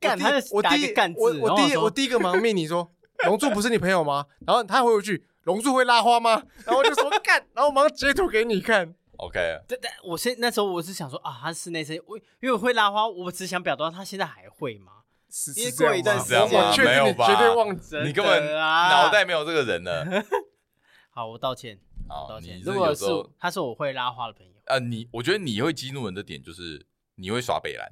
Speaker 3: 干，
Speaker 1: 我第
Speaker 3: 他就
Speaker 1: 我
Speaker 3: 打
Speaker 1: 第
Speaker 3: 一
Speaker 1: 一
Speaker 3: 个干字，
Speaker 1: 我
Speaker 3: 然后
Speaker 1: 我第一
Speaker 3: 说
Speaker 1: 我第一个盲命你说龙柱不是你朋友 吗？然后他回我一句龙柱会拉花吗？然后我就说干，然后我马上截图给你看。
Speaker 2: OK，
Speaker 3: 但但我现那时候我是想说啊，他室内设计，我因为我会拉花，我只想表达他现在还会吗？
Speaker 1: 是
Speaker 3: 因为
Speaker 1: 是这样
Speaker 3: 过一段
Speaker 1: 吗
Speaker 3: 时间
Speaker 1: 我确定
Speaker 2: 没有
Speaker 1: 你
Speaker 2: 吧
Speaker 1: 绝对忘记。
Speaker 2: 你根本
Speaker 3: 真的啊
Speaker 2: 脑袋没有这个人了。
Speaker 3: 好，我道歉，
Speaker 2: 好
Speaker 3: 我道歉
Speaker 2: 哦你。这
Speaker 3: 如果
Speaker 2: 有时
Speaker 3: 是
Speaker 2: 候
Speaker 3: 我他是我会拉花的朋友，
Speaker 2: 呃，你我觉得你会激怒人的点就是你会耍北兰，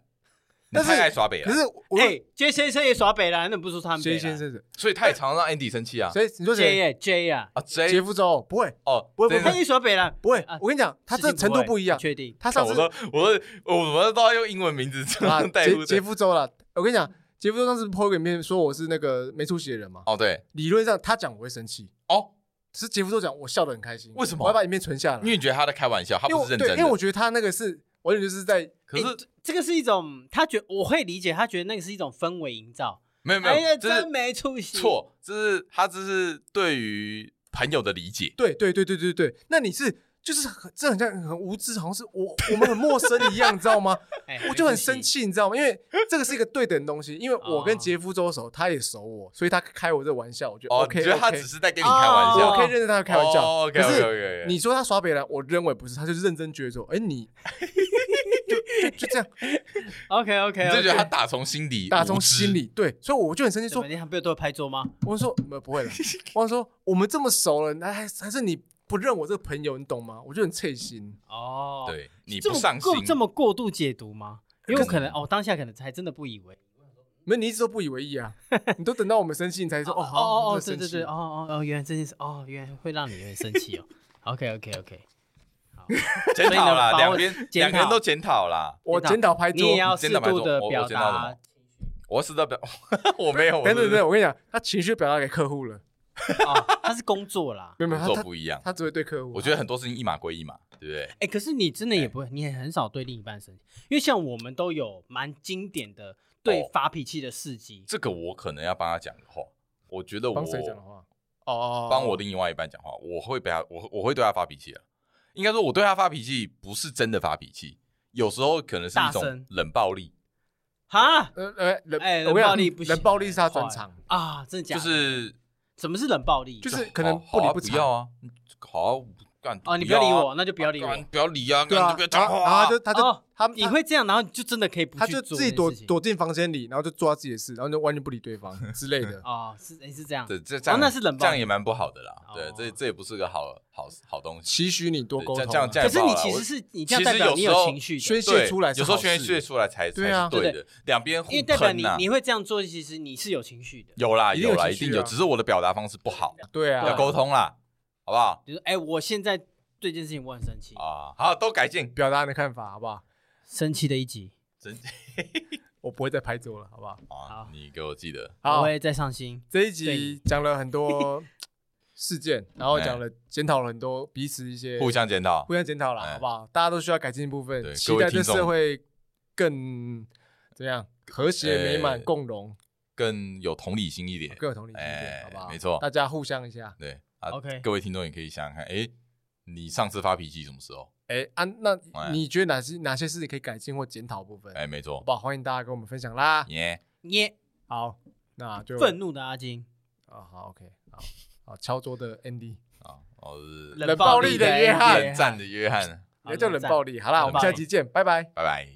Speaker 2: 你
Speaker 1: 但是
Speaker 2: 太爱耍北
Speaker 1: 可
Speaker 2: 兰，
Speaker 1: 是我
Speaker 3: 哎，J 先生也耍北兰，那你不说他们
Speaker 1: 谁
Speaker 3: 北
Speaker 1: 先
Speaker 3: 兰
Speaker 1: 生是，
Speaker 2: 所以他也常让 Andy 生气啊。
Speaker 1: 所以你说
Speaker 3: ？J
Speaker 1: 谁？
Speaker 3: 耶 J 呀，
Speaker 2: 啊，J
Speaker 1: 杰夫周不会
Speaker 2: 哦，
Speaker 1: 不会不会
Speaker 2: 真
Speaker 3: 他
Speaker 2: 的
Speaker 3: 也耍北兰，
Speaker 1: 不会
Speaker 3: 啊，
Speaker 1: 我跟你讲，他
Speaker 3: 事
Speaker 1: 这
Speaker 3: 情
Speaker 1: 程度不一样
Speaker 3: 你。确定？
Speaker 1: 他上
Speaker 2: 我
Speaker 1: 次
Speaker 2: 说我说我们都要用英文名字这
Speaker 1: 啊
Speaker 2: 样 带入
Speaker 1: 杰
Speaker 2: 的
Speaker 1: 杰夫周了，我跟你讲，杰夫周上次 PO 给面说我是那个没出息的人嘛。
Speaker 2: 哦，对
Speaker 1: 理论上他讲我会生气，
Speaker 2: 哦，
Speaker 1: 是杰夫周讲我笑得很开心。
Speaker 2: 为什么
Speaker 1: 我要把影片存下来，
Speaker 2: 因为你觉得他在开玩笑，他
Speaker 1: 因为
Speaker 2: 不
Speaker 1: 我
Speaker 2: 是认
Speaker 1: 对
Speaker 2: 真
Speaker 1: 因为我
Speaker 2: 的。
Speaker 1: 觉得他那个是完全就是在
Speaker 2: 可是
Speaker 3: 哎这个是一种，他觉我会理解，他觉得那个是一种氛围营造。
Speaker 2: 没有没
Speaker 3: 哎呀，
Speaker 2: 有，这
Speaker 3: 真
Speaker 2: 是
Speaker 3: 没出息。，
Speaker 2: 错，这是他这是对于朋友的理解。
Speaker 1: 对对对对对对，那你是就是很这很像很无知，好像是我我们很陌生一样，你知 道吗？
Speaker 3: 哎
Speaker 1: 我就很生。气，你知道吗？因为这个是一个对等的东西，因为我跟
Speaker 3: 哦
Speaker 1: 杰夫周熟，他也熟我，所以他开我这玩笑，我觉得
Speaker 2: 哦，
Speaker 1: OK，
Speaker 2: 你觉得他
Speaker 1: OK
Speaker 2: 只是在跟你开玩
Speaker 1: 我
Speaker 2: 笑
Speaker 3: 哦？
Speaker 1: 可以认真他开玩笑，
Speaker 2: 哦
Speaker 1: 可是
Speaker 2: ，OK，OK，OK，OK
Speaker 1: 你说他耍北兰，我认为不是，他就是认真觉得说，哎，你就就就这样
Speaker 3: OK OK，
Speaker 2: 你就觉得他打从心底，
Speaker 1: 打从心
Speaker 2: 无知。
Speaker 1: 里对，所以我就很生气
Speaker 3: 怎
Speaker 1: 说
Speaker 3: 么，你还没有对我拍桌吗？
Speaker 1: 我说没有不会 了，我说我们这么熟了，那还还是你不认我这个朋友，你懂吗？我就很脆心。
Speaker 3: 哦，，
Speaker 2: 对，你
Speaker 3: 这
Speaker 2: 不
Speaker 3: 么
Speaker 2: 上
Speaker 3: 过
Speaker 2: 心，
Speaker 3: 这么过度解读吗？因为
Speaker 2: 可
Speaker 3: 我可能
Speaker 2: 能
Speaker 3: 哦，当下可能还真的不以为。
Speaker 1: 没有，你一直都不以为 意啊！你都等到我们生气，你才说哦，好，
Speaker 3: 哦
Speaker 1: 我
Speaker 3: 哦，
Speaker 1: 真
Speaker 3: 对
Speaker 1: 的生
Speaker 3: 对
Speaker 1: 气
Speaker 3: 对，哦哦哦，原来这件事，哦，原来会让你有点生气哦。OK OK OK，
Speaker 2: 检讨啦，
Speaker 3: 所以呢把
Speaker 2: 两
Speaker 3: 我
Speaker 2: 边
Speaker 3: 检讨
Speaker 2: 两个人都检讨啦。
Speaker 1: 我检讨
Speaker 2: 哎
Speaker 1: 拍
Speaker 3: 你
Speaker 1: 桌
Speaker 3: 也。要适
Speaker 2: 真的蛮
Speaker 3: 度的
Speaker 2: 多我
Speaker 3: 表
Speaker 2: 我知道了
Speaker 3: 达
Speaker 2: 嘛。我是代表， 我没有，我
Speaker 1: 等等
Speaker 2: 是
Speaker 1: 等等，我跟你讲，他情绪表达给客户了，
Speaker 3: 哦，他是工作啦。
Speaker 1: 没有没有，
Speaker 2: 做
Speaker 1: 他他
Speaker 2: 不一样。
Speaker 1: 他只会对客户啊。
Speaker 2: 我觉得很多事情一码归一码，对不对？
Speaker 3: 哎，可是你真的也不会，你也很少对另一半生气，因为像我们都有蛮经典的对
Speaker 2: 哦
Speaker 3: 发脾气的事迹。
Speaker 2: 这个我可能要帮他讲的话，我觉得我
Speaker 1: 帮谁讲的话？哦，
Speaker 2: 帮我另外一半讲话，我会被他，我我会对他发脾气啊。应该说，我对他发脾气不是真的发脾气，有时候可能是一
Speaker 3: 大声
Speaker 2: 种冷暴力，
Speaker 3: 哈
Speaker 1: 呃呃，人
Speaker 3: 哎
Speaker 1: 我跟你讲
Speaker 3: 冷暴力不行
Speaker 1: 冷暴力是他专长，
Speaker 3: 啊，真的假
Speaker 2: 就
Speaker 3: 的？
Speaker 2: 是
Speaker 3: 什么是冷暴力？
Speaker 1: 就是可能
Speaker 2: 好好
Speaker 1: 不理
Speaker 2: 啊不
Speaker 1: 不睬
Speaker 2: 要。啊，好啊干
Speaker 3: 哦，你不
Speaker 2: 不
Speaker 3: 要
Speaker 2: 啊
Speaker 3: 理我，，那就不要理我。
Speaker 2: 干不要理啊，
Speaker 1: 对
Speaker 2: 干
Speaker 1: 啊
Speaker 2: 你不要，
Speaker 1: 然
Speaker 2: 讲
Speaker 1: 后
Speaker 2: 话
Speaker 1: 然后
Speaker 2: 啊
Speaker 1: 他。就他就
Speaker 3: 哦
Speaker 1: 他
Speaker 3: 你会这样，然后你就真的可以不
Speaker 1: 他
Speaker 3: 去
Speaker 1: 就
Speaker 3: 做
Speaker 1: 自己
Speaker 3: 那件
Speaker 1: 躲
Speaker 3: 事情
Speaker 1: 躲进房间里，然后就做他自己的事，然后就完全不理对方之类 的。
Speaker 3: 哦，是诶是这样，
Speaker 2: 对，这这样、
Speaker 3: 哦那是冷暴力
Speaker 2: 这样也蛮不好的啦。对
Speaker 3: 哦，
Speaker 2: 这这也不是个好好好东西。
Speaker 1: 期许你多沟通啊，
Speaker 2: 这样这
Speaker 3: 可
Speaker 2: 样
Speaker 3: 是你
Speaker 2: 太棒了
Speaker 3: 其
Speaker 2: 我
Speaker 3: 实是你这样
Speaker 2: 其
Speaker 3: 代
Speaker 2: 实
Speaker 3: 表
Speaker 2: 有
Speaker 3: 你
Speaker 2: 时候
Speaker 3: 情绪的，
Speaker 1: 宣泄出来是
Speaker 2: 对有时候
Speaker 1: 好事
Speaker 2: 宣泄出来才
Speaker 1: 对啊
Speaker 2: 才是对
Speaker 3: 对
Speaker 2: 的，两边互
Speaker 3: 因为代表
Speaker 2: 喷
Speaker 3: 你
Speaker 2: 呐、
Speaker 3: 你会这样做，其实你是有情绪的。
Speaker 2: 有啦
Speaker 1: 一定有
Speaker 2: 有啦，
Speaker 1: 情
Speaker 2: 一
Speaker 1: 绪
Speaker 2: 定有，
Speaker 1: 啊
Speaker 2: 只是我的表达方式不好，
Speaker 1: 对啊，
Speaker 3: 对
Speaker 2: 要沟通啦，好不好？
Speaker 3: 就是哎，我现在对这件事情我很生气，
Speaker 2: 啊，好，都改进。
Speaker 1: 表达你的看法，好不好？
Speaker 3: 生气的一集，
Speaker 2: 真
Speaker 1: 我不会再拍桌了，好不好？
Speaker 2: 啊，你给我记得，
Speaker 3: 我
Speaker 1: 好，
Speaker 3: 会再上心。
Speaker 1: 这一集讲了很多事件，然后讲了检讨了很多彼此一些
Speaker 2: 哎互相检讨
Speaker 1: 互。相检讨啦，
Speaker 2: 哎
Speaker 1: 好不好？大家都需要改进的部分，
Speaker 2: 对
Speaker 1: 期
Speaker 2: 各
Speaker 1: 待
Speaker 2: 位
Speaker 1: 这
Speaker 2: 听众
Speaker 1: 社会更怎样和谐、美满、
Speaker 2: 哎
Speaker 1: 共荣，
Speaker 2: 更有同理心一点。
Speaker 1: 更有同理心一点，
Speaker 2: 哎
Speaker 1: 好不好？
Speaker 2: 没错
Speaker 1: 大家互相一下。
Speaker 2: 对啊
Speaker 3: OK
Speaker 2: 各位听众也可以想想看，哎，你上次发脾气什么时候？
Speaker 1: 哎啊，那
Speaker 2: 哎
Speaker 1: 你觉得哪些哪些事情可以改进或检讨部分？
Speaker 2: 哎，没
Speaker 1: 好
Speaker 2: 错
Speaker 1: 不，好？欢迎大家跟我们分享啦。
Speaker 2: 耶，
Speaker 3: 耶，
Speaker 1: 好，那就
Speaker 3: 愤怒的阿金，
Speaker 1: 啊，好，OK，好，好，敲桌的 Andy，
Speaker 2: 啊，我是
Speaker 1: 冷暴力的约翰
Speaker 2: 冷战的约翰，
Speaker 3: 好
Speaker 1: 也叫冷暴
Speaker 3: 力，
Speaker 1: 力。好啦，我们下期见，拜拜。
Speaker 2: 拜拜。